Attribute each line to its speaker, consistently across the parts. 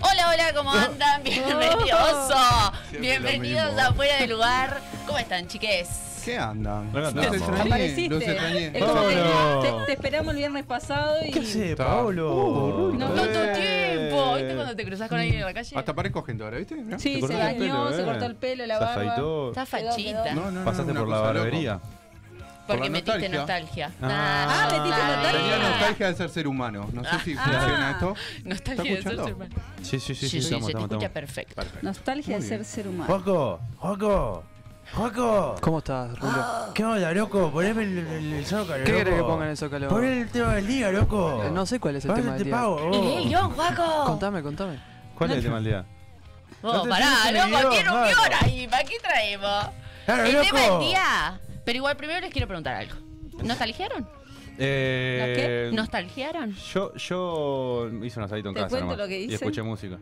Speaker 1: hola, ¿cómo andan? Bienvenidos.
Speaker 2: Siempre lo
Speaker 1: Bienvenidos
Speaker 2: mismo.
Speaker 1: a Fuera de Lugar. ¿cómo están, chiques?
Speaker 2: ¿Qué andan?
Speaker 3: Acá
Speaker 2: Los
Speaker 3: estamos.
Speaker 2: extrañé,
Speaker 4: Apareciste.
Speaker 2: los extrañé.
Speaker 4: El compañero-
Speaker 3: Pablo.
Speaker 4: te, te esperamos el viernes pasado y.
Speaker 3: ¿Qué hace,
Speaker 2: Está.
Speaker 3: Pablo?
Speaker 2: Uh,
Speaker 4: no.
Speaker 1: Tanto
Speaker 3: Eh.
Speaker 1: tiempo. ¿Viste cuando te cruzas con alguien en la calle?
Speaker 2: Hasta parezco gente ahora, ¿viste? Mirá.
Speaker 4: Sí,
Speaker 3: ¿Te
Speaker 4: se
Speaker 3: cortaste el
Speaker 4: bañó,
Speaker 3: pelo,
Speaker 4: se
Speaker 3: eh?
Speaker 4: cortó el pelo, la
Speaker 3: Se
Speaker 4: barba.
Speaker 3: afeitó.
Speaker 1: Está
Speaker 4: Quedó,
Speaker 1: fachita.
Speaker 4: quedó.
Speaker 3: Pasaste
Speaker 2: una
Speaker 3: por la
Speaker 2: cosa loca.
Speaker 3: barbería.
Speaker 1: Porque
Speaker 2: por la
Speaker 1: metiste nostalgia.
Speaker 2: nostalgia.
Speaker 3: Ah.
Speaker 4: Ah, metiste
Speaker 2: Tenía
Speaker 4: Ah.
Speaker 2: nostalgia de ser ser humano. No sé si funciona esto.
Speaker 1: Nostalgia de
Speaker 2: ¿Está
Speaker 1: ser
Speaker 2: escuchando?
Speaker 1: humano.
Speaker 3: Sí,
Speaker 1: Sí,
Speaker 3: sí, sí, sí,
Speaker 1: sí, se
Speaker 3: estamos,
Speaker 1: te
Speaker 3: estamos,
Speaker 1: escucha
Speaker 3: estamos.
Speaker 1: perfecto.
Speaker 2: Perfecto.
Speaker 4: Nostalgia de
Speaker 2: Muy
Speaker 4: ser
Speaker 2: bien.
Speaker 4: ser humano.
Speaker 3: Joco, Joco, Joco.
Speaker 5: ¿Cómo estás, Rulo?
Speaker 6: Ah.
Speaker 3: ¿Qué onda, loco? Poneme el, el, el zócalo,
Speaker 5: ¿Qué
Speaker 3: loco.
Speaker 5: querés que ponga en el zócalo?
Speaker 3: Pon el tema del día, loco.
Speaker 5: Eh, No sé cuál es el
Speaker 3: Ahora
Speaker 5: tema del
Speaker 3: te
Speaker 5: día.
Speaker 3: pago, vos.
Speaker 1: Mirá el guión, Juaco.
Speaker 5: Contame, contame.
Speaker 3: ¿Cuál es el tema del día? No
Speaker 1: Vos,
Speaker 3: te
Speaker 1: pará,
Speaker 3: tienes
Speaker 1: loco,
Speaker 3: el
Speaker 1: tiene un
Speaker 3: guión,
Speaker 1: guión
Speaker 3: Juaco.
Speaker 1: ahí. ¿Para qué traemos?
Speaker 3: Claro,
Speaker 1: El
Speaker 3: loco.
Speaker 1: tema del día. Pero igual, primero les quiero preguntar algo. ¿Nostalgiaron?
Speaker 3: Eh,
Speaker 1: ¿Nostalgiaron?
Speaker 3: Yo, yo hice un asadito en
Speaker 4: Te
Speaker 3: casa
Speaker 4: cuento
Speaker 3: nomás,
Speaker 4: lo que
Speaker 3: y
Speaker 4: hice.
Speaker 3: escuché música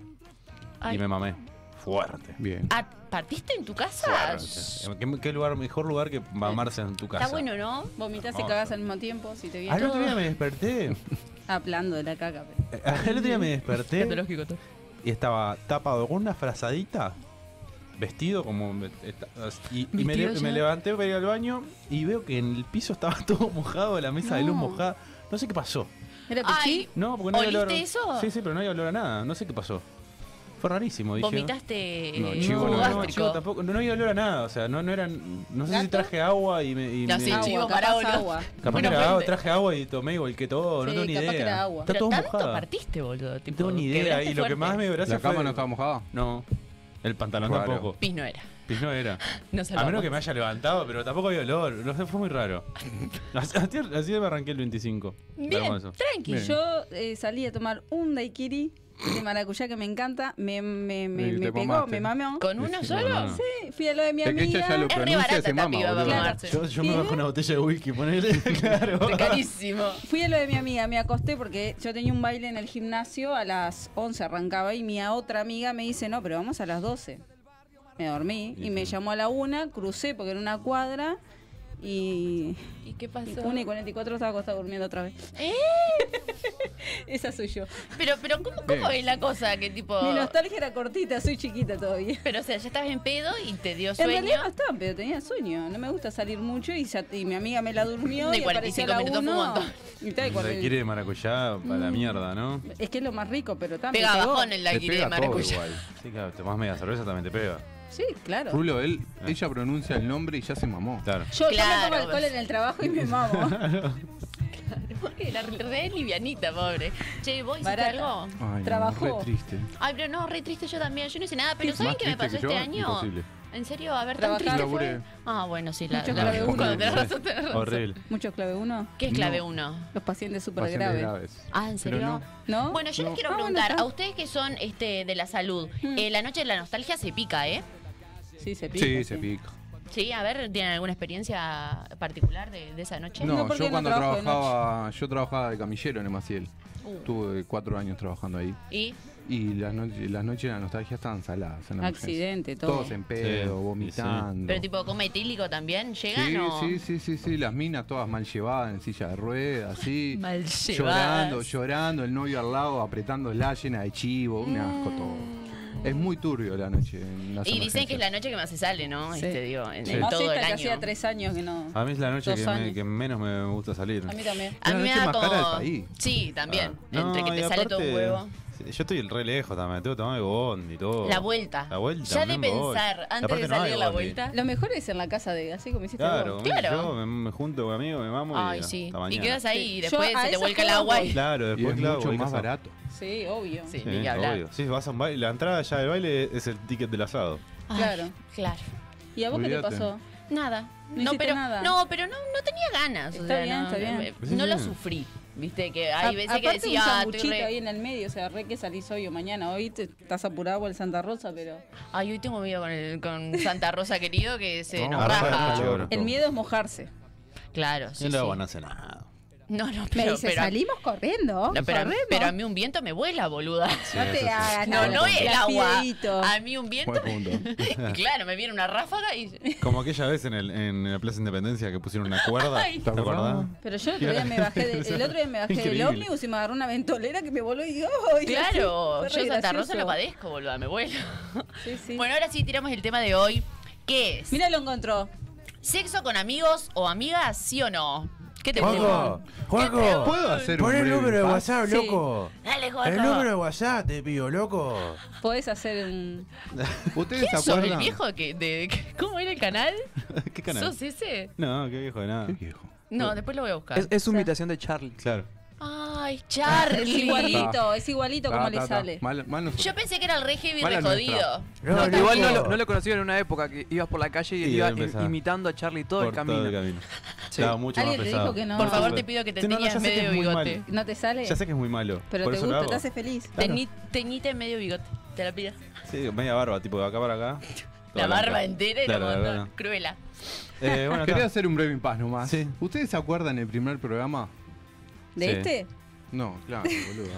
Speaker 1: Ay.
Speaker 3: y me mamé fuerte.
Speaker 2: Bien.
Speaker 1: Ah, ¿Partiste en tu casa?
Speaker 3: Fuerte. ¿Qué, qué lugar, mejor lugar que mamarse en tu casa.
Speaker 1: Está bueno, ¿no?
Speaker 4: Vomitas y
Speaker 3: Hermoso.
Speaker 4: cagás al mismo tiempo, si te viene.
Speaker 3: Al otro día me desperté.
Speaker 4: Hablando de la caca. pero-
Speaker 3: Al otro día me desperté y estaba tapado con una frazadita, vestido como. esta- Y, y me, le-
Speaker 1: Vestido ya.
Speaker 3: me levanté para ir al baño y veo que en el piso estaba todo mojado, la mesa de luz
Speaker 4: No.
Speaker 3: mojada. No sé qué pasó.
Speaker 4: ¿Era
Speaker 1: Ay,
Speaker 4: pichí?
Speaker 3: No, porque no había olor.
Speaker 1: ¿Oliste eso?
Speaker 3: Sí, sí, pero no había olor a nada. No sé qué pasó. Fue rarísimo, dije.
Speaker 1: Vomitaste
Speaker 2: No,
Speaker 1: eh,
Speaker 2: chivo,
Speaker 1: jugo
Speaker 2: no,
Speaker 3: no,
Speaker 1: gástrico.
Speaker 3: chivo, tampoco. No, no había olor a nada. O sea, no, no eran. No sé si
Speaker 4: ¿Gato?
Speaker 3: traje agua y me. y
Speaker 1: Ya,
Speaker 3: me-
Speaker 1: sí,
Speaker 4: Agua,
Speaker 1: chivo,
Speaker 4: capaz
Speaker 1: pará, boludo.
Speaker 4: agua.
Speaker 3: Capaz
Speaker 1: Bueno,
Speaker 3: que era agua,
Speaker 1: vende.
Speaker 3: traje agua y tomé igual que todo.
Speaker 4: Sí,
Speaker 3: no tengo ni
Speaker 4: capaz
Speaker 3: idea.
Speaker 4: que era agua.
Speaker 3: Está
Speaker 1: Pero
Speaker 3: todo
Speaker 1: tanto
Speaker 3: mojado.
Speaker 1: partiste, boludo.
Speaker 3: No
Speaker 1: Tipo,
Speaker 3: tengo ni idea.
Speaker 1: quebraste
Speaker 3: Y lo que
Speaker 1: fuerte.
Speaker 3: más me dio gracia
Speaker 2: ¿La cama
Speaker 3: fue-
Speaker 2: no estaba mojada?
Speaker 3: No. El pantalón
Speaker 2: Raro.
Speaker 3: tampoco.
Speaker 1: Pis no era.
Speaker 3: Pis no era.
Speaker 1: No
Speaker 3: A menos
Speaker 1: salvamos.
Speaker 3: que me haya levantado, pero tampoco había olor. No sé, fue muy raro. Así, así me arranqué el 25.
Speaker 1: Bien,
Speaker 3: Hermoso.
Speaker 1: tranqui.
Speaker 4: Y yo eh, salí a tomar un daiquiri de maracuyá que me encanta. Me, me, me,
Speaker 2: Y
Speaker 4: me
Speaker 2: te
Speaker 4: pegó,
Speaker 2: mamaste.
Speaker 4: me mameó.
Speaker 1: ¿Con uno solo?
Speaker 3: no.
Speaker 4: Sí, fui a lo de mi
Speaker 2: Es que ella ya lo
Speaker 4: amiga.
Speaker 1: Es re
Speaker 2: pronuncia
Speaker 1: barata
Speaker 2: se
Speaker 1: esta
Speaker 2: mama,
Speaker 1: piba,
Speaker 2: boludo.
Speaker 1: mamá.
Speaker 3: Yo, yo me bajo una botella de whisky, ponele. claro.
Speaker 1: Carísimo.
Speaker 4: Fui a lo de mi amiga, me acosté porque yo tenía un baile en el gimnasio, a las 11 arrancaba y mi otra amiga me dice, no, pero vamos a las 12. Me dormí y me llamó a la una, crucé porque era una cuadra y
Speaker 1: ¿Y qué pasó?
Speaker 4: 1 y 44 estaba acostada durmiendo otra vez.
Speaker 1: ¿Eh?
Speaker 4: Esa soy yo.
Speaker 1: Pero, pero ¿cómo, cómo
Speaker 2: Bien.
Speaker 1: es la cosa? Que tipo...
Speaker 4: Mi nostalgia era cortita, soy chiquita todavía.
Speaker 1: Pero, o sea, ya estabas en pedo y te dio
Speaker 4: En
Speaker 1: sueño.
Speaker 4: realidad no estaba, pero tenía sueño. No me gusta salir mucho y, ya- y mi amiga me la durmió
Speaker 1: De
Speaker 4: y, apareció
Speaker 1: 45
Speaker 4: a la
Speaker 1: minutos fue un
Speaker 4: 1.
Speaker 1: montón.
Speaker 4: Y tal,
Speaker 3: Se
Speaker 4: cuando-
Speaker 3: quiere de maracuyá para
Speaker 1: Mm.
Speaker 3: la mierda, ¿no?
Speaker 4: Es que es lo más rico, pero también.
Speaker 1: Pega bajón el
Speaker 2: Te
Speaker 1: laguire de
Speaker 2: pega todo
Speaker 1: maracuyá.
Speaker 2: igual.
Speaker 3: Sí, claro, tomás media cerveza también te pega.
Speaker 4: Sí, claro.
Speaker 2: Rulo, él,
Speaker 3: Ah.
Speaker 2: ella pronuncia el nombre y ya se mamó.
Speaker 3: Claro.
Speaker 4: Yo, yo me
Speaker 1: Claro,
Speaker 4: tomo alcohol
Speaker 1: pues.
Speaker 4: en el trabajo y me mamo.
Speaker 1: Porque la re livianita, pobre. Che, ¿vos hiciste
Speaker 4: Barata.
Speaker 1: algo?
Speaker 2: Ay, no,
Speaker 4: Trabajó.
Speaker 2: re triste.
Speaker 1: Ay, pero no, re triste yo también. Yo no hice nada, pero ¿saben
Speaker 2: Más
Speaker 1: qué me
Speaker 2: triste
Speaker 1: pasó
Speaker 2: que yo,
Speaker 1: este año?
Speaker 2: imposible.
Speaker 1: En serio, a ver, tan
Speaker 4: Trabajar
Speaker 1: triste
Speaker 2: fue.
Speaker 1: fue. Ah, bueno, sí, la,
Speaker 4: Mucho
Speaker 1: la-
Speaker 4: clave uno.
Speaker 1: cuando tenés razón, tenés razón.
Speaker 3: Horrible.
Speaker 4: Muchos clave uno,
Speaker 1: ¿Qué es clave uno?
Speaker 4: los pacientes súper
Speaker 2: Pacientes
Speaker 4: graves.
Speaker 2: graves.
Speaker 1: Ah, ¿en
Speaker 2: Pero
Speaker 1: serio?
Speaker 4: ¿No?
Speaker 1: Bueno, yo les
Speaker 4: No.
Speaker 1: quiero
Speaker 4: Ah, bueno,
Speaker 1: preguntar,
Speaker 4: está. Mm.
Speaker 1: a ustedes que son este, de la salud, eh, la noche de la nostalgia se pica, ¿eh?
Speaker 4: Sí, se pica.
Speaker 2: Sí, se pica.
Speaker 1: Sí, a ver, ¿tienen alguna experiencia particular de, de esa noche?
Speaker 4: No,
Speaker 2: No,
Speaker 4: porque
Speaker 2: yo
Speaker 4: no
Speaker 2: cuando
Speaker 4: trabajo de
Speaker 2: trabajaba, yo trabajaba de camillero en el Maciel.
Speaker 1: Uh.
Speaker 2: Estuve cuatro años trabajando ahí.
Speaker 1: ¿Y?
Speaker 2: Y las noches las noches de la nostalgia estaban saladas. En la emergencia.
Speaker 4: Accidente, todo.
Speaker 2: Todos en pedo,
Speaker 3: Sí,
Speaker 2: vomitando.
Speaker 1: ¿Pero tipo coma etílico también? ¿Llegan
Speaker 2: Sí,
Speaker 1: o...?
Speaker 2: sí, sí, sí, sí, las minas todas mal llevadas en silla de ruedas, así.
Speaker 1: Mal
Speaker 2: Llorando,
Speaker 1: llevadas.
Speaker 2: llorando, el novio al lado apretando la llena de chivo, un asco todo. Es muy turbio la noche. en las
Speaker 1: Mm. Y dicen que es
Speaker 2: emergencias.
Speaker 1: la noche que más se sale, ¿no?
Speaker 4: Sí.
Speaker 1: Este, digo, en,
Speaker 3: Sí.
Speaker 1: en
Speaker 4: Más
Speaker 1: todo
Speaker 4: esta
Speaker 1: el
Speaker 4: que
Speaker 1: año. Ah.
Speaker 4: hacía tres años que no.
Speaker 3: A mí es la noche
Speaker 4: Dos
Speaker 3: que, me-
Speaker 4: años.
Speaker 3: que menos me gusta salir.
Speaker 4: A mí también.
Speaker 1: A
Speaker 2: Es la
Speaker 1: mí me
Speaker 2: noche
Speaker 1: da
Speaker 2: más
Speaker 1: como...
Speaker 2: cara del país.
Speaker 1: Sí, también.
Speaker 3: Ah, no,
Speaker 1: Entre que
Speaker 3: y
Speaker 1: te sale todo un
Speaker 3: aparte,
Speaker 1: huevo.
Speaker 3: sí, Yo estoy el re lejos también, tengo que tomar bondi y todo.
Speaker 1: La vuelta.
Speaker 3: La vuelta.
Speaker 1: Ya de
Speaker 3: me voy.
Speaker 1: pensar,
Speaker 3: Y
Speaker 1: antes
Speaker 3: aparte
Speaker 1: de
Speaker 3: no hay
Speaker 1: salir la
Speaker 3: bondi.
Speaker 1: vuelta.
Speaker 4: Lo mejor es en la casa de así como hiciste
Speaker 3: Claro,
Speaker 4: vos.
Speaker 3: como
Speaker 1: Claro.
Speaker 3: yo me, me junto con amigos, me mamo y
Speaker 1: Ay,
Speaker 3: hasta
Speaker 1: sí. Y
Speaker 3: mañana.
Speaker 1: quedas ahí
Speaker 4: Sí.
Speaker 1: y después
Speaker 4: Yo a
Speaker 1: se te
Speaker 4: esas
Speaker 1: vuelca el
Speaker 4: cosas
Speaker 1: agua
Speaker 4: voy.
Speaker 1: y...
Speaker 3: Claro,
Speaker 2: Y
Speaker 3: después
Speaker 2: es
Speaker 3: claro,
Speaker 2: mucho
Speaker 3: voy
Speaker 2: más
Speaker 3: casado.
Speaker 2: barato.
Speaker 4: Sí, obvio.
Speaker 1: Sí,
Speaker 3: Sí,
Speaker 1: ni que hablar.
Speaker 3: obvio. Sí, vas a un baile, la entrada ya del baile es el ticket del asado.
Speaker 1: Ay,
Speaker 4: Claro.
Speaker 1: Claro.
Speaker 4: ¿Y a vos qué te
Speaker 2: Olvídate.
Speaker 4: pasó?
Speaker 1: Nada.
Speaker 4: No
Speaker 1: No,
Speaker 4: hiciste
Speaker 1: pero,
Speaker 4: nada.
Speaker 1: no, pero no, no tenía ganas. o
Speaker 4: Está
Speaker 1: sea,
Speaker 4: bien,
Speaker 1: no,
Speaker 4: está bien.
Speaker 1: eh,
Speaker 3: Sí,
Speaker 1: no
Speaker 3: sí.
Speaker 1: lo sufrí. Viste que
Speaker 4: A-
Speaker 1: hay veces que
Speaker 4: aparte
Speaker 1: decía,
Speaker 4: un
Speaker 1: ah, estoy
Speaker 4: sanguchito
Speaker 1: re-
Speaker 4: ahí en el medio, o sea, re que salís hoy o mañana. Hoy te estás apurado por el Santa Rosa, pero...
Speaker 1: Ay, hoy tengo miedo con, el- con Santa Rosa querido que se
Speaker 2: No,
Speaker 1: nos
Speaker 2: arranca
Speaker 3: el
Speaker 1: Ah, raja.
Speaker 3: calor.
Speaker 4: El miedo es mojarse.
Speaker 1: Claro, sí.
Speaker 3: el
Speaker 1: sí.
Speaker 3: agua no hace nada.
Speaker 1: No, no,
Speaker 4: Me
Speaker 1: pero.
Speaker 4: dice,
Speaker 1: pero-
Speaker 4: salimos corriendo.
Speaker 1: no, pero,
Speaker 4: corremos".
Speaker 1: pero a mí un viento me vuela, boluda.
Speaker 3: Sí,
Speaker 4: No
Speaker 3: eso sí.
Speaker 4: te hagas
Speaker 1: No,
Speaker 4: nada,
Speaker 1: no
Speaker 4: te
Speaker 1: el
Speaker 4: hagas
Speaker 1: agua.
Speaker 4: fideíto.
Speaker 1: A mí un viento.
Speaker 2: Buen punto.
Speaker 1: claro, me viene una ráfaga y.
Speaker 3: Como aquella vez en, el, en la Plaza Independencia que pusieron una cuerda.
Speaker 1: Ay.
Speaker 3: ¿Te acordás?
Speaker 4: Pero yo el otro día me bajé, de- el otro día me bajé del
Speaker 3: Increíble.
Speaker 4: ómnibus y me agarró una ventolera que me voló y digo, ¡ay!
Speaker 1: Claro,
Speaker 4: Fue
Speaker 1: yo
Speaker 4: re
Speaker 1: Santa Rosa
Speaker 4: gracioso.
Speaker 1: lo padezco, boluda, me vuelo.
Speaker 4: Sí, sí.
Speaker 1: Bueno, ahora sí tiramos el tema de hoy, que es
Speaker 4: Mira, lo encontró.
Speaker 1: sexo con amigos o amigas, sí o no. ¿Qué te
Speaker 5: Juanjo,
Speaker 1: parece?
Speaker 5: Juanjo,
Speaker 2: ¿Puedo hacer un
Speaker 5: pon el
Speaker 2: breve
Speaker 5: número de
Speaker 2: impasse?
Speaker 5: WhatsApp,
Speaker 4: Sí.
Speaker 5: loco.
Speaker 1: Dale,
Speaker 5: El número de
Speaker 1: Juanjo.
Speaker 5: WhatsApp, te pido, loco.
Speaker 4: Podés hacer un.
Speaker 2: ¿Ustedes
Speaker 1: ¿Quién
Speaker 2: se
Speaker 1: sos, el
Speaker 2: acuerdan?
Speaker 1: viejo que, de, que- ¿Cómo era el canal?
Speaker 3: ¿Qué canal?
Speaker 1: ¿Sos ese?
Speaker 3: No, qué viejo de nada.
Speaker 2: Qué viejo.
Speaker 1: No, después lo voy a buscar.
Speaker 6: Es, es su imitación de Charlie.
Speaker 3: Claro.
Speaker 1: Ay,
Speaker 4: Es
Speaker 1: Charlie.
Speaker 4: igualito, es igualito
Speaker 2: Ta,
Speaker 4: como
Speaker 2: ta,
Speaker 4: le
Speaker 2: ta.
Speaker 4: sale.
Speaker 2: Mal, mal nosotros.
Speaker 1: Yo pensé que era el re heavy
Speaker 2: Mala
Speaker 1: re jodido.
Speaker 5: No, loco.
Speaker 6: Igual no lo, no lo conocí en una época que ibas por la calle y,
Speaker 3: Y
Speaker 6: iba
Speaker 3: empezaba.
Speaker 6: im- imitando a Charlie todo el
Speaker 3: Por
Speaker 6: camino. Sí.
Speaker 3: Estaba mucho
Speaker 4: Alguien
Speaker 3: más
Speaker 4: le
Speaker 3: pesado.
Speaker 4: dijo que no.
Speaker 1: Por favor,
Speaker 3: Sí,
Speaker 1: te pido que te
Speaker 3: sí, no, no,
Speaker 1: teñas
Speaker 3: ya sé que
Speaker 1: medio
Speaker 3: es muy
Speaker 1: bigote.
Speaker 3: mal.
Speaker 4: ¿No te sale?
Speaker 3: Ya sé que es muy malo.
Speaker 4: Pero
Speaker 3: por
Speaker 4: te
Speaker 3: eso lo
Speaker 4: gusta,
Speaker 3: hago.
Speaker 4: te hace feliz.
Speaker 1: Teñi- Teñite medio bigote. Te la pido.
Speaker 3: Sí, media barba, tipo de acá para acá.
Speaker 1: La
Speaker 3: Toda
Speaker 1: barba
Speaker 3: blanca.
Speaker 1: entera y
Speaker 3: Claro,
Speaker 1: la
Speaker 3: la
Speaker 1: botón.
Speaker 3: verdad.
Speaker 1: Cruela.
Speaker 3: Eh, bueno,
Speaker 2: Quería
Speaker 3: acá.
Speaker 2: hacer un breve impas nomás.
Speaker 3: Sí.
Speaker 2: ¿Ustedes se acuerdan el primer programa?
Speaker 4: ¿De
Speaker 3: Sí.
Speaker 4: este?
Speaker 2: No, claro, boludo.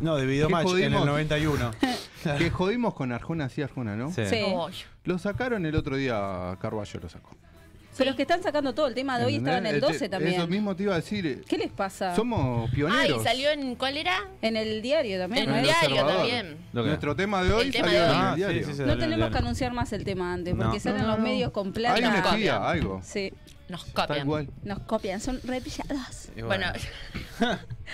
Speaker 3: No, de Videomatch
Speaker 2: ¿Qué
Speaker 3: en
Speaker 2: jodimos?
Speaker 3: el 91.
Speaker 2: que jodimos con Arjona, sí, Arjona, ¿no?
Speaker 4: Sí.
Speaker 1: Ay.
Speaker 2: Lo sacaron el otro día, Carballo lo sacó.
Speaker 4: Pero los que están sacando todo el tema de hoy estaban en el
Speaker 2: ¿Entendés?
Speaker 4: 12
Speaker 2: Este, Eso
Speaker 4: también.
Speaker 2: mismo te iba a decir. eh,
Speaker 4: ¿Qué les pasa?
Speaker 2: Somos pioneros.
Speaker 1: Ay, salió en. ¿Cuál era?
Speaker 4: En el diario también.
Speaker 1: En
Speaker 4: ¿no?
Speaker 1: un
Speaker 2: el
Speaker 1: diario
Speaker 2: observador.
Speaker 1: también.
Speaker 3: Lo que-
Speaker 2: Nuestro tema de hoy
Speaker 1: El tema
Speaker 2: salió
Speaker 1: de hoy.
Speaker 2: en
Speaker 3: Ah,
Speaker 2: el diario.
Speaker 3: sí, sí, sí.
Speaker 4: No
Speaker 3: Dale,
Speaker 4: tenemos
Speaker 3: dale.
Speaker 4: que anunciar más el tema antes,
Speaker 3: No.
Speaker 4: porque salen
Speaker 2: No, no,
Speaker 4: los
Speaker 2: no.
Speaker 4: medios con
Speaker 2: Hay
Speaker 4: plata.
Speaker 2: una
Speaker 1: Copian.
Speaker 2: espía, algo.
Speaker 4: Sí,
Speaker 1: Nos
Speaker 2: Tal
Speaker 1: copian.
Speaker 2: cual.
Speaker 4: nos copian, son repillados.
Speaker 3: Y
Speaker 1: Bueno,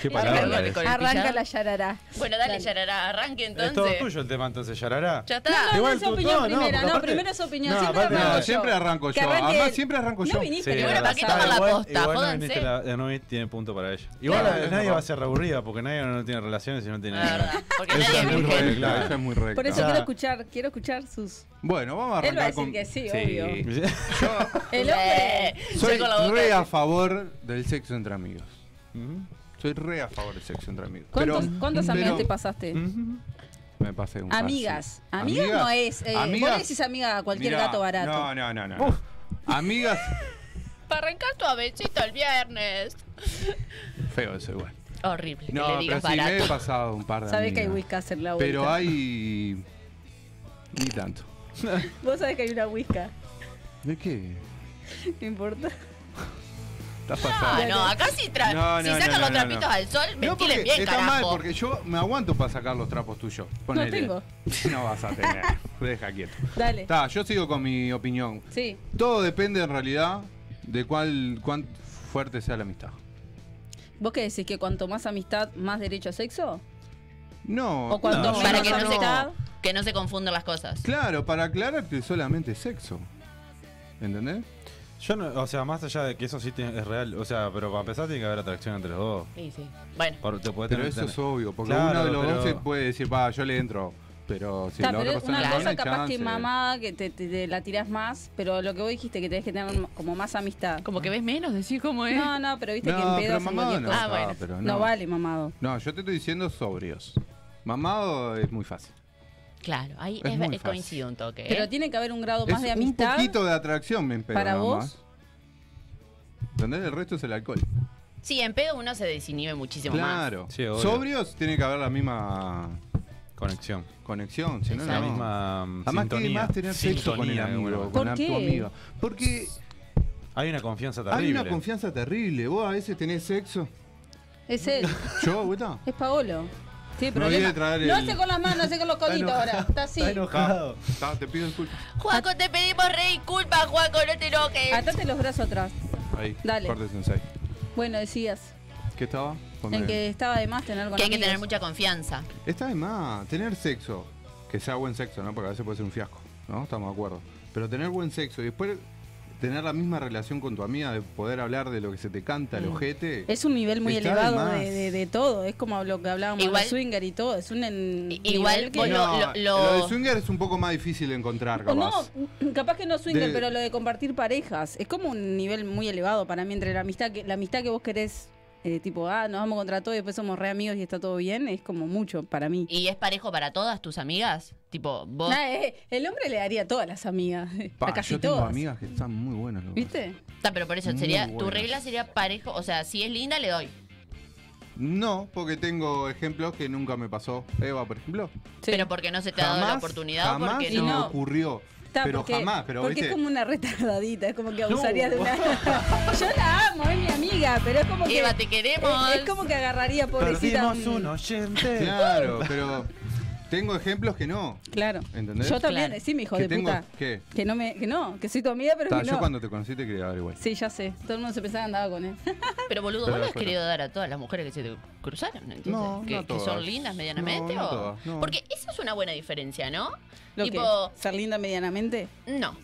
Speaker 3: qué
Speaker 1: arranca
Speaker 3: palabra. es.
Speaker 1: con el
Speaker 4: Arranca
Speaker 1: pillado.
Speaker 4: la yarará.
Speaker 1: bueno, dale, Yarará, arranque
Speaker 3: Es todo
Speaker 1: entonces.
Speaker 3: tuyo el tema, entonces, Yarará.
Speaker 1: Ya
Speaker 4: No,
Speaker 1: está.
Speaker 4: no,
Speaker 3: Igual
Speaker 4: no, es
Speaker 3: tú-
Speaker 4: opinión
Speaker 3: no, no,
Speaker 4: primera. No,
Speaker 3: porque aparte-
Speaker 4: primero es opinión.
Speaker 3: no,
Speaker 4: siempre
Speaker 3: aparte-
Speaker 4: arranco
Speaker 2: No,
Speaker 4: yo.
Speaker 2: siempre arranco
Speaker 4: Que
Speaker 2: yo.
Speaker 4: arranque
Speaker 2: Además,
Speaker 4: él.
Speaker 2: siempre arranco yo.
Speaker 4: No viniste
Speaker 1: Pero
Speaker 4: la
Speaker 1: bueno,
Speaker 4: vez
Speaker 1: ¿para qué
Speaker 4: pasada.
Speaker 1: toma la
Speaker 3: Igual-
Speaker 1: posta?
Speaker 3: Igual no
Speaker 1: Jódanse.
Speaker 3: viniste la- eh, no viniste, tiene punto para ella. Igual
Speaker 2: Claro.
Speaker 3: eh, nadie va a ser reaburrida porque nadie no tiene relaciones y no tiene
Speaker 1: La verdad. Porque
Speaker 3: Esa
Speaker 1: nadie es
Speaker 3: no es
Speaker 1: virgen.
Speaker 3: buena.
Speaker 2: recta,
Speaker 3: Claro.
Speaker 2: ella es muy recta.
Speaker 4: Por eso
Speaker 3: Ya.
Speaker 4: quiero escuchar, quiero escuchar sus.
Speaker 2: Bueno, vamos a
Speaker 4: Él va a
Speaker 2: arrancar
Speaker 4: decir
Speaker 2: con...
Speaker 4: que sí, obvio. El hombre.
Speaker 1: Sí.
Speaker 2: Soy
Speaker 1: Saco la boca.
Speaker 2: re a favor del sexo entre amigos.
Speaker 3: Ujú.
Speaker 2: Soy re a favor del sexo entre amigos.
Speaker 4: ¿Cuántos,
Speaker 2: Pero-
Speaker 4: ¿cuántos
Speaker 2: pero-
Speaker 4: amigas te pasaste?
Speaker 3: Ujú.
Speaker 2: Me pasé un par,
Speaker 4: Amigas.
Speaker 2: sí.
Speaker 4: Amigas no es. eh,
Speaker 2: Amigas-
Speaker 4: Vos le decís amiga a cualquier
Speaker 2: Mirá,
Speaker 4: gato barato.
Speaker 2: No, no, no, no. Amigas,
Speaker 1: Para arrancar tu avecito el viernes.
Speaker 2: feo eso igual.
Speaker 1: Horrible.
Speaker 2: No,
Speaker 1: que le
Speaker 2: pero
Speaker 1: digas
Speaker 2: sí
Speaker 1: barato.
Speaker 2: me he pasado un par de
Speaker 4: Sabés que hay
Speaker 2: amigas.
Speaker 4: whiskas en la vuelta.
Speaker 2: Pero hay ni tanto.
Speaker 4: Vos sabés que hay una whiskas.
Speaker 2: ¿De qué?
Speaker 4: No importa.
Speaker 2: Estás
Speaker 1: Ah,
Speaker 2: pasado.
Speaker 1: no, acá sí tra
Speaker 2: No, no,
Speaker 1: si
Speaker 2: no,
Speaker 1: sacan
Speaker 2: no,
Speaker 1: los
Speaker 2: no,
Speaker 1: trapitos
Speaker 2: no.
Speaker 1: al sol,
Speaker 2: No, porque
Speaker 1: ventilen bien,
Speaker 2: está
Speaker 1: carajo.
Speaker 2: mal, porque yo me aguanto para sacar los trapos tuyos. Ponele.
Speaker 4: tengo.
Speaker 2: No vas a tener. Deja quieto.
Speaker 4: Dale.
Speaker 2: Está, yo sigo con mi opinión.
Speaker 4: Sí.
Speaker 2: Todo depende en realidad de cuál, cuán fuerte sea la amistad.
Speaker 4: ¿Vos qué decís? ¿Que cuanto más amistad, más derecho a sexo?
Speaker 2: No.
Speaker 4: ¿O cuánto
Speaker 2: no,
Speaker 4: menos
Speaker 1: Para que no,
Speaker 4: amistad?
Speaker 1: se, que no se confundan las cosas.
Speaker 2: Claro, para aclarar que solamente es sexo. ¿Entendés?
Speaker 3: Yo no, o sea, más allá de que eso sí te- es real, o sea, pero para empezar tiene que haber atracción entre los dos.
Speaker 1: Sí, sí. Bueno,
Speaker 3: Por- te podés
Speaker 2: Pero
Speaker 3: tener-
Speaker 2: eso
Speaker 3: tener-
Speaker 2: es obvio, porque
Speaker 3: Claro,
Speaker 2: uno de los
Speaker 3: pero-
Speaker 2: dos se puede decir, va, yo le entro. Pero si
Speaker 4: Está,
Speaker 2: la
Speaker 4: pero
Speaker 2: otra
Speaker 4: es una
Speaker 2: persona no, no
Speaker 4: cosa
Speaker 2: hay
Speaker 4: capaz que
Speaker 2: chance.
Speaker 4: mamá, que te, te- te la tirás más, pero lo que vos dijiste, que tenés que tener m- como más amistad.
Speaker 1: como que ves menos, decís cómo es.
Speaker 4: No, no, pero viste que en
Speaker 2: No,
Speaker 4: pedo
Speaker 2: pero
Speaker 4: hacen
Speaker 2: mamado
Speaker 4: cualquier
Speaker 2: no.
Speaker 4: cosa.
Speaker 1: Ah, bueno.
Speaker 2: pero
Speaker 4: No vale, mamado.
Speaker 2: No, yo te estoy diciendo sobrios. Mamado es muy fácil.
Speaker 1: Claro, ahí
Speaker 2: Es
Speaker 1: es,
Speaker 2: muy
Speaker 1: es
Speaker 2: fácil.
Speaker 1: coincido un toque. ¿eh?
Speaker 4: Pero tiene que haber un grado más
Speaker 2: Es
Speaker 4: de amistad.
Speaker 2: Un poquito de atracción me empezó.
Speaker 4: para vos.
Speaker 2: ¿Entendés? El resto es el alcohol.
Speaker 1: sí, en pedo uno se desinhibe muchísimo más.
Speaker 2: Claro.
Speaker 3: Sí, obvio.
Speaker 2: sobrios tiene que haber la misma
Speaker 3: conexión.
Speaker 2: conexión, si no,
Speaker 3: La
Speaker 2: no.
Speaker 3: misma mm,
Speaker 2: Además que
Speaker 3: sintonía.
Speaker 2: más tener sexo con el
Speaker 3: Sintonía, de
Speaker 2: amigo,
Speaker 3: alguna
Speaker 2: con
Speaker 4: ¿Por
Speaker 2: a-
Speaker 4: qué?
Speaker 2: tu amigo. Porque
Speaker 3: manera. Hay una confianza terrible.
Speaker 2: hay una confianza terrible. Vos a veces tenés sexo.
Speaker 4: Es él,
Speaker 2: Yo, ¿verdad?
Speaker 4: es Paolo. Tiene
Speaker 2: No voy a
Speaker 4: problema.
Speaker 2: traer
Speaker 4: No
Speaker 2: el-
Speaker 4: hace con las manos, hace con los coditos ahora. Está así.
Speaker 3: enojado.
Speaker 2: Ta, te pido disculpas.
Speaker 1: Juaco, te pedimos re disculpas, Juaco, no te enojes.
Speaker 4: Eh, Atate los brazos atrás.
Speaker 2: Ahí,
Speaker 4: Dale.
Speaker 2: corte sensei.
Speaker 4: Bueno, decías.
Speaker 2: ¿Qué estaba?
Speaker 4: En
Speaker 2: Ponme-
Speaker 4: que estaba de más tener con
Speaker 1: que hay que
Speaker 4: amigos.
Speaker 1: tener mucha confianza.
Speaker 2: Está de más, tener sexo, que sea buen sexo, ¿no? Porque a veces puede ser un fiasco, ¿no? Estamos de acuerdo. Pero tener buen sexo y después tener la misma relación con tu amiga, de poder hablar de lo que se te canta, el ojete.
Speaker 4: Mm. Es un nivel muy
Speaker 2: Está de
Speaker 4: elevado
Speaker 2: más.
Speaker 4: de, de- de todo. Es como lo que hablábamos
Speaker 1: Igual-
Speaker 4: de swinger y todo. Es un en-
Speaker 1: I- igual
Speaker 4: nivel que-
Speaker 1: vos no- lo- lo-
Speaker 2: de swinger es un poco más difícil de encontrar,
Speaker 4: O
Speaker 2: capaz.
Speaker 4: no, capaz que no swinger,
Speaker 2: De-
Speaker 4: pero lo de compartir parejas es como un nivel muy elevado para mí entre la amistad que la amistad que vos querés eh, tipo, ah, nos vamos contra todo y después somos re amigos y está todo bien, es como mucho para mí.
Speaker 1: ¿Y es parejo para todas tus amigas? Tipo, vos.
Speaker 4: Nah, eh, el hombre le daría a todas las amigas, eh,
Speaker 2: Pa,
Speaker 4: a casi
Speaker 2: Ah, yo tengo
Speaker 4: todas.
Speaker 2: amigas que están muy buenas. loco.
Speaker 4: ¿Viste?
Speaker 1: Ta, pero por eso,
Speaker 2: Muy
Speaker 1: sería, tu
Speaker 2: buenas.
Speaker 1: regla sería parejo. O sea, si es linda, le doy.
Speaker 2: No, porque tengo ejemplos que nunca me pasó. Eva, por ejemplo.
Speaker 4: Sí.
Speaker 1: Pero porque no se te ha dado la oportunidad o
Speaker 2: jamás
Speaker 1: porque
Speaker 2: se
Speaker 1: no.
Speaker 2: me
Speaker 4: no.
Speaker 2: ocurrió.
Speaker 4: Está,
Speaker 2: pero
Speaker 4: porque,
Speaker 2: jamás, pero
Speaker 4: porque
Speaker 2: viste.
Speaker 4: es como una retardadita, es como que
Speaker 2: No.
Speaker 4: abusaría de una. Yo la amo, es mi amiga, pero es como que.
Speaker 1: Eva, te queremos.
Speaker 4: es, es como que agarraría pobrecita. mm,
Speaker 3: Perdimos
Speaker 4: un-
Speaker 3: un oyente.
Speaker 2: Claro, pero tengo ejemplos que no.
Speaker 4: Claro.
Speaker 2: ¿Entendés?
Speaker 4: Yo también,
Speaker 1: Claro.
Speaker 4: sí, mi hijo
Speaker 2: que
Speaker 4: de
Speaker 2: tengo,
Speaker 4: puta.
Speaker 2: ¿Qué?
Speaker 4: Que no, me, que no, que soy tu amiga, pero
Speaker 2: Ta,
Speaker 4: que
Speaker 2: yo
Speaker 4: no.
Speaker 2: cuando te conocí te quería dar igual.
Speaker 4: Sí, ya sé. Todo el mundo se pensaba que andaba con él.
Speaker 1: Pero boludo,
Speaker 2: Pero
Speaker 1: vos no has
Speaker 2: bueno.
Speaker 1: querido dar a todas las mujeres que se te cruzaron, ¿entiendes?
Speaker 2: No,
Speaker 1: que,
Speaker 2: no
Speaker 1: que
Speaker 2: todas.
Speaker 1: son lindas medianamente
Speaker 2: No, no
Speaker 1: o.
Speaker 2: todas, no.
Speaker 1: Porque esa es una buena diferencia, ¿no?
Speaker 4: Lo
Speaker 1: tipo,
Speaker 4: que, ser linda medianamente.
Speaker 1: no.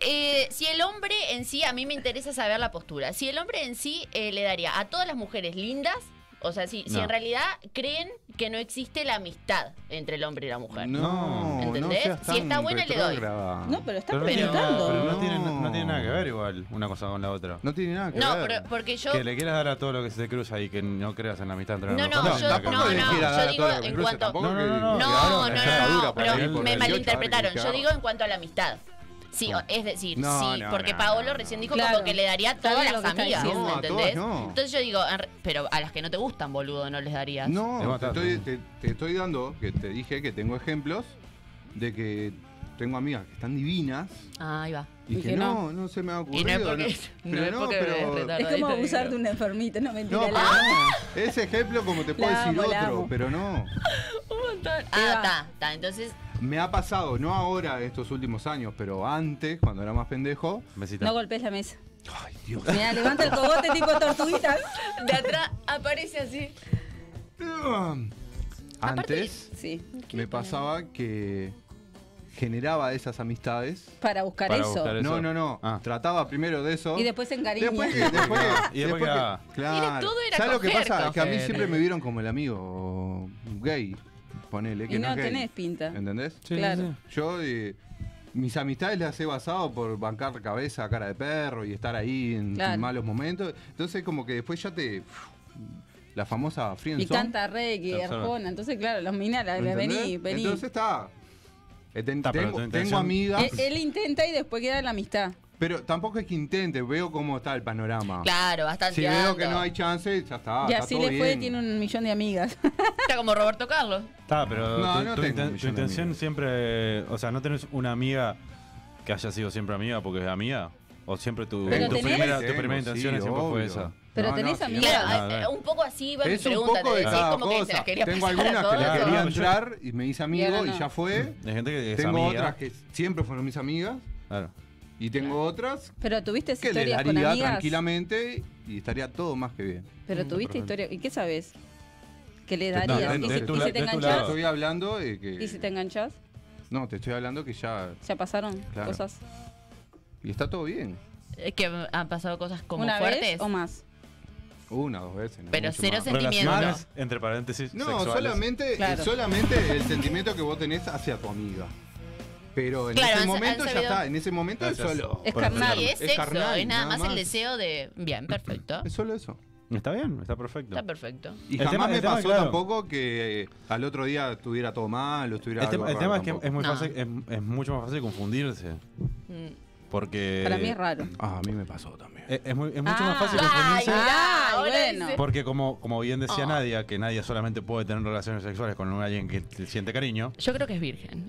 Speaker 1: Eh, si el hombre en sí, a mí me interesa saber la postura. Si el hombre en sí eh, le daría a todas las mujeres lindas, o sea, si, si
Speaker 2: No.
Speaker 1: en realidad creen que no existe la amistad entre el hombre y la mujer.
Speaker 2: No,
Speaker 1: ¿Entendés?
Speaker 2: no seas
Speaker 1: Si está
Speaker 2: tan
Speaker 1: buena, le doy.
Speaker 2: retrógrada.
Speaker 4: No, pero estás
Speaker 3: Pero no, tiene nada,
Speaker 4: preguntando.
Speaker 3: pero no, tiene,
Speaker 2: No.
Speaker 3: no tiene nada que ver igual una cosa con la otra.
Speaker 2: No tiene nada que
Speaker 1: No,
Speaker 2: ver.
Speaker 1: pero- porque yo.
Speaker 3: Que le quieras dar a todo lo que se te cruza y que no creas en la amistad entre
Speaker 1: No,
Speaker 3: los dos.
Speaker 1: no, yo-
Speaker 3: nada que
Speaker 1: no,
Speaker 3: ver.
Speaker 2: le
Speaker 1: no,
Speaker 2: quiera
Speaker 1: yo
Speaker 2: dar a
Speaker 1: digo
Speaker 2: todas las que
Speaker 1: en
Speaker 2: cruce,
Speaker 1: cuanto-
Speaker 2: tampoco
Speaker 3: No,
Speaker 2: que-
Speaker 3: no, no,
Speaker 2: que
Speaker 1: No,
Speaker 2: agarra
Speaker 1: no,
Speaker 2: una
Speaker 1: no,
Speaker 2: envergadura
Speaker 1: no,
Speaker 2: por ahí,
Speaker 1: pero
Speaker 2: por
Speaker 1: me
Speaker 2: 18,
Speaker 1: malinterpretaron.
Speaker 2: a ver
Speaker 1: Yo
Speaker 2: qué
Speaker 1: digo en cuanto a la amistad. Sí,
Speaker 2: No.
Speaker 1: o- es decir,
Speaker 2: No,
Speaker 1: sí,
Speaker 2: no,
Speaker 1: porque
Speaker 2: no,
Speaker 1: Paolo
Speaker 2: no,
Speaker 1: recién
Speaker 2: no.
Speaker 1: dijo
Speaker 4: Claro.
Speaker 1: como que le daría a
Speaker 4: Sabe
Speaker 1: todas
Speaker 4: lo
Speaker 1: las
Speaker 4: que está
Speaker 1: amigas,
Speaker 4: diciendo. No, a
Speaker 2: todas
Speaker 1: ¿entendés?
Speaker 2: no.
Speaker 1: Entonces yo digo, en re- pero a las que no te gustan, boludo, no les darías.
Speaker 3: Te
Speaker 2: No, te
Speaker 3: matas,
Speaker 2: estoy,
Speaker 3: ¿no?
Speaker 2: te, te estoy dando, que te dije que tengo ejemplos de que tengo amigas que están divinas
Speaker 1: Ah, ahí va.
Speaker 2: y, que, no, no, se me ha
Speaker 1: Y
Speaker 2: ocurrido.
Speaker 1: no es porque,
Speaker 2: no.
Speaker 1: no es
Speaker 2: Pero
Speaker 1: porque
Speaker 2: pero-
Speaker 1: es
Speaker 4: Es
Speaker 1: retardadita,
Speaker 4: como
Speaker 1: digo.
Speaker 4: abusar de una enfermita, no
Speaker 2: no,
Speaker 4: mentira.
Speaker 2: pero
Speaker 4: la-
Speaker 2: no. Ese ejemplo, como te puedo
Speaker 4: La
Speaker 2: decir
Speaker 4: amo, la
Speaker 2: otro,
Speaker 4: amo.
Speaker 2: pero no.
Speaker 1: Un montón. Ah,
Speaker 4: Eva.
Speaker 1: está, está. Entonces,
Speaker 2: Me ha pasado, no ahora, estos últimos años, pero antes, cuando era más pendejo.
Speaker 3: Besito.
Speaker 4: No golpes la mesa.
Speaker 2: Ay, Dios.
Speaker 4: Mira, levanta el cogote tipo tortuguita.
Speaker 1: de atrás aparece así.
Speaker 2: Antes
Speaker 4: Sí,
Speaker 2: me pasaba que generaba esas amistades.
Speaker 4: para buscar
Speaker 3: Para
Speaker 4: eso.
Speaker 3: buscar
Speaker 2: No,
Speaker 3: eso.
Speaker 2: no, no.
Speaker 3: Ah.
Speaker 2: Trataba primero de eso.
Speaker 4: Y después se encariña.
Speaker 2: Después que- después que-
Speaker 3: Y después
Speaker 2: después
Speaker 3: quedaba.
Speaker 2: que- claro.
Speaker 1: Mire, todo era
Speaker 2: ¿Sabes lo que
Speaker 1: coger,
Speaker 2: pasa? Que a mí
Speaker 1: coger.
Speaker 2: siempre me vieron como el amigo gay. Ponele, que
Speaker 4: Y
Speaker 2: no,
Speaker 4: no
Speaker 2: es gay.
Speaker 4: tenés pinta.
Speaker 2: ¿Entendés?
Speaker 3: Sí,
Speaker 4: Claro.
Speaker 3: sí, sí.
Speaker 2: Yo eh, mis amistades las he basado por bancar cabeza, cara de perro y estar ahí en
Speaker 4: Claro.
Speaker 2: malos momentos. Entonces como que después ya te... La famosa friendzone.
Speaker 4: Y canta reggae,
Speaker 3: Observa.
Speaker 4: arjona. Entonces, claro, los minas, la- la-
Speaker 2: ¿entendés?
Speaker 4: vení, vení.
Speaker 2: Entonces ah. está... Eh, ten-
Speaker 3: Está, pero
Speaker 2: tengo,
Speaker 3: tu
Speaker 2: tengo
Speaker 3: intención-
Speaker 2: amigas,
Speaker 4: él, él intenta y después queda la amistad.
Speaker 2: pero tampoco es que intente, veo cómo está el panorama.
Speaker 1: Claro, bastante
Speaker 2: Si veo que no hay chance, ya está.
Speaker 4: y
Speaker 2: Ah, está
Speaker 4: así
Speaker 2: todo
Speaker 4: le fue,
Speaker 2: bien.
Speaker 4: tiene un millón de amigas.
Speaker 1: Está como Roberto Carlos.
Speaker 3: Está, pero
Speaker 2: No,
Speaker 3: tu,
Speaker 2: no
Speaker 3: tu
Speaker 2: tengo
Speaker 3: inten-
Speaker 2: un
Speaker 3: tu
Speaker 2: millón de
Speaker 3: intención
Speaker 2: amigos.
Speaker 3: siempre. O sea, no tenés una amiga que haya sido siempre amiga porque es amiga. O siempre tu,
Speaker 4: Pero
Speaker 3: tu
Speaker 4: tenés-
Speaker 3: primera, tu
Speaker 2: Tengo,
Speaker 3: primera intención
Speaker 2: sí,
Speaker 3: siempre fue
Speaker 2: obvio.
Speaker 3: esa.
Speaker 4: Pero
Speaker 2: No,
Speaker 4: tenés
Speaker 2: no,
Speaker 4: amigas.
Speaker 2: sí,
Speaker 1: Claro,
Speaker 3: Claro,
Speaker 1: eh,
Speaker 3: claro.
Speaker 1: un poco así iba mi
Speaker 2: Es un
Speaker 1: pregunta.
Speaker 2: poco
Speaker 1: Te
Speaker 2: de
Speaker 1: decís
Speaker 2: cada
Speaker 1: como que se
Speaker 2: cosa.
Speaker 1: las quería
Speaker 2: Tengo
Speaker 1: pasar a
Speaker 2: algunas que
Speaker 1: todas.
Speaker 2: le
Speaker 3: todas.
Speaker 2: quería
Speaker 3: No, yo-
Speaker 2: entrar y me hice
Speaker 4: Y
Speaker 2: amigo
Speaker 4: ahora
Speaker 2: y
Speaker 4: no.
Speaker 2: ya fue.
Speaker 3: Hay gente que es
Speaker 2: Tengo
Speaker 3: amiga.
Speaker 2: otras que siempre fueron mis amigas
Speaker 3: Claro.
Speaker 2: y tengo otras
Speaker 4: Pero tuviste
Speaker 2: que le
Speaker 4: historias con
Speaker 2: daría
Speaker 4: amigas.
Speaker 2: tranquilamente y estaría todo más que bien.
Speaker 4: Pero tuviste
Speaker 2: Perfecto.
Speaker 4: historia. ¿Y qué sabes? Que le
Speaker 3: No,
Speaker 4: darías.
Speaker 3: de-
Speaker 4: ¿Y
Speaker 3: de
Speaker 4: si-
Speaker 3: tu
Speaker 4: y
Speaker 3: la-
Speaker 4: si te
Speaker 3: de tu
Speaker 2: Te
Speaker 3: Claro.
Speaker 4: enganchás?
Speaker 3: lado.
Speaker 2: estoy hablando de que
Speaker 4: ¿Y si te enganchás?
Speaker 2: no, te estoy hablando que ya
Speaker 4: ¿Ya pasaron
Speaker 2: Claro.
Speaker 4: cosas?
Speaker 2: y está todo bien.
Speaker 1: Es que han pasado cosas como
Speaker 4: ¿Una
Speaker 1: fuertes.
Speaker 4: vez o más?
Speaker 2: Una, dos veces. no
Speaker 1: Pero
Speaker 2: mucho
Speaker 1: cero
Speaker 2: más.
Speaker 1: se- Sentimiento.
Speaker 3: Relaciones, entre paréntesis.
Speaker 2: No,
Speaker 3: sexuales.
Speaker 2: solamente eh,
Speaker 4: Claro.
Speaker 2: solamente el sentimiento que vos tenés hacia tu amiga. Pero en
Speaker 1: Claro,
Speaker 2: ese
Speaker 1: han- han
Speaker 2: momento ya
Speaker 1: sabido-
Speaker 2: está, en ese momento es
Speaker 3: Gracias.
Speaker 2: solo
Speaker 4: Es
Speaker 3: Por
Speaker 1: Sí,
Speaker 4: carnal. ¿eh?
Speaker 3: entenderlo.
Speaker 1: es, sexo,
Speaker 2: carnal,
Speaker 1: es nada más, el
Speaker 2: más.
Speaker 1: deseo de. Bien, perfecto.
Speaker 2: es solo eso.
Speaker 3: Está bien, está perfecto.
Speaker 1: Está perfecto.
Speaker 2: Y
Speaker 3: El
Speaker 2: jamás
Speaker 3: tema-
Speaker 2: me
Speaker 3: el tema,
Speaker 2: pasó
Speaker 3: claro.
Speaker 2: tampoco que eh, al otro día estuviera todo mal o estuviera
Speaker 3: El,
Speaker 2: algo
Speaker 3: tema, el
Speaker 2: raro
Speaker 3: tema es que
Speaker 2: tampoco.
Speaker 3: es, muy
Speaker 1: No.
Speaker 3: fácil, es, es mucho más fácil confundirse.
Speaker 1: Mm.
Speaker 3: Porque. e,
Speaker 4: Para mí es raro.
Speaker 2: Ah, a mí me pasó también.
Speaker 3: Es, es muy- es mucho más
Speaker 4: Ah.
Speaker 3: fácil
Speaker 1: Ay,
Speaker 3: confundirse.
Speaker 1: mirá,
Speaker 4: Ah,
Speaker 1: ahora
Speaker 4: bueno.
Speaker 1: dice-
Speaker 3: Porque como, como bien decía
Speaker 1: Ah.
Speaker 3: Nadia, que Nadia solamente puede tener relaciones sexuales con alguien que te siente cariño.
Speaker 1: Yo creo que es virgen.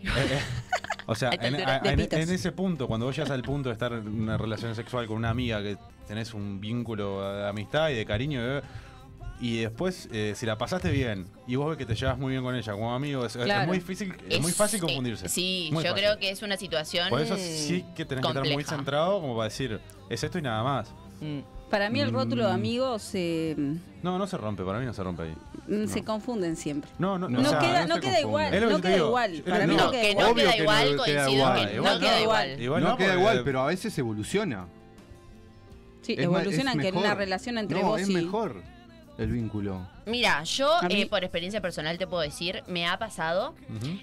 Speaker 3: O sea,
Speaker 1: A esta
Speaker 3: en,
Speaker 1: altura,
Speaker 4: de
Speaker 3: en-
Speaker 4: pitos.
Speaker 3: en ese punto, cuando vos llegas al punto de estar en una relación sexual con una amiga que tenés un vínculo de amistad y de cariño, eh, y después, eh, si la pasaste bien y vos ves que te llevas muy bien con ella como amigo, es, es
Speaker 4: Claro.
Speaker 3: muy difícil, es, muy fácil confundirse.
Speaker 1: eh, sí,
Speaker 3: Muy
Speaker 1: yo
Speaker 3: fácil.
Speaker 1: creo que es una situación.
Speaker 3: Por eso sí que tenés que estar muy
Speaker 1: compleja.
Speaker 3: centrado como para decir, es esto y nada más.
Speaker 1: Mm.
Speaker 4: Para mí el rótulo de
Speaker 3: Mm.
Speaker 4: amigos eh, mm,
Speaker 3: No, no se rompe, para mí no se rompe ahí.
Speaker 4: se confunden siempre.
Speaker 3: No, no,
Speaker 2: No,
Speaker 4: No,
Speaker 3: o sea,
Speaker 4: queda,
Speaker 2: no
Speaker 4: no
Speaker 2: se
Speaker 4: queda
Speaker 2: confunde.
Speaker 3: Es lo
Speaker 4: igual,
Speaker 3: que
Speaker 4: no
Speaker 3: te
Speaker 4: queda
Speaker 3: digo.
Speaker 4: igual.
Speaker 3: Es
Speaker 4: Para
Speaker 3: lo
Speaker 4: mí
Speaker 3: que
Speaker 1: No,
Speaker 4: no
Speaker 3: te
Speaker 4: queda
Speaker 1: que
Speaker 4: igual.
Speaker 1: no
Speaker 2: Obvio
Speaker 1: queda
Speaker 2: que no
Speaker 1: igual,
Speaker 2: queda
Speaker 1: coincido
Speaker 2: igual,
Speaker 1: que
Speaker 2: igual
Speaker 1: no queda
Speaker 4: no.
Speaker 1: igual.
Speaker 3: igual
Speaker 2: no,
Speaker 3: no,
Speaker 2: queda
Speaker 3: porque-
Speaker 2: igual, pero a veces evoluciona.
Speaker 4: Sí,
Speaker 2: Es ma- es
Speaker 4: evolucionan que en
Speaker 2: mejor.
Speaker 4: una relación entre
Speaker 2: No,
Speaker 4: vos
Speaker 2: es
Speaker 4: y...
Speaker 2: mejor. el vínculo?
Speaker 1: Mira, yo
Speaker 4: A mí-
Speaker 1: eh, por experiencia personal te puedo decir, me ha pasado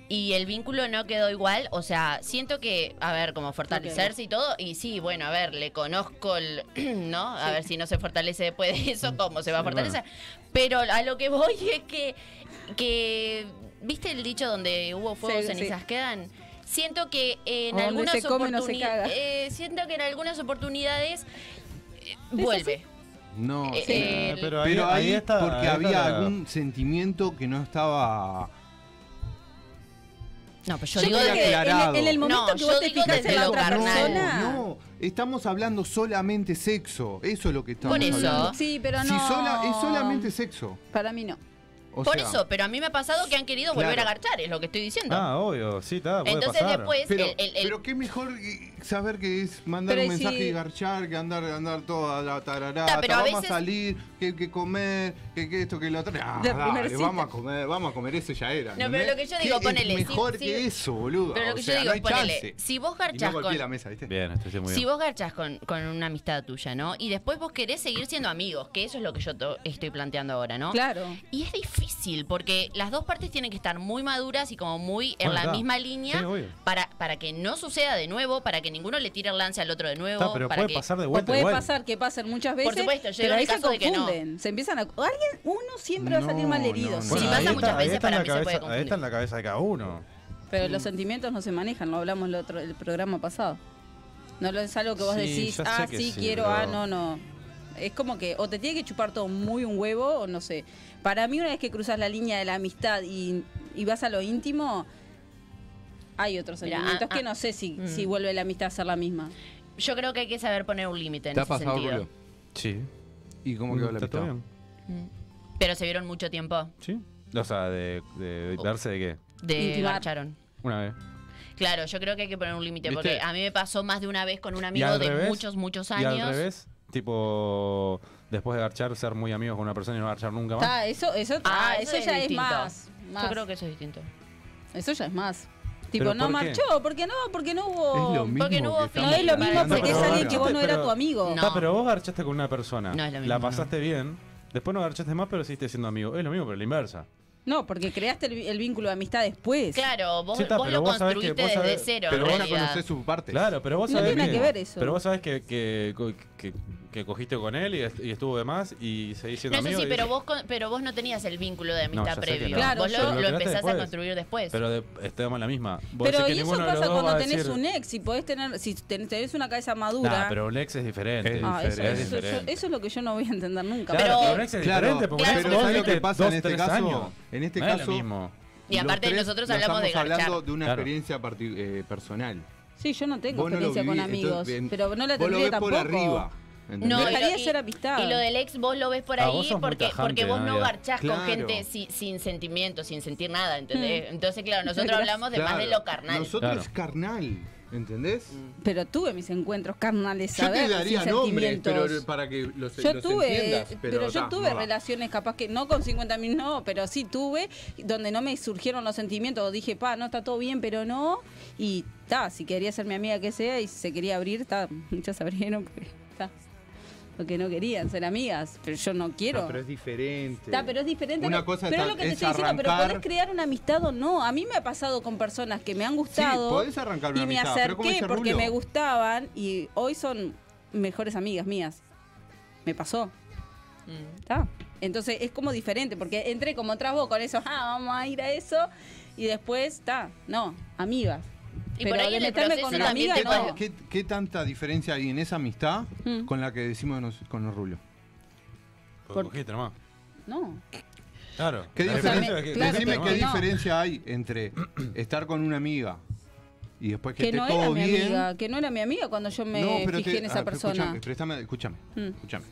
Speaker 1: y el vínculo no quedó igual. O sea, siento que, a ver, como fortalecerse y todo. Y sí, bueno, a ver, le conozco, el, ¿no? A ver si no se fortalece después de
Speaker 4: Mm.
Speaker 1: eso, ¿cómo se va a
Speaker 3: Sí,
Speaker 1: fortalecer? Pero a lo que voy es que, que ¿viste el dicho donde hubo fuego,
Speaker 4: Sí,
Speaker 1: cenizas quedan? Siento que en
Speaker 4: O donde
Speaker 1: algunas
Speaker 4: se come, no se
Speaker 1: oportunidades,
Speaker 4: caga.
Speaker 1: siento que en algunas oportunidades eh,
Speaker 4: así.
Speaker 1: vuelve.
Speaker 2: No.
Speaker 1: Eh,
Speaker 2: sí.
Speaker 1: eh,
Speaker 3: Ah, pero ahí,
Speaker 2: Pero ahí,
Speaker 3: ahí está.
Speaker 2: porque
Speaker 3: ahí está
Speaker 2: había
Speaker 3: la-
Speaker 2: algún sentimiento que no estaba.
Speaker 1: No, pero yo,
Speaker 4: Yo
Speaker 1: digo
Speaker 4: creo
Speaker 1: de
Speaker 2: lo
Speaker 4: que en el-
Speaker 2: aclarado.
Speaker 4: en el momento
Speaker 1: No,
Speaker 4: que
Speaker 1: yo
Speaker 4: vos te
Speaker 1: digo
Speaker 4: fijas
Speaker 1: desde
Speaker 4: en la
Speaker 1: lo
Speaker 4: otra
Speaker 1: carnal.
Speaker 4: persona.
Speaker 2: No, estamos hablando solamente sexo. Eso es lo que estamos
Speaker 1: Por eso.
Speaker 2: hablando.
Speaker 4: Sí, pero no.
Speaker 2: Si sola, es solamente sexo.
Speaker 4: Para mí no.
Speaker 2: O
Speaker 1: Por
Speaker 2: sea,
Speaker 1: eso, pero a mí me ha pasado que han querido volver a
Speaker 2: Claro.
Speaker 1: garchar, es lo que estoy diciendo.
Speaker 3: Ah, obvio, sí, está. Puede
Speaker 1: Entonces
Speaker 3: pasar.
Speaker 1: después
Speaker 2: Pero,
Speaker 1: el, el- el-
Speaker 2: pero qué mejor que- saber que es mandar
Speaker 4: Pero
Speaker 2: un
Speaker 4: y
Speaker 2: mensaje
Speaker 4: si-
Speaker 2: y garchar que andar andar toda la
Speaker 1: Ta,
Speaker 2: tararata.
Speaker 1: pero a
Speaker 2: vamos
Speaker 1: veces-
Speaker 2: a salir, que, que comer, que, que esto, que lo otro. Ah,
Speaker 4: De
Speaker 2: dale,
Speaker 4: primer cita.
Speaker 2: vamos a comer, vamos a comer, eso ya era.
Speaker 1: No, pero
Speaker 2: ¿entendés?
Speaker 1: lo que yo digo,
Speaker 2: ¿Qué es
Speaker 1: ponele, sí,
Speaker 2: mejor
Speaker 1: sí.
Speaker 2: que eso, boludo.
Speaker 1: pero lo que
Speaker 2: o sea,
Speaker 1: yo digo es
Speaker 2: no hay
Speaker 1: ponele,
Speaker 2: chance.
Speaker 1: si vos
Speaker 2: Y no
Speaker 1: garchás
Speaker 2: golpeé
Speaker 1: con
Speaker 2: la mesa, ¿viste?
Speaker 3: Bien, estoy muy
Speaker 1: si
Speaker 3: bien.
Speaker 1: vos garchás con, con una amistad tuya, ¿no? Y después vos querés seguir siendo amigos, que eso es lo que yo to- estoy planteando ahora, ¿no?
Speaker 4: Claro.
Speaker 1: Y es difícil porque las dos partes tienen que estar muy maduras y como muy en
Speaker 3: Bueno,
Speaker 1: la
Speaker 3: está.
Speaker 1: misma línea
Speaker 3: Sí, obvio.
Speaker 1: para, para que no suceda de nuevo, para que ninguno le tire el lance al otro de nuevo.
Speaker 3: Está, pero
Speaker 1: para
Speaker 3: puede
Speaker 1: que-
Speaker 3: pasar de
Speaker 4: O
Speaker 3: vuelta.
Speaker 4: Pues puede
Speaker 3: igual.
Speaker 4: pasar que pasen muchas veces.
Speaker 1: supuesto, llega
Speaker 4: pero
Speaker 1: un
Speaker 4: ahí se
Speaker 1: caso de que no.
Speaker 4: confunden. Se empiezan a. Alguien, uno siempre va a salir
Speaker 2: No,
Speaker 4: malherido.
Speaker 2: no,
Speaker 4: sí.
Speaker 2: no.
Speaker 1: Sí,
Speaker 3: ahí
Speaker 1: pasa
Speaker 3: está-
Speaker 1: muchas
Speaker 3: ahí
Speaker 1: veces,
Speaker 3: está
Speaker 1: para
Speaker 3: en
Speaker 1: mí
Speaker 3: la
Speaker 1: se puede
Speaker 3: cabeza-
Speaker 1: confundir.
Speaker 3: Ahí está en la cabeza de cada uno.
Speaker 4: Pero los sentimientos no se manejan, lo hablamos el otro, el programa pasado. No lo- es algo que vos
Speaker 3: Sí,
Speaker 4: decís,
Speaker 3: ya sé
Speaker 4: ah,
Speaker 3: que
Speaker 4: sí,
Speaker 3: sí,
Speaker 4: quiero,
Speaker 3: pero-
Speaker 4: ah, no, no. Es como que o te tiene que chupar todo muy un huevo o no sé. Para mí una vez que cruzas la línea de la amistad y, y vas a lo íntimo, hay otros
Speaker 1: Mira,
Speaker 4: sentimientos
Speaker 1: ah,
Speaker 4: que
Speaker 1: ah.
Speaker 4: no sé si,
Speaker 1: Mm.
Speaker 4: si vuelve la amistad a ser la misma.
Speaker 1: Yo creo que hay que saber poner un límite en
Speaker 2: ¿Te ha
Speaker 1: ese
Speaker 2: pasado,
Speaker 1: sentido.
Speaker 2: Rubio?
Speaker 3: Sí.
Speaker 2: ¿Y cómo quedó la
Speaker 3: ¿Está todo
Speaker 2: amistad?
Speaker 3: bien?
Speaker 1: Mm. Pero se vieron mucho tiempo
Speaker 3: Sí. O sea, de, de
Speaker 1: Oh.
Speaker 3: darse de qué?
Speaker 1: de
Speaker 4: Intimar.
Speaker 1: garcharon.
Speaker 3: Una vez.
Speaker 1: Claro, yo creo que hay que poner un límite,
Speaker 2: ¿Viste?
Speaker 1: porque a mí me pasó más de una vez con un
Speaker 3: Y
Speaker 1: amigo
Speaker 3: al
Speaker 1: de
Speaker 3: revés,
Speaker 1: muchos, muchos
Speaker 3: Y al
Speaker 1: años.
Speaker 3: revés, tipo, después de garchar, ser muy amigos con una persona y no garchar nunca más.
Speaker 4: Está, eso, eso,
Speaker 1: Ah,
Speaker 4: ah, eso, ya es
Speaker 1: distinto.
Speaker 4: más, más.
Speaker 1: Yo creo que eso es distinto.
Speaker 4: Eso ya es más.
Speaker 3: ¿Pero
Speaker 4: Tipo, no
Speaker 3: por qué?
Speaker 4: marchó, ¿por qué no? Porque no hubo...
Speaker 2: Es lo mismo.
Speaker 1: Porque no hubo
Speaker 2: que
Speaker 1: fin.
Speaker 4: No
Speaker 2: estamos
Speaker 4: es lo mismo
Speaker 2: hablando
Speaker 4: porque es
Speaker 2: ahora.
Speaker 4: alguien que vos no era
Speaker 3: Pero-
Speaker 4: tu amigo.
Speaker 1: No.
Speaker 3: Está, pero vos garchaste con una persona.
Speaker 1: No es lo mismo,
Speaker 3: la pasaste bien. Después no garchaste más, pero seguiste siendo amigo. Es lo mismo, pero la inversa.
Speaker 4: No, porque creaste el, vi- el vínculo de amistad después.
Speaker 1: Claro, vos,
Speaker 3: Sí, está,
Speaker 1: vos
Speaker 3: pero
Speaker 1: lo
Speaker 3: vos sabés que
Speaker 1: construiste
Speaker 3: vos
Speaker 1: desde
Speaker 3: sabés-
Speaker 1: cero,
Speaker 3: pero
Speaker 1: en
Speaker 3: vos
Speaker 2: Vos ya
Speaker 1: realidad.
Speaker 2: conocés su parte.
Speaker 3: Claro, pero vos
Speaker 4: No
Speaker 3: sabés.
Speaker 4: tiene nada que ver eso.
Speaker 3: Pero vos sabés que, que, que- que cogiste con él y, est- y estuvo de más y seguís siendo
Speaker 1: No, eso
Speaker 3: amigo.
Speaker 1: sí,
Speaker 3: y-
Speaker 1: pero vos, con- pero vos no tenías el vínculo de
Speaker 3: No, ya
Speaker 1: amistad
Speaker 3: sé que
Speaker 1: previo.
Speaker 3: no.
Speaker 4: Claro,
Speaker 1: vos
Speaker 4: yo-
Speaker 1: lo,
Speaker 3: lo
Speaker 1: lo
Speaker 3: creaste
Speaker 1: empezás a
Speaker 3: después.
Speaker 1: construir después.
Speaker 3: Pero de, estamos en la misma. Vos
Speaker 4: Pero
Speaker 3: decís
Speaker 4: y
Speaker 3: que
Speaker 4: eso
Speaker 3: ninguno de los
Speaker 4: pasa
Speaker 3: dos va
Speaker 4: cuando
Speaker 3: a
Speaker 4: tenés
Speaker 3: decir-
Speaker 4: un ex y podés tener, si ten- tenés una cabeza madura.
Speaker 3: Nah, pero un ex es diferente.
Speaker 2: Es
Speaker 4: Ah, eso,
Speaker 2: diferente.
Speaker 4: eso- eso-
Speaker 3: diferente.
Speaker 4: eso es lo que yo no voy a entender nunca.
Speaker 3: Claro,
Speaker 1: Pero-
Speaker 3: pero, un ex es diferente. Porque
Speaker 1: claro,
Speaker 3: vos
Speaker 1: pero
Speaker 2: ¿sabés lo que
Speaker 3: viste
Speaker 2: pasa en
Speaker 3: dos,
Speaker 2: este
Speaker 3: tres
Speaker 2: caso?
Speaker 3: años.
Speaker 2: En este
Speaker 3: No es lo
Speaker 2: caso-
Speaker 3: mismo.
Speaker 1: y
Speaker 2: Los
Speaker 1: aparte
Speaker 2: tres
Speaker 1: nosotros
Speaker 2: no
Speaker 1: hablamos de
Speaker 2: estamos
Speaker 1: garchar.
Speaker 2: hablando de una
Speaker 3: Claro.
Speaker 2: experiencia parti- eh, personal.
Speaker 4: sí, yo no tengo
Speaker 2: Vos no lo
Speaker 4: experiencia con
Speaker 2: vivís,
Speaker 4: amigos,
Speaker 2: entonces, en-
Speaker 4: pero no la
Speaker 2: vos lo
Speaker 4: tendría
Speaker 2: ves
Speaker 4: tampoco.
Speaker 2: por arriba. ¿entendés?
Speaker 1: No,
Speaker 4: Dejaría
Speaker 1: y lo-
Speaker 4: de ser amistad.
Speaker 1: Y lo del ex vos lo ves por
Speaker 3: Ah,
Speaker 1: ahí
Speaker 3: vos sos muy
Speaker 1: porque,
Speaker 3: tajante,
Speaker 1: porque vos no
Speaker 3: Nadia.
Speaker 1: garchás con
Speaker 2: Claro.
Speaker 1: gente si- sin sentimiento, sin sentir nada, ¿entendés?
Speaker 4: Hmm.
Speaker 1: Entonces, claro, nosotros hablamos de más
Speaker 2: Claro.
Speaker 1: de lo carnal.
Speaker 2: Nosotros
Speaker 3: Claro.
Speaker 2: es carnal, ¿entendés?
Speaker 4: Pero tuve mis encuentros carnales,
Speaker 2: Yo
Speaker 4: ¿sabes?
Speaker 2: te daría
Speaker 4: Sin
Speaker 2: nombres, pero
Speaker 4: sentimientos.
Speaker 2: para que los,
Speaker 4: yo
Speaker 2: los
Speaker 4: tuve,
Speaker 2: entiendas.
Speaker 4: pero, yo
Speaker 2: ta,
Speaker 4: tuve
Speaker 2: no va.
Speaker 4: relaciones capaz que no con 50 mil, no, pero sí tuve donde no me surgieron los sentimientos. Dije, pa, no está todo bien, pero no. Y ta, si quería ser mi amiga que sea y se quería abrir, ta, muchas se abrieron porque ta, porque no querían ser amigas, pero yo no quiero.
Speaker 2: No, pero es diferente.
Speaker 4: Ta, pero es diferente.
Speaker 2: Una
Speaker 4: lo-
Speaker 2: cosa
Speaker 4: pero
Speaker 2: ta-
Speaker 4: es lo que te
Speaker 2: es
Speaker 4: estoy diciendo, pero
Speaker 2: arrancar-
Speaker 4: podés crear una amistad o no. A mí me ha pasado con personas que me han gustado.
Speaker 2: podés arrancar una
Speaker 4: y me
Speaker 2: amistad, pero como
Speaker 4: acerqué
Speaker 2: dice
Speaker 4: porque
Speaker 2: Rulo.
Speaker 4: me gustaban y hoy son mejores amigas mías. Me pasó.
Speaker 1: Mm.
Speaker 4: ¿tá? Entonces es como diferente, porque entré como atrás vos con eso, ah, vamos a ir a eso. Y después, está, no, amigas.
Speaker 1: Y
Speaker 4: Pero
Speaker 1: por ahí
Speaker 4: de
Speaker 1: en el
Speaker 4: meterme
Speaker 1: proceso
Speaker 4: con una
Speaker 1: también
Speaker 4: amiga,
Speaker 1: te
Speaker 2: ¿Qué,
Speaker 1: pasa-
Speaker 4: no.
Speaker 2: tan- qué- qué tanta diferencia hay en esa amistad
Speaker 4: Mm.
Speaker 2: con la que decimos nos- con los rulos?
Speaker 3: Porque
Speaker 4: Por-
Speaker 3: cogiste nomás.
Speaker 4: No.
Speaker 3: Claro.
Speaker 2: ¿Qué
Speaker 3: La
Speaker 2: diferencia-
Speaker 3: diferencia es que-
Speaker 4: claro,
Speaker 2: Decime
Speaker 4: pero
Speaker 2: qué
Speaker 4: no.
Speaker 2: diferencia hay entre estar con una amiga y después que,
Speaker 4: Que
Speaker 2: esté
Speaker 4: no era
Speaker 2: todo
Speaker 4: mi
Speaker 2: bien.
Speaker 4: amiga, que no era mi amiga cuando yo me fijé
Speaker 2: te-
Speaker 4: en
Speaker 2: ah,
Speaker 4: esa
Speaker 2: pero
Speaker 4: persona.
Speaker 2: Escúchame, préstame- escúchame,
Speaker 4: Mm.
Speaker 2: escúchame.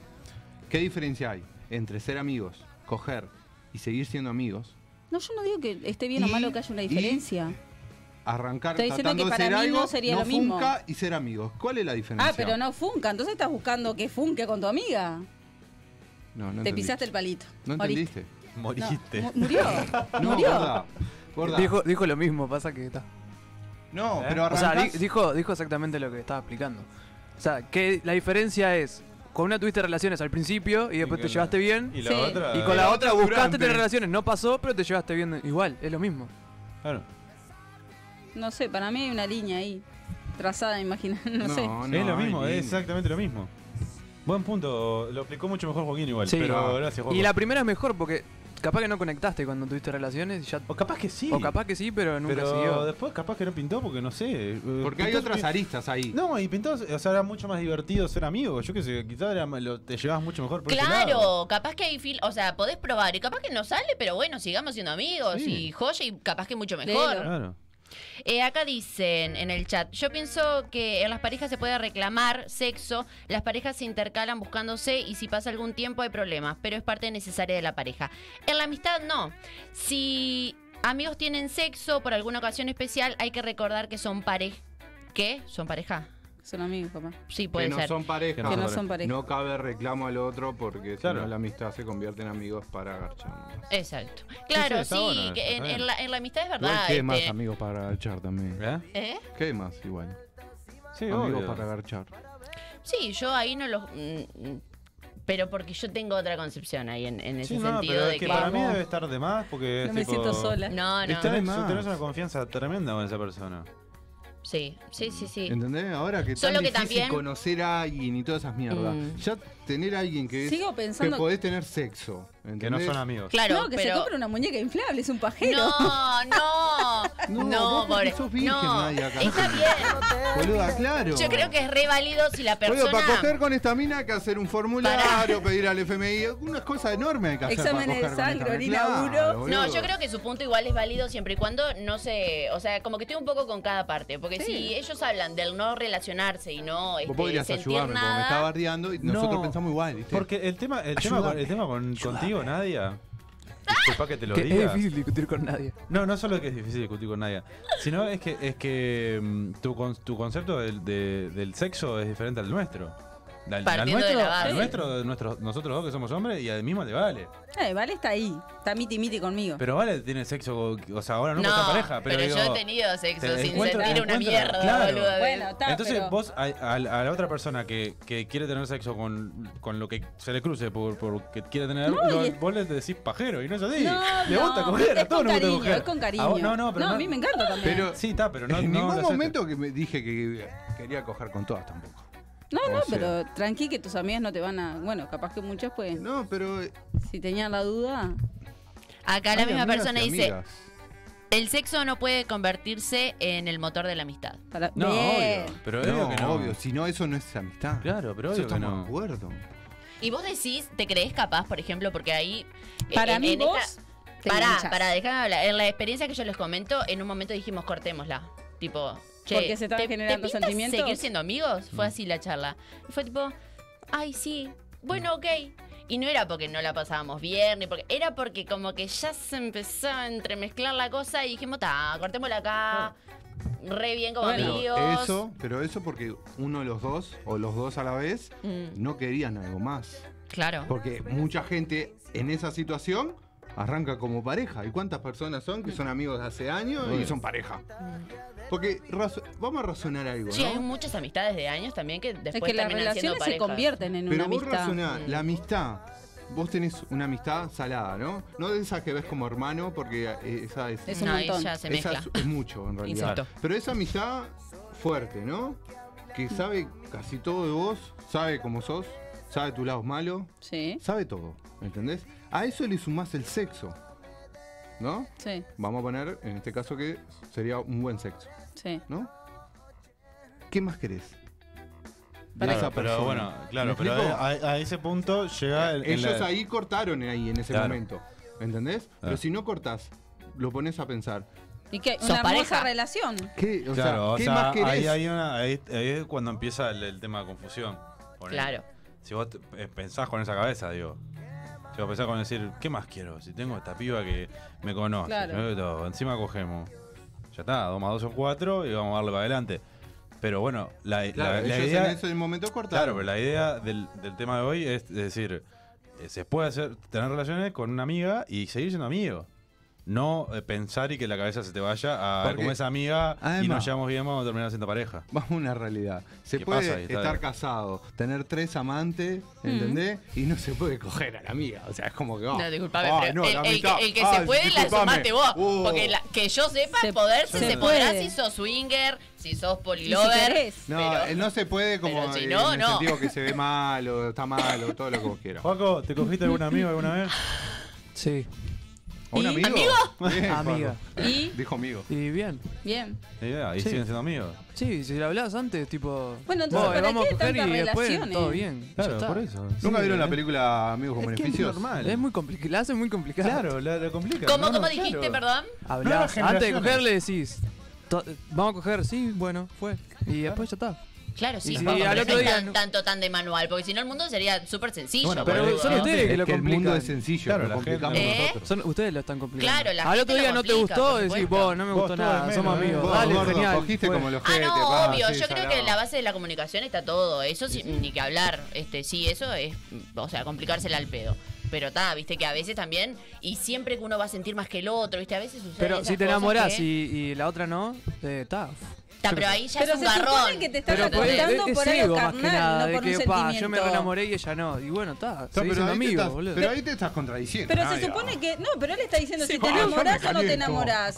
Speaker 2: ¿Qué diferencia hay entre ser amigos, coger y seguir siendo amigos,
Speaker 4: No, yo no digo que esté bien o
Speaker 2: Y-
Speaker 4: malo que haya una
Speaker 2: y-
Speaker 4: diferencia.
Speaker 2: arrancar
Speaker 4: Estoy diciendo que
Speaker 2: tratando de
Speaker 4: para
Speaker 2: ser
Speaker 4: mí
Speaker 2: algo,
Speaker 4: no sería lo mismo.
Speaker 2: funca y ser amigos? ¿Cuál es la diferencia?
Speaker 4: Ah, pero no funca, entonces estás buscando que funque con tu amiga.
Speaker 2: No, no
Speaker 4: Te
Speaker 2: entendí.
Speaker 4: pisaste el palito.
Speaker 2: No
Speaker 4: Moriste.
Speaker 2: entendiste.
Speaker 4: No,
Speaker 3: Moriste.
Speaker 4: mu- murió.
Speaker 2: No,
Speaker 4: murió.
Speaker 2: gorda. gorda.
Speaker 6: Dijo, dijo lo mismo, pasa que está.
Speaker 2: no,
Speaker 3: ¿Eh?
Speaker 2: pero
Speaker 6: O sea,
Speaker 2: arrancás...
Speaker 6: di- dijo, dijo exactamente lo que estaba explicando. O sea, que la diferencia es con una tuviste relaciones al principio y después te
Speaker 3: con la-
Speaker 6: llevaste bien.
Speaker 3: Y
Speaker 6: Y,
Speaker 3: la
Speaker 4: Sí.
Speaker 3: otra.
Speaker 6: con la
Speaker 3: eh,
Speaker 6: otra buscaste tener
Speaker 3: durante.
Speaker 6: relaciones. No pasó, pero te llevaste bien. Igual, es lo mismo.
Speaker 3: Claro.
Speaker 4: No sé, para mí hay una línea ahí. Trazada, imagina, no, sé.
Speaker 3: es lo mismo,
Speaker 2: ay,
Speaker 3: es
Speaker 2: ni-
Speaker 3: exactamente lo mismo. Buen punto, lo explicó mucho mejor Joaquín igual.
Speaker 6: Sí.
Speaker 3: Pero
Speaker 2: Ah.
Speaker 3: gracias, Joaquín.
Speaker 6: Y la primera es mejor porque capaz que no conectaste cuando tuviste relaciones. y ya,
Speaker 3: O capaz que sí.
Speaker 6: O capaz que sí, pero nunca
Speaker 3: pero
Speaker 6: siguió.
Speaker 3: después capaz que no pintó porque no sé. eh,
Speaker 2: Porque hay
Speaker 3: pintó-
Speaker 2: otras aristas ahí.
Speaker 3: No, y pintó, o sea, era mucho más divertido ser amigo. Yo qué sé, quizás era- lo- te llevabas mucho mejor por ese lado.
Speaker 1: Claro, capaz que hay fil, o sea, podés probar y capaz que no sale, pero bueno, sigamos siendo amigos
Speaker 3: Sí.
Speaker 1: y joya y capaz que mucho
Speaker 4: Lelo.
Speaker 1: mejor.
Speaker 2: Ah.
Speaker 3: Claro.
Speaker 1: Eh, acá dicen en el chat, yo pienso que en las parejas se puede reclamar sexo, las parejas se intercalan buscándose y si pasa algún tiempo hay problemas, pero es parte necesaria de la pareja. En la amistad no. Si amigos tienen sexo por alguna ocasión especial, hay que recordar que son pareja. ¿Qué? ¿Son pareja?
Speaker 4: Son amigos, papá.
Speaker 1: Sí,
Speaker 2: Que
Speaker 1: puede
Speaker 2: no
Speaker 1: ser.
Speaker 2: son pareja.
Speaker 4: Que no son pareja.
Speaker 2: No cabe reclamo al otro porque
Speaker 3: Claro.
Speaker 2: si no la amistad se convierte en amigos para garchar. nomás.
Speaker 1: Exacto. Claro,
Speaker 3: está
Speaker 1: sí,
Speaker 3: bueno,
Speaker 1: que
Speaker 3: está
Speaker 1: en,
Speaker 3: bien.
Speaker 1: en la, en la amistad es
Speaker 2: Igual
Speaker 1: verdad.
Speaker 2: que
Speaker 1: este,
Speaker 2: más amigos para garchar también.
Speaker 3: ¿Eh?
Speaker 1: ¿eh?
Speaker 2: ¿Qué más igual?
Speaker 3: Sí,
Speaker 2: amigos
Speaker 3: obvio.
Speaker 2: para garchar.
Speaker 1: Sí, yo ahí no los... mm, mm, Pero porque yo tengo otra concepción ahí en, en ese
Speaker 3: Sí, no,
Speaker 1: sentido
Speaker 3: pero
Speaker 1: de
Speaker 3: es
Speaker 1: que...
Speaker 3: que para mí
Speaker 4: Vamos.
Speaker 3: debe estar de más porque.
Speaker 4: No
Speaker 3: es
Speaker 4: me
Speaker 3: tipo-
Speaker 4: siento sola.
Speaker 1: No, no.
Speaker 3: Tenés-
Speaker 2: Tenés más.
Speaker 3: tenés una confianza tremenda con esa persona.
Speaker 1: Sí, sí, sí, sí.
Speaker 2: ¿Entendés? Ahora que tan
Speaker 1: Solo que
Speaker 2: difícil
Speaker 1: también-
Speaker 2: conocer a alguien y todas esas mierdas.
Speaker 1: Mm.
Speaker 2: Ya tener a alguien que, es-
Speaker 4: Sigo
Speaker 2: que
Speaker 4: pensando.
Speaker 2: podés tener sexo. ¿entendés?
Speaker 3: Que no son amigos.
Speaker 1: Claro,
Speaker 4: no, que se
Speaker 1: pero...
Speaker 4: compra una muñeca inflable, es un pajero.
Speaker 1: No, no,
Speaker 2: No,
Speaker 1: no,
Speaker 2: vos porque
Speaker 1: pobre.
Speaker 2: sos virgen,
Speaker 1: no,
Speaker 2: Nadia, acá.
Speaker 1: está bien.
Speaker 2: Boluda, claro.
Speaker 1: Yo creo que es re válido si la
Speaker 2: Boludo, para coger
Speaker 1: persona.
Speaker 2: con esta mina hay que hacer un formulario, pedir al FMI, unas cosas enormes hay que hacer. para
Speaker 4: Exámenes de
Speaker 2: coger con esta
Speaker 4: sangre,
Speaker 2: mina.
Speaker 4: orina,
Speaker 2: Claro,
Speaker 4: uro.
Speaker 1: No,
Speaker 2: boludo.
Speaker 1: yo creo que su punto igual es válido siempre y cuando no se, o sea, como que estoy un poco con cada parte, porque
Speaker 4: Sí.
Speaker 1: si ellos hablan del no relacionarse y no
Speaker 2: Vos
Speaker 1: este,
Speaker 2: podrías
Speaker 1: sentir
Speaker 2: ayudarme, porque me estaba
Speaker 1: nada,
Speaker 2: bardeando y nosotros
Speaker 3: No,
Speaker 2: pensamos igual, ¿viste?
Speaker 3: Porque el tema, el tema, con- el tema con, contigo, Nadia.
Speaker 1: Ah.
Speaker 3: Disculpa que te lo
Speaker 6: Que
Speaker 3: diga.
Speaker 6: es difícil discutir con nadie.
Speaker 3: No, no solo que es difícil discutir con Nadia, sino es que es que mm, tu, con- tu concepto del, de- del sexo es diferente al nuestro. Al, al
Speaker 1: Partiendo de
Speaker 3: nuestro,
Speaker 1: la base.
Speaker 3: al nuestro, nuestro- nosotros dos que somos hombres y al mismo le vale.
Speaker 4: Eh, vale, está ahí. Está miti miti conmigo.
Speaker 3: Pero vale tiene sexo, o sea, ahora Ah, no,
Speaker 1: no,
Speaker 3: con esta pareja, pero, digo,
Speaker 1: yo he tenido sexo
Speaker 3: te
Speaker 1: sin
Speaker 3: encuentro-
Speaker 1: sentir
Speaker 3: te
Speaker 1: una
Speaker 3: encuentro,
Speaker 1: mierda,
Speaker 3: claro.
Speaker 1: boluda.
Speaker 4: Bueno, está.
Speaker 3: Entonces
Speaker 4: pero-
Speaker 3: vos a, a- a la otra persona que, que quiere tener sexo con, con lo que se le cruce por, por que quiere tener,
Speaker 4: No,
Speaker 3: lo-
Speaker 4: y-
Speaker 3: vos le decís pajero y no es así.
Speaker 4: No,
Speaker 3: le
Speaker 4: no,
Speaker 3: gusta coger, a
Speaker 4: es
Speaker 3: todos
Speaker 4: con
Speaker 3: nos gusta
Speaker 4: cariño,
Speaker 3: coger.
Speaker 4: es con cariño.
Speaker 3: A vos- no, no, pero
Speaker 4: a mí me encanta también.
Speaker 2: Pero
Speaker 3: Sí, está, pero no
Speaker 2: en
Speaker 3: no
Speaker 2: ningún
Speaker 3: lo aceptes.
Speaker 2: momento que me dije que quería coger con todas tampoco.
Speaker 4: no, no,
Speaker 2: o sea-
Speaker 4: pero tranqui que tus amigas no te van a. Bueno, capaz que muchas, pues.
Speaker 2: No, pero...
Speaker 4: Si tenían la duda.
Speaker 1: Acá la
Speaker 2: hay
Speaker 1: misma
Speaker 2: amigas
Speaker 1: persona
Speaker 2: y
Speaker 1: dice,
Speaker 2: amigas.
Speaker 1: el sexo no puede convertirse en el motor de la amistad.
Speaker 4: Para...
Speaker 3: No,
Speaker 4: Bien.
Speaker 3: obvio. Pero obvio
Speaker 2: No,
Speaker 3: que no.
Speaker 2: obvio, si no, eso no es amistad.
Speaker 3: Claro, pero
Speaker 2: Eso
Speaker 3: obvio que
Speaker 2: estamos
Speaker 3: no.
Speaker 2: de acuerdo.
Speaker 1: Y vos decís, ¿te crees capaz, por ejemplo? Porque ahí. eh,
Speaker 4: Para
Speaker 1: en-
Speaker 4: mí
Speaker 1: en
Speaker 4: vos.
Speaker 1: esta-
Speaker 4: te
Speaker 1: Pará,
Speaker 4: enganchás.
Speaker 1: pará, déjame hablar. En la experiencia que yo les comento, en un momento dijimos, cortémosla. Tipo, che.
Speaker 4: Porque se estaban
Speaker 1: ¿te-
Speaker 4: generando
Speaker 1: ¿te pinta
Speaker 4: sentimientos?
Speaker 1: seguir siendo amigos?
Speaker 2: Mm.
Speaker 1: Fue así la charla. Y Fue tipo, ay, sí.
Speaker 2: Mm.
Speaker 1: Bueno, ok. Y no era porque no la pasábamos bien, ni porque, era porque como que ya se empezó a entremezclar la cosa y dijimos, ta, cortémosla acá. Re bien como
Speaker 4: Bueno,
Speaker 1: amigos.
Speaker 2: Ah. Eso, pero eso porque uno de los dos, o los dos a la vez,
Speaker 1: Mm,
Speaker 2: no querían algo más.
Speaker 1: claro.
Speaker 2: Porque mucha gente en esa situación arranca como pareja. ¿Y cuántas personas son que son amigos de hace años y
Speaker 3: Obvio.
Speaker 2: son pareja? Porque razo- vamos a razonar algo,
Speaker 1: Sí, hay
Speaker 2: ¿no?
Speaker 1: muchas amistades de años también que después
Speaker 4: Es que
Speaker 1: terminan
Speaker 4: las
Speaker 1: siendo
Speaker 4: relaciones se
Speaker 1: parejas.
Speaker 4: convierten en
Speaker 2: Pero
Speaker 4: una
Speaker 2: vos
Speaker 4: amistad.
Speaker 2: razonás,
Speaker 1: Mm.
Speaker 2: la amistad. Vos tenés una amistad salada, ¿no? No de esas que ves como hermano, porque eh, esa es.
Speaker 4: Es un
Speaker 1: No, ahí
Speaker 4: montón.
Speaker 1: ya se
Speaker 2: esa
Speaker 1: mezcla.
Speaker 2: es, es mucho, en realidad.
Speaker 1: Incesto.
Speaker 2: Pero esa amistad fuerte, ¿no? Que sabe casi todo de vos, sabe cómo sos, sabe tus lados malos,
Speaker 4: Sí,
Speaker 2: sabe todo, ¿entendés? A eso le sumás el sexo, ¿no?
Speaker 4: sí,
Speaker 2: Vamos a poner, en este caso, que sería un buen sexo,
Speaker 4: sí.
Speaker 2: ¿no? ¿Qué más querés? de
Speaker 3: Claro,
Speaker 2: esa
Speaker 3: pero
Speaker 2: persona?
Speaker 3: bueno,
Speaker 2: ¿Me
Speaker 3: claro, pero
Speaker 2: explico?
Speaker 3: a, a ese punto llega el- en
Speaker 2: Ellos
Speaker 3: la-
Speaker 2: ahí cortaron ahí en ese
Speaker 3: Claro.
Speaker 2: momento, ¿entendés? Pero
Speaker 3: Ah.
Speaker 2: si no cortás, lo pones a pensar,
Speaker 4: Y que
Speaker 1: Sos
Speaker 4: una hermosa
Speaker 1: pareja.
Speaker 4: relación.
Speaker 2: ¿qué, o
Speaker 3: Claro,
Speaker 2: sea,
Speaker 3: o
Speaker 2: ¿qué
Speaker 3: sea,
Speaker 2: más querés?
Speaker 3: ahí, hay una- ahí- ahí es cuando empieza el, el tema de confusión. Ponele.
Speaker 1: Claro.
Speaker 3: Si vos te- eh, pensás con esa cabeza, digo. Si vos pensás con decir, ¿qué más quiero? Si tengo esta piba que me conoce,
Speaker 4: Claro.
Speaker 3: ¿no? Y todo, encima cogemos. Ya está, dos más dos son cuatro y vamos a darle para adelante. Pero bueno, la, la-
Speaker 2: Claro,
Speaker 3: la
Speaker 2: ellos
Speaker 3: idea.
Speaker 2: en ese momento
Speaker 3: Claro,
Speaker 2: cortaron.
Speaker 3: pero la idea del, del tema de hoy es decir, eh, se puede hacer tener relaciones con una amiga y seguir siendo amigo. No eh, pensar y que la cabeza se te vaya a
Speaker 2: Porque-
Speaker 3: como esa amiga y
Speaker 2: Además-
Speaker 3: nos llevamos bien, vamos a terminar siendo pareja.
Speaker 2: Vamos a una realidad. Se
Speaker 3: ¿Qué
Speaker 2: puede
Speaker 3: pasa ahí? Está
Speaker 2: estar
Speaker 3: bien.
Speaker 2: casado, tener tres amantes,
Speaker 1: Mm.
Speaker 2: ¿entendés? Y no se puede coger a la amiga. O sea, es como que. ah,
Speaker 1: No, disculpame,
Speaker 2: ah,
Speaker 1: pero
Speaker 2: no,
Speaker 1: el,
Speaker 2: la
Speaker 1: el
Speaker 2: mitad.
Speaker 1: que, el que
Speaker 2: Ah,
Speaker 1: se puede la
Speaker 2: disculpame.
Speaker 1: sumaste vos.
Speaker 2: Oh.
Speaker 1: Porque la- que yo sepa,
Speaker 4: Se-
Speaker 1: poderse
Speaker 4: se
Speaker 1: se podrá
Speaker 4: puede.
Speaker 1: si sos swinger, si sos
Speaker 4: Y si
Speaker 1: polilover.
Speaker 4: querés.
Speaker 2: No,
Speaker 1: pero-
Speaker 2: eh, no se puede como
Speaker 1: pero si
Speaker 2: eh,
Speaker 1: no,
Speaker 2: en el
Speaker 1: no.
Speaker 2: sentido que se ve mal o está mal o todo lo que vos quieras.
Speaker 3: Juaco, ¿te cogiste algún amigo alguna vez?
Speaker 6: Sí.
Speaker 2: ¿O un
Speaker 4: ¿Y?
Speaker 2: amigo? Bien,
Speaker 6: Amiga.
Speaker 2: Pablo.
Speaker 4: ¿Y?
Speaker 2: Dijo amigo.
Speaker 6: Y bien.
Speaker 4: Bien.
Speaker 3: Y ahí
Speaker 6: Sí.
Speaker 3: siguen siendo amigos.
Speaker 6: Sí, si lo hablabas antes, tipo.
Speaker 4: Bueno, entonces,
Speaker 6: "Vos,
Speaker 4: ¿para
Speaker 6: vamos
Speaker 4: qué
Speaker 6: a coger y
Speaker 4: tantas
Speaker 6: después
Speaker 4: relaciones?
Speaker 6: todo bien. Ya
Speaker 3: Claro,
Speaker 6: está.
Speaker 3: por eso.
Speaker 2: ¿Nunca
Speaker 6: Sí,
Speaker 2: vieron la
Speaker 6: eh.
Speaker 2: película Amigos con
Speaker 3: Es que es
Speaker 2: Beneficios?
Speaker 3: normal.
Speaker 6: Es muy complicado, la hace muy complicada.
Speaker 3: Claro, la, la complica.
Speaker 1: ¿Cómo,
Speaker 3: ¿no?
Speaker 1: cómo
Speaker 3: Claro.
Speaker 1: dijiste, perdón?
Speaker 6: Hablás.
Speaker 3: Nuevas
Speaker 6: Antes de
Speaker 3: generaciones.
Speaker 6: coger le decís. "To- Vamos a coger, sí, bueno, fue. Y después ya está.
Speaker 1: Claro, sí,
Speaker 6: Y si
Speaker 1: Juanjo,
Speaker 6: al
Speaker 1: pero
Speaker 6: otro
Speaker 1: no es
Speaker 6: día
Speaker 1: tan-
Speaker 6: no-
Speaker 1: tanto tan de manual, porque si no el mundo sería súper sencillo.
Speaker 3: Bueno,
Speaker 6: Pero
Speaker 1: boludo.
Speaker 6: son ustedes que
Speaker 2: Es
Speaker 6: lo
Speaker 2: que el mundo
Speaker 6: complican.
Speaker 2: es sencillo,
Speaker 3: Claro,
Speaker 2: lo
Speaker 3: la gente-
Speaker 2: complicamos
Speaker 1: ¿Eh?
Speaker 2: nosotros.
Speaker 6: Son, ustedes lo están complicando.
Speaker 1: Claro, la
Speaker 6: Al
Speaker 1: gente
Speaker 6: otro
Speaker 1: lo
Speaker 6: día no te
Speaker 1: complica,
Speaker 6: gustó,
Speaker 1: por
Speaker 6: decís,
Speaker 1: supuesto.
Speaker 6: vos, no me
Speaker 3: Vos
Speaker 6: gustó
Speaker 3: todo
Speaker 6: nada,
Speaker 3: es menos,
Speaker 6: somos
Speaker 3: ¿eh?
Speaker 6: amigos.
Speaker 3: Vos,
Speaker 6: Dale,
Speaker 2: gordo,
Speaker 6: genial.
Speaker 2: cogiste
Speaker 6: fue.
Speaker 2: como los
Speaker 1: Ah,
Speaker 2: jetes,
Speaker 1: no,
Speaker 2: pa,
Speaker 1: obvio.
Speaker 2: sí,
Speaker 1: Yo creo que
Speaker 2: salado.
Speaker 1: la base de la comunicación está todo. Eso sí, ni que hablar. Este, sí, eso es, o sea, complicársela al pedo. Pero está, viste que a veces también, y siempre que uno va a sentir más que el otro, viste, a veces sucede.
Speaker 6: Pero si te
Speaker 1: enamoras
Speaker 6: enamorás y, y la otra no, eh, está.
Speaker 1: Ta, pero ahí ya
Speaker 4: Pero
Speaker 1: es un
Speaker 4: se supone
Speaker 1: garrón.
Speaker 4: que te están
Speaker 1: Pero
Speaker 6: pues,
Speaker 1: ¿entendés?
Speaker 4: apuntando por algo carnal, no
Speaker 6: de
Speaker 4: por un
Speaker 6: que, pa, yo me
Speaker 4: sentimiento.
Speaker 6: enamoré y ella no. Y bueno, está,
Speaker 2: No,
Speaker 6: seguís
Speaker 2: pero,
Speaker 6: siendo
Speaker 2: ahí te
Speaker 6: amigos,
Speaker 2: estás-
Speaker 6: boludo.
Speaker 2: pero ahí te estás contradiciendo.
Speaker 4: Pero
Speaker 2: Ay,
Speaker 4: se
Speaker 2: ah.
Speaker 4: supone que. No, pero él está diciendo si te
Speaker 2: ah, yo me
Speaker 4: enamorás o no te
Speaker 2: caliento. Ah.
Speaker 4: enamorás.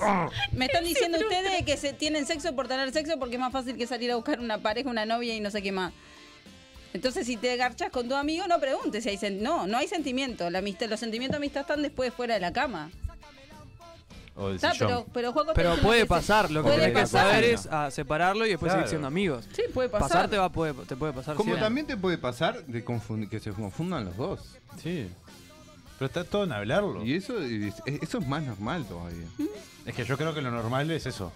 Speaker 4: Me están diciendo ustedes que se tienen sexo por tener sexo porque es más fácil que salir a buscar una pareja, una novia y no sé qué más. Entonces, si te garchas con tu amigo, no preguntes si hay sen- No, no hay sentimiento. La amistad, los sentimientos de amistad están después fuera de la cama.
Speaker 3: O el
Speaker 4: Está,
Speaker 3: sillón.
Speaker 4: pero, pero Juaco está
Speaker 6: Pero
Speaker 4: diciendo
Speaker 6: puede
Speaker 4: que se-
Speaker 6: pasar, lo que
Speaker 4: puede
Speaker 6: tenés que
Speaker 4: pasar.
Speaker 6: saber es a separarlo y después
Speaker 3: Claro.
Speaker 6: seguir siendo amigos.
Speaker 4: Sí, puede pasar.
Speaker 6: Pasar te, va, puede, te puede pasar
Speaker 2: Como
Speaker 6: siempre.
Speaker 2: también te puede pasar de confundir, que se confundan los dos.
Speaker 3: Sí. Pero está todo en hablarlo.
Speaker 2: Y eso es, eso es más normal todavía.
Speaker 3: Es que yo creo que lo normal es eso.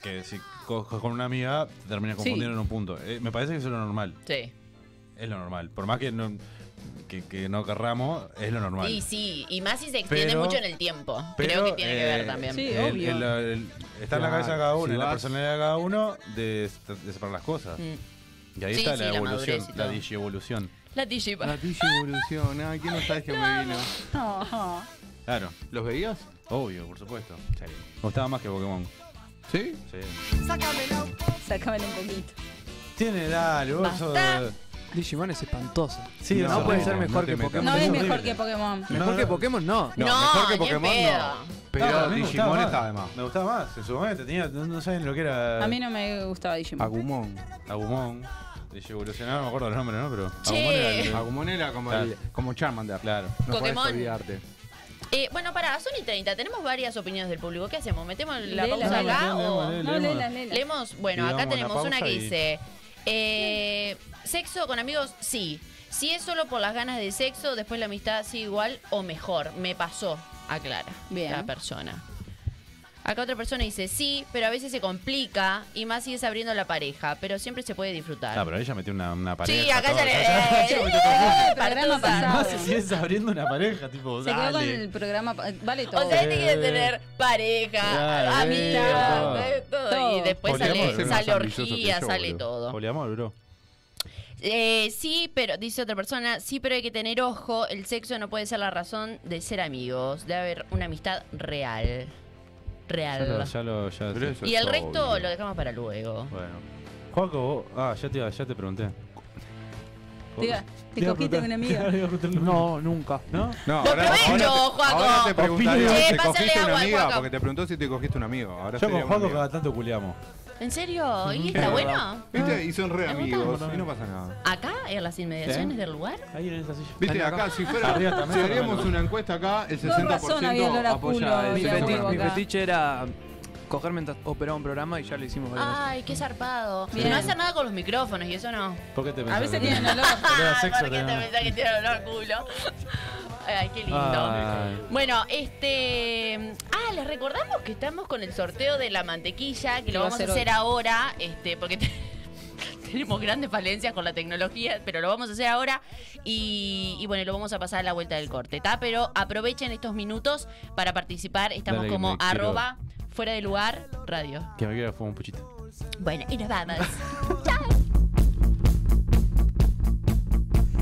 Speaker 3: Que si coges con una amiga, te terminas confundiendo en un punto. Eh, me parece que eso es lo normal.
Speaker 1: Sí.
Speaker 3: Es lo normal. Por más que no, que, que no querramos, es lo normal.
Speaker 1: Y sí, y más si se extiende
Speaker 3: Pero-
Speaker 1: mucho en el tiempo.
Speaker 3: Pero,
Speaker 1: Creo que tiene que ver
Speaker 3: eh,
Speaker 1: también.
Speaker 4: Sí,
Speaker 3: el-
Speaker 4: obvio.
Speaker 3: el- el- está en la
Speaker 2: Claro,
Speaker 3: cabeza de cada uno,
Speaker 2: si
Speaker 3: en la
Speaker 2: vas-
Speaker 3: personalidad de cada uno, de, de separar las cosas.
Speaker 1: Mm.
Speaker 3: Y ahí
Speaker 1: Sí,
Speaker 3: está
Speaker 1: sí,
Speaker 3: la
Speaker 1: la madurez
Speaker 3: evolución,
Speaker 1: y
Speaker 3: la
Speaker 1: todo.
Speaker 3: digievolución.
Speaker 1: La DJ
Speaker 2: La evolución, ay, ¿quién no sabes que me vino?
Speaker 4: No.
Speaker 3: Claro,
Speaker 2: ¿Los veías?
Speaker 3: obvio, por supuesto. Me gustaba más que Pokémon.
Speaker 2: ¿Sí?
Speaker 3: Sí.
Speaker 4: Sácamelo un poquito.
Speaker 3: Tiene, dale, vos sos-
Speaker 1: Basta.
Speaker 6: Digimon es espantoso.
Speaker 3: Sí,
Speaker 6: no,
Speaker 3: no,
Speaker 6: puede
Speaker 3: no,
Speaker 6: ser
Speaker 3: no
Speaker 6: mejor
Speaker 3: te
Speaker 6: que
Speaker 3: metas.
Speaker 6: Pokémon.
Speaker 4: No es
Speaker 3: horrible.
Speaker 4: mejor que Pokémon.
Speaker 6: Mejor
Speaker 3: No,
Speaker 6: que
Speaker 3: no.
Speaker 6: Pokémon no.
Speaker 1: No,
Speaker 2: No, mejor que
Speaker 1: ni en
Speaker 2: Pokémon
Speaker 1: pedo.
Speaker 2: no.
Speaker 3: No, a
Speaker 2: Pero
Speaker 3: mí me
Speaker 2: Digimon
Speaker 3: gustaba
Speaker 2: estaba de
Speaker 3: más.
Speaker 2: más.
Speaker 3: Me gustaba más, en su momento tenía, no, no saben lo que era
Speaker 4: A mí no me gustaba
Speaker 3: Ah,
Speaker 4: Digimon.
Speaker 2: Agumon.
Speaker 3: Agumon. Digievolucionar, no me acuerdo el nombre, ¿no? Pero
Speaker 1: Che.
Speaker 3: Agumon era el-
Speaker 2: Agumon era como, el- como Charmander.
Speaker 3: Claro.
Speaker 2: No podés
Speaker 1: Pokémon.
Speaker 2: olvidarte.
Speaker 1: Eh, bueno, pará, son y 30. Tenemos varias opiniones del público. ¿Qué hacemos? ¿Metemos la
Speaker 4: Léela,
Speaker 1: pausa
Speaker 4: léela,
Speaker 1: acá
Speaker 3: léela,
Speaker 1: o.?
Speaker 3: léela.
Speaker 4: No, léela, léela.
Speaker 1: Leemos, bueno,
Speaker 3: Y
Speaker 1: acá
Speaker 3: damos la
Speaker 1: tenemos una
Speaker 3: pausa
Speaker 1: que
Speaker 3: y-
Speaker 1: dice, eh, sexo con amigos, sí. Si es solo por las ganas de sexo, después la amistad sí igual o mejor. Me pasó, aclara
Speaker 4: Bien.
Speaker 1: la persona. Acá otra persona dice, sí, pero a veces se complica y más si es abriendo la pareja, pero siempre se puede disfrutar.
Speaker 3: Ah, pero ella metió una, una pareja.
Speaker 1: sí, acá
Speaker 3: todo,
Speaker 1: ya le...
Speaker 4: Eh,
Speaker 1: Para
Speaker 4: programa
Speaker 1: todos lados.
Speaker 4: pasado.
Speaker 3: Si es abriendo una pareja, tipo,
Speaker 4: Se quedó con
Speaker 3: dale.
Speaker 4: el programa. pa- Vale todo.
Speaker 1: O sea, él te quiere tener
Speaker 3: Claro,
Speaker 1: pareja,
Speaker 3: todo.
Speaker 1: amistad, eh, todo. Y
Speaker 4: Todo.
Speaker 1: después
Speaker 3: Poliamor,
Speaker 1: sale,
Speaker 3: es
Speaker 2: más
Speaker 1: sale
Speaker 2: ambicioso que
Speaker 1: orgía,
Speaker 2: yo,
Speaker 1: sale
Speaker 2: boludo.
Speaker 1: todo.
Speaker 3: Poliamor, bro.
Speaker 1: Eh, sí, pero, dice otra persona, sí, pero hay que tener ojo, el sexo no puede ser la razón de ser amigos, debe haber una amistad real.
Speaker 3: Ya lo,
Speaker 1: Real.
Speaker 3: ya lo, ya
Speaker 2: Pero
Speaker 3: sí.
Speaker 2: eso
Speaker 1: Y
Speaker 2: es
Speaker 1: el resto
Speaker 2: obvio.
Speaker 1: lo dejamos para luego.
Speaker 3: Bueno. Juaco, vos- ah, ya te, iba- ya te pregunté.
Speaker 4: Diga,
Speaker 3: Te
Speaker 4: te
Speaker 3: iba a
Speaker 4: cogiste
Speaker 3: preguntar-
Speaker 4: con una amiga.
Speaker 3: te iba a preguntar lo mismo.
Speaker 6: No, nunca.
Speaker 3: ¿No?
Speaker 2: No,
Speaker 1: Lo aprovecho, Juaco.
Speaker 2: ahora te preguntaría
Speaker 1: Opino.
Speaker 2: si
Speaker 1: Che,
Speaker 2: te
Speaker 1: pásale
Speaker 2: cogiste una
Speaker 1: agua,
Speaker 2: amiga,
Speaker 1: Juaco.
Speaker 2: porque te preguntó si te cogiste un amigo.
Speaker 3: Yo
Speaker 2: Ahora
Speaker 3: con
Speaker 2: sería un
Speaker 3: Juaco
Speaker 2: amigo.
Speaker 3: cada tanto culeamos.
Speaker 1: ¿En serio? ¿Y
Speaker 3: Ujú.
Speaker 1: está
Speaker 3: Es
Speaker 1: bueno?
Speaker 2: ¿Viste? Y son re
Speaker 1: Me
Speaker 2: amigos
Speaker 3: gusta.
Speaker 2: y no pasa nada.
Speaker 1: ¿Acá? ¿En las inmediaciones
Speaker 3: Sí.
Speaker 1: del lugar?
Speaker 3: Ahí en esa silla.
Speaker 2: Viste, acá, si fuera,
Speaker 3: Arriba
Speaker 2: si
Speaker 3: también,
Speaker 2: haríamos
Speaker 3: también.
Speaker 2: una encuesta acá, el
Speaker 4: Con razón había
Speaker 2: 60%
Speaker 4: olor a culo,
Speaker 2: apoya el
Speaker 6: Mi,
Speaker 4: Sí,
Speaker 2: sexo
Speaker 6: feti-
Speaker 2: con
Speaker 4: acá.
Speaker 6: mi
Speaker 2: amigos.
Speaker 6: fetiche era coger mientras operaba un programa y ya lo hicimos varias
Speaker 4: Ah,
Speaker 6: veces.
Speaker 1: Ay, qué zarpado.
Speaker 4: Bien.
Speaker 1: No hacer nada con los micrófonos y eso no.
Speaker 3: ¿Por qué te pensás?
Speaker 4: A veces
Speaker 3: que
Speaker 4: tienen
Speaker 3: tenés-
Speaker 4: olor.
Speaker 3: olor a sexo
Speaker 1: ¿Por qué te
Speaker 3: tenés?
Speaker 1: pensás que tiene olor a culo? Ay, qué lindo.
Speaker 3: Ay.
Speaker 1: Bueno, este. Ah, les recordamos que estamos con el sorteo de la mantequilla, que
Speaker 4: Lo
Speaker 1: lo
Speaker 4: va a
Speaker 1: vamos a
Speaker 4: hacer
Speaker 1: hacer
Speaker 4: hoy.
Speaker 1: ahora, este, porque te- tenemos grandes falencias con la tecnología, pero lo vamos a hacer ahora. Y, y bueno, lo vamos a pasar a la vuelta del corte, ¿está? Pero aprovechen estos minutos para participar. Estamos
Speaker 3: Dale, que
Speaker 1: como
Speaker 3: me quiero-
Speaker 1: arroba fuera de lugar radio.
Speaker 3: Que me quiera fumar un puchito.
Speaker 1: Bueno, y nos vamos.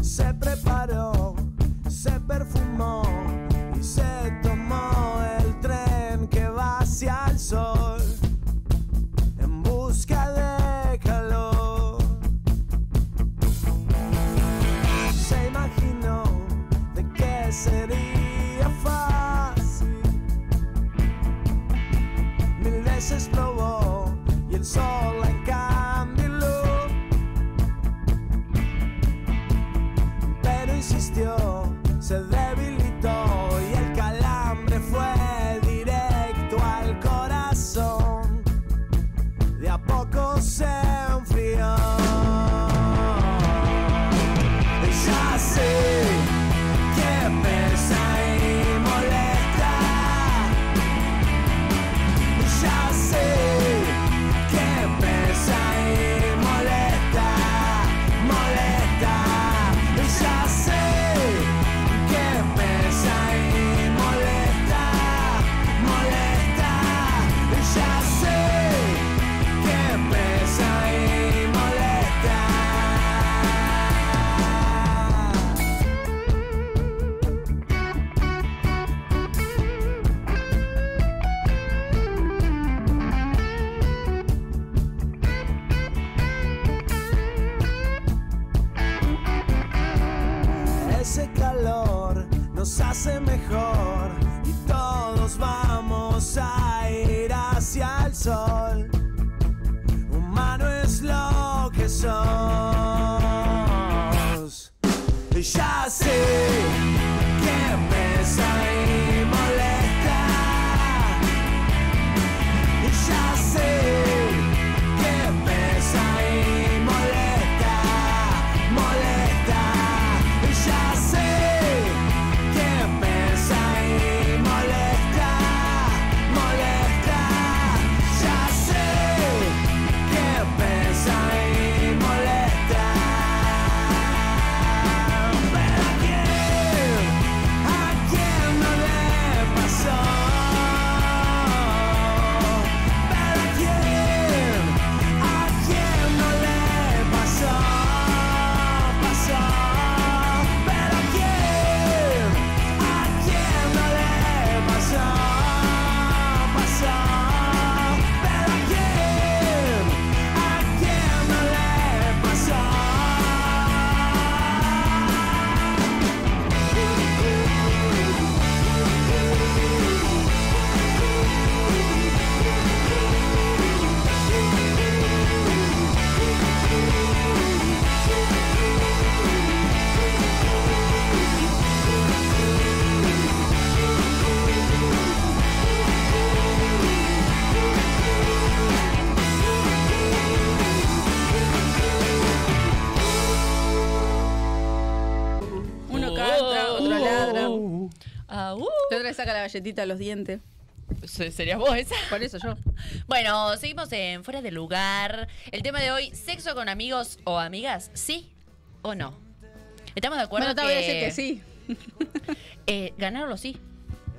Speaker 5: se preparó, se perfumó y se tomó el tren. sol en busca de calor. Se imaginó de que sería fácil. Mil veces probó y el sol la encandiló. Pero insistió, se debilitó y el calambre fue directo al corazón. De a poco se enfrió. Ya sé que pesa y molesta. Ya sé que pesa y molesta, molesta. Ya sé que pesa y molesta, molesta. Ya sé que pesa y molesta. Ese calor nos hace mejor y todos vamos a ir hacia el sol. Humano es lo que sos. Y Ya sé que pesa y molesta. Y ya sé que pesa y molesta, molesta. Y ya sé que pesa y molesta, molesta. Ya sé que pesa y molesta. Pero a quién, a quién no le pasó. Pero a quién, a quién no le pasó, pasó. Pero a quién, a quién no le pasó, pasó. Pero a quién, a quién no le pasó.
Speaker 1: Oh.
Speaker 4: Uno canta, otro
Speaker 3: Oh.
Speaker 1: Uh,
Speaker 4: ladra.
Speaker 1: Ah, uh.
Speaker 4: La otra le saca la galletita a los dientes.
Speaker 1: Se- ¿Serías vos esa?
Speaker 4: Por eso yo.
Speaker 1: Bueno, seguimos en Fuera de Lugar. El tema de hoy, ¿sexo con amigos o amigas? ¿Sí o no? ¿Estamos de acuerdo
Speaker 4: Bueno, te
Speaker 1: que,
Speaker 4: voy a decir que sí.
Speaker 1: Eh, ganarlo sí.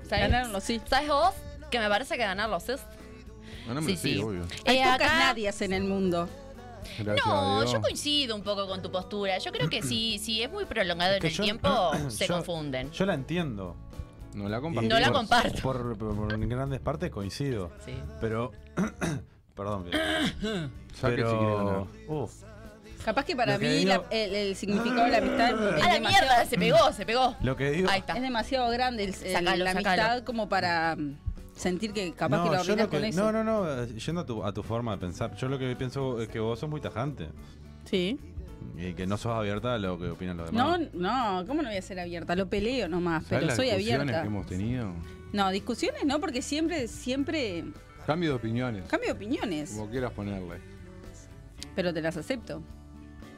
Speaker 1: ¿Sabes?
Speaker 4: Ganaron los sí.
Speaker 1: ¿Sabes vos? Que me parece que ganarlo sí.
Speaker 2: Ganámoslo, sí, obvio.
Speaker 4: Hay
Speaker 1: Eh,
Speaker 4: pocas
Speaker 1: acá-
Speaker 4: nadias en el mundo.
Speaker 2: Gracias a
Speaker 1: No,
Speaker 2: Dios.
Speaker 1: yo coincido un poco con tu postura. Yo creo que sí, si es muy prolongado en
Speaker 3: Que
Speaker 1: el
Speaker 3: yo-
Speaker 1: tiempo, se
Speaker 3: yo-
Speaker 1: confunden.
Speaker 3: Yo la entiendo.
Speaker 2: No la
Speaker 3: Y
Speaker 2: compartí.
Speaker 1: No la
Speaker 3: por-
Speaker 1: comparto.
Speaker 3: Por, por- por grandes partes coincido.
Speaker 1: Sí.
Speaker 3: Pero. Perdón. que-
Speaker 2: Saque si quiere ganar.
Speaker 3: Pero. Uf,
Speaker 4: Capaz que para
Speaker 3: Lo que
Speaker 4: mí
Speaker 3: digo-
Speaker 4: la- el, el significado de la amistad es
Speaker 1: A la
Speaker 4: demasiado-
Speaker 1: mierda, se pegó, se pegó.
Speaker 3: lo que digo.
Speaker 1: Ahí está.
Speaker 4: Es demasiado grande el- el-
Speaker 1: Sacalo,
Speaker 4: la amistad
Speaker 1: sacalo.
Speaker 4: como para mm, sentir que capaz
Speaker 3: no,
Speaker 4: que lo
Speaker 3: yo
Speaker 4: arruinas
Speaker 3: lo que-
Speaker 4: con eso.
Speaker 3: no, no, no, eh, Yendo a tu, a tu forma de pensar, yo lo que pienso es que vos sos muy tajante
Speaker 4: Sí.
Speaker 3: y que no sos abierta a lo que opinan los
Speaker 4: No,
Speaker 3: demás.
Speaker 4: no, ¿cómo no voy a ser abierta? Lo peleo nomás,
Speaker 2: ¿Sabes
Speaker 4: pero
Speaker 2: las
Speaker 4: soy
Speaker 2: discusiones
Speaker 4: abierta.
Speaker 2: que hemos tenido?
Speaker 4: No, discusiones no, porque siempre, siempre
Speaker 2: Cambio de opiniones.
Speaker 4: cambio de opiniones,
Speaker 2: Como quieras ponerle.
Speaker 4: pero te las acepto.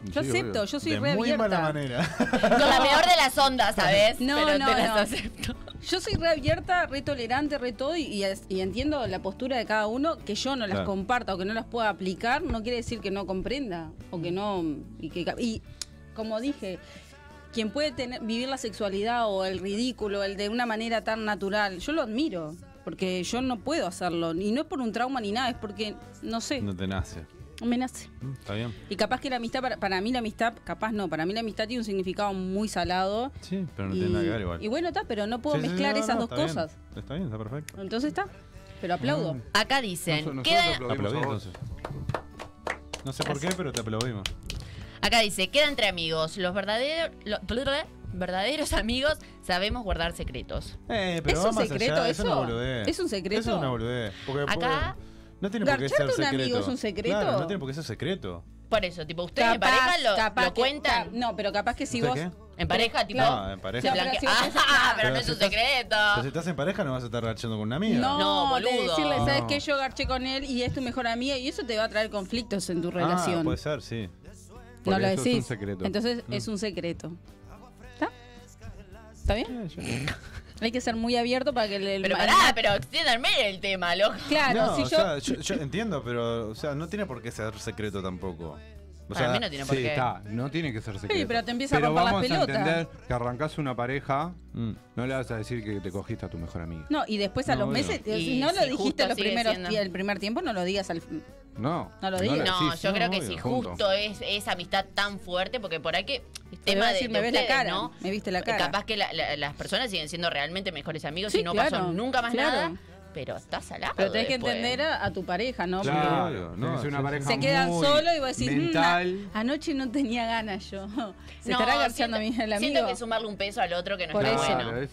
Speaker 4: Yo
Speaker 2: Sí,
Speaker 4: acepto,
Speaker 2: obvio.
Speaker 4: yo soy
Speaker 3: de
Speaker 4: re
Speaker 3: muy mala
Speaker 4: abierta.
Speaker 3: manera.
Speaker 1: Con la peor de las ondas, ¿sabes?
Speaker 4: No,
Speaker 1: Pero
Speaker 4: no,
Speaker 1: te las
Speaker 4: no.
Speaker 1: acepto.
Speaker 4: Yo soy re abierta, re tolerante, re todo, y, y as- y entiendo la postura de cada uno, que yo no las
Speaker 3: Claro.
Speaker 4: comparta o que no las pueda aplicar, no quiere decir que no comprenda, o que no, y que ca- y como dije, quien puede tener, vivir la sexualidad o el ridículo, el de una manera tan natural, yo lo admiro, porque yo no puedo hacerlo, y no es por un trauma ni nada, es porque, no sé,
Speaker 3: no te nace.
Speaker 4: me nace.
Speaker 3: Mm, Está bien.
Speaker 4: Y capaz que la amistad, para, para mí la amistad, capaz no, para mí la amistad tiene un significado muy salado.
Speaker 3: Sí, pero no
Speaker 4: y,
Speaker 3: tiene nada que ver igual.
Speaker 4: y bueno, está, pero no puedo
Speaker 3: Sí, sí, sí,
Speaker 4: mezclar
Speaker 3: no,
Speaker 4: esas
Speaker 3: no,
Speaker 4: dos
Speaker 3: está bien. Mm.
Speaker 4: cosas.
Speaker 3: Está bien, está perfecto.
Speaker 4: Entonces está. Pero aplaudo.
Speaker 1: Acá
Speaker 2: Nosotros-
Speaker 1: dicen,
Speaker 2: nosotros
Speaker 1: quedan,
Speaker 2: aplaudimos
Speaker 3: Aplaudí
Speaker 2: a vos.
Speaker 3: entonces. No sé por qué, pero te aplaudimos.
Speaker 1: acá dice, queda entre amigos. Los verdaderos, lo- blurre, verdaderos amigos sabemos guardar secretos.
Speaker 3: Eh,
Speaker 4: ¿Es
Speaker 3: pero
Speaker 4: un
Speaker 3: va más
Speaker 4: secreto
Speaker 3: allá.
Speaker 4: eso?
Speaker 3: Es una boludez.
Speaker 4: ¿Es un secreto?
Speaker 3: Eso es una boludez. Porque,
Speaker 1: Acá-
Speaker 3: porque no tiene por qué ser
Speaker 4: ¿Garcharte un
Speaker 3: secreto.
Speaker 4: amigo es un secreto?
Speaker 3: Claro, no tiene por qué ser secreto.
Speaker 1: Por eso, tipo, ustedes en pareja lo, lo
Speaker 4: que-
Speaker 1: cuentan.
Speaker 4: ca- no, pero capaz que si
Speaker 3: ¿Usted
Speaker 4: vos.
Speaker 3: qué?
Speaker 1: En pareja, tipo,
Speaker 4: Claro.
Speaker 3: No, en
Speaker 1: se
Speaker 3: pareja.
Speaker 4: No, pero
Speaker 1: blanquea.
Speaker 4: si
Speaker 1: ah,
Speaker 4: ustedes-
Speaker 1: ah, pero
Speaker 3: Pero
Speaker 1: no es
Speaker 3: si
Speaker 1: un
Speaker 3: estás-
Speaker 1: secreto.
Speaker 3: Pero si estás en pareja no vas a estar garchando con una amiga. Ah,
Speaker 4: No,
Speaker 1: No,
Speaker 4: de
Speaker 1: boludo.
Speaker 4: decirle, ¿sabes
Speaker 2: No.
Speaker 4: qué? Yo garché con él y es tu mejor amiga y eso te va a traer conflictos en tu relación.
Speaker 3: Ah, puede ser, sí.
Speaker 4: no
Speaker 2: Porque
Speaker 4: lo
Speaker 2: eso es
Speaker 4: decís.
Speaker 2: un secreto.
Speaker 3: Mm.
Speaker 4: Entonces es un secreto. ¿Está? ¿Está bien?
Speaker 3: Eh, yo-
Speaker 4: Hay que ser muy abierto para que el. el-
Speaker 1: Pero
Speaker 4: el-
Speaker 1: pará, pero extiéndanme el tema, loco.
Speaker 4: Claro,
Speaker 3: no,
Speaker 4: si
Speaker 3: o
Speaker 4: yo.
Speaker 3: sea, yo, yo entiendo, pero o sea, no tiene por qué ser secreto tampoco. O
Speaker 1: Para
Speaker 3: sea,
Speaker 1: mí no tiene por
Speaker 2: sí,
Speaker 1: qué.
Speaker 2: está, no tiene que ser secreto.
Speaker 4: pero te empieza a
Speaker 2: Pero
Speaker 4: romper las
Speaker 2: vamos
Speaker 4: pelotas.
Speaker 2: a entender que arrancás una pareja,
Speaker 3: mm,
Speaker 2: no le vas a decir que te cogiste a tu mejor amiga.
Speaker 4: No, y después a
Speaker 3: No,
Speaker 4: los
Speaker 3: bueno.
Speaker 4: meses,
Speaker 1: Y
Speaker 4: si no
Speaker 1: si
Speaker 4: lo dijiste
Speaker 1: justo
Speaker 4: los
Speaker 1: sigue
Speaker 4: primeros
Speaker 1: siendo-
Speaker 4: tie- el primer tiempo, no lo digas al
Speaker 2: No,
Speaker 4: No lo digas.
Speaker 1: No,
Speaker 2: decís.
Speaker 1: yo
Speaker 3: no,
Speaker 1: creo que
Speaker 3: obvio,
Speaker 1: sí,
Speaker 2: punto.
Speaker 1: justo es esa amistad tan fuerte, porque por ahí que
Speaker 4: te
Speaker 1: tema
Speaker 4: voy a
Speaker 1: de,
Speaker 4: decir,
Speaker 1: de
Speaker 4: me ves la
Speaker 1: ustedes,
Speaker 4: cara,
Speaker 1: ¿no?
Speaker 4: me viste la cara.
Speaker 1: Capaz que la- la- las personas siguen siendo realmente mejores amigos
Speaker 4: Sí,
Speaker 1: y no
Speaker 4: claro,
Speaker 1: pasó nunca más
Speaker 4: claro.
Speaker 1: nada, pero estás al lado
Speaker 4: Pero tenés que
Speaker 1: después.
Speaker 4: entender a, a tu pareja, ¿no? Porque
Speaker 2: Claro,
Speaker 3: obvio,
Speaker 2: no,
Speaker 3: no,
Speaker 2: es una
Speaker 3: sí, sí.
Speaker 2: pareja
Speaker 4: se quedan
Speaker 2: muy
Speaker 4: solos y vos decís, "Mm,
Speaker 2: mental.
Speaker 4: a- anoche no tenía ganas yo. Se
Speaker 1: No,
Speaker 4: estará garchando a mi
Speaker 1: siento-
Speaker 4: el amigo.
Speaker 1: Siento que sumarle un peso al otro que no
Speaker 4: Por
Speaker 1: está
Speaker 4: eso.
Speaker 1: bueno.
Speaker 2: es-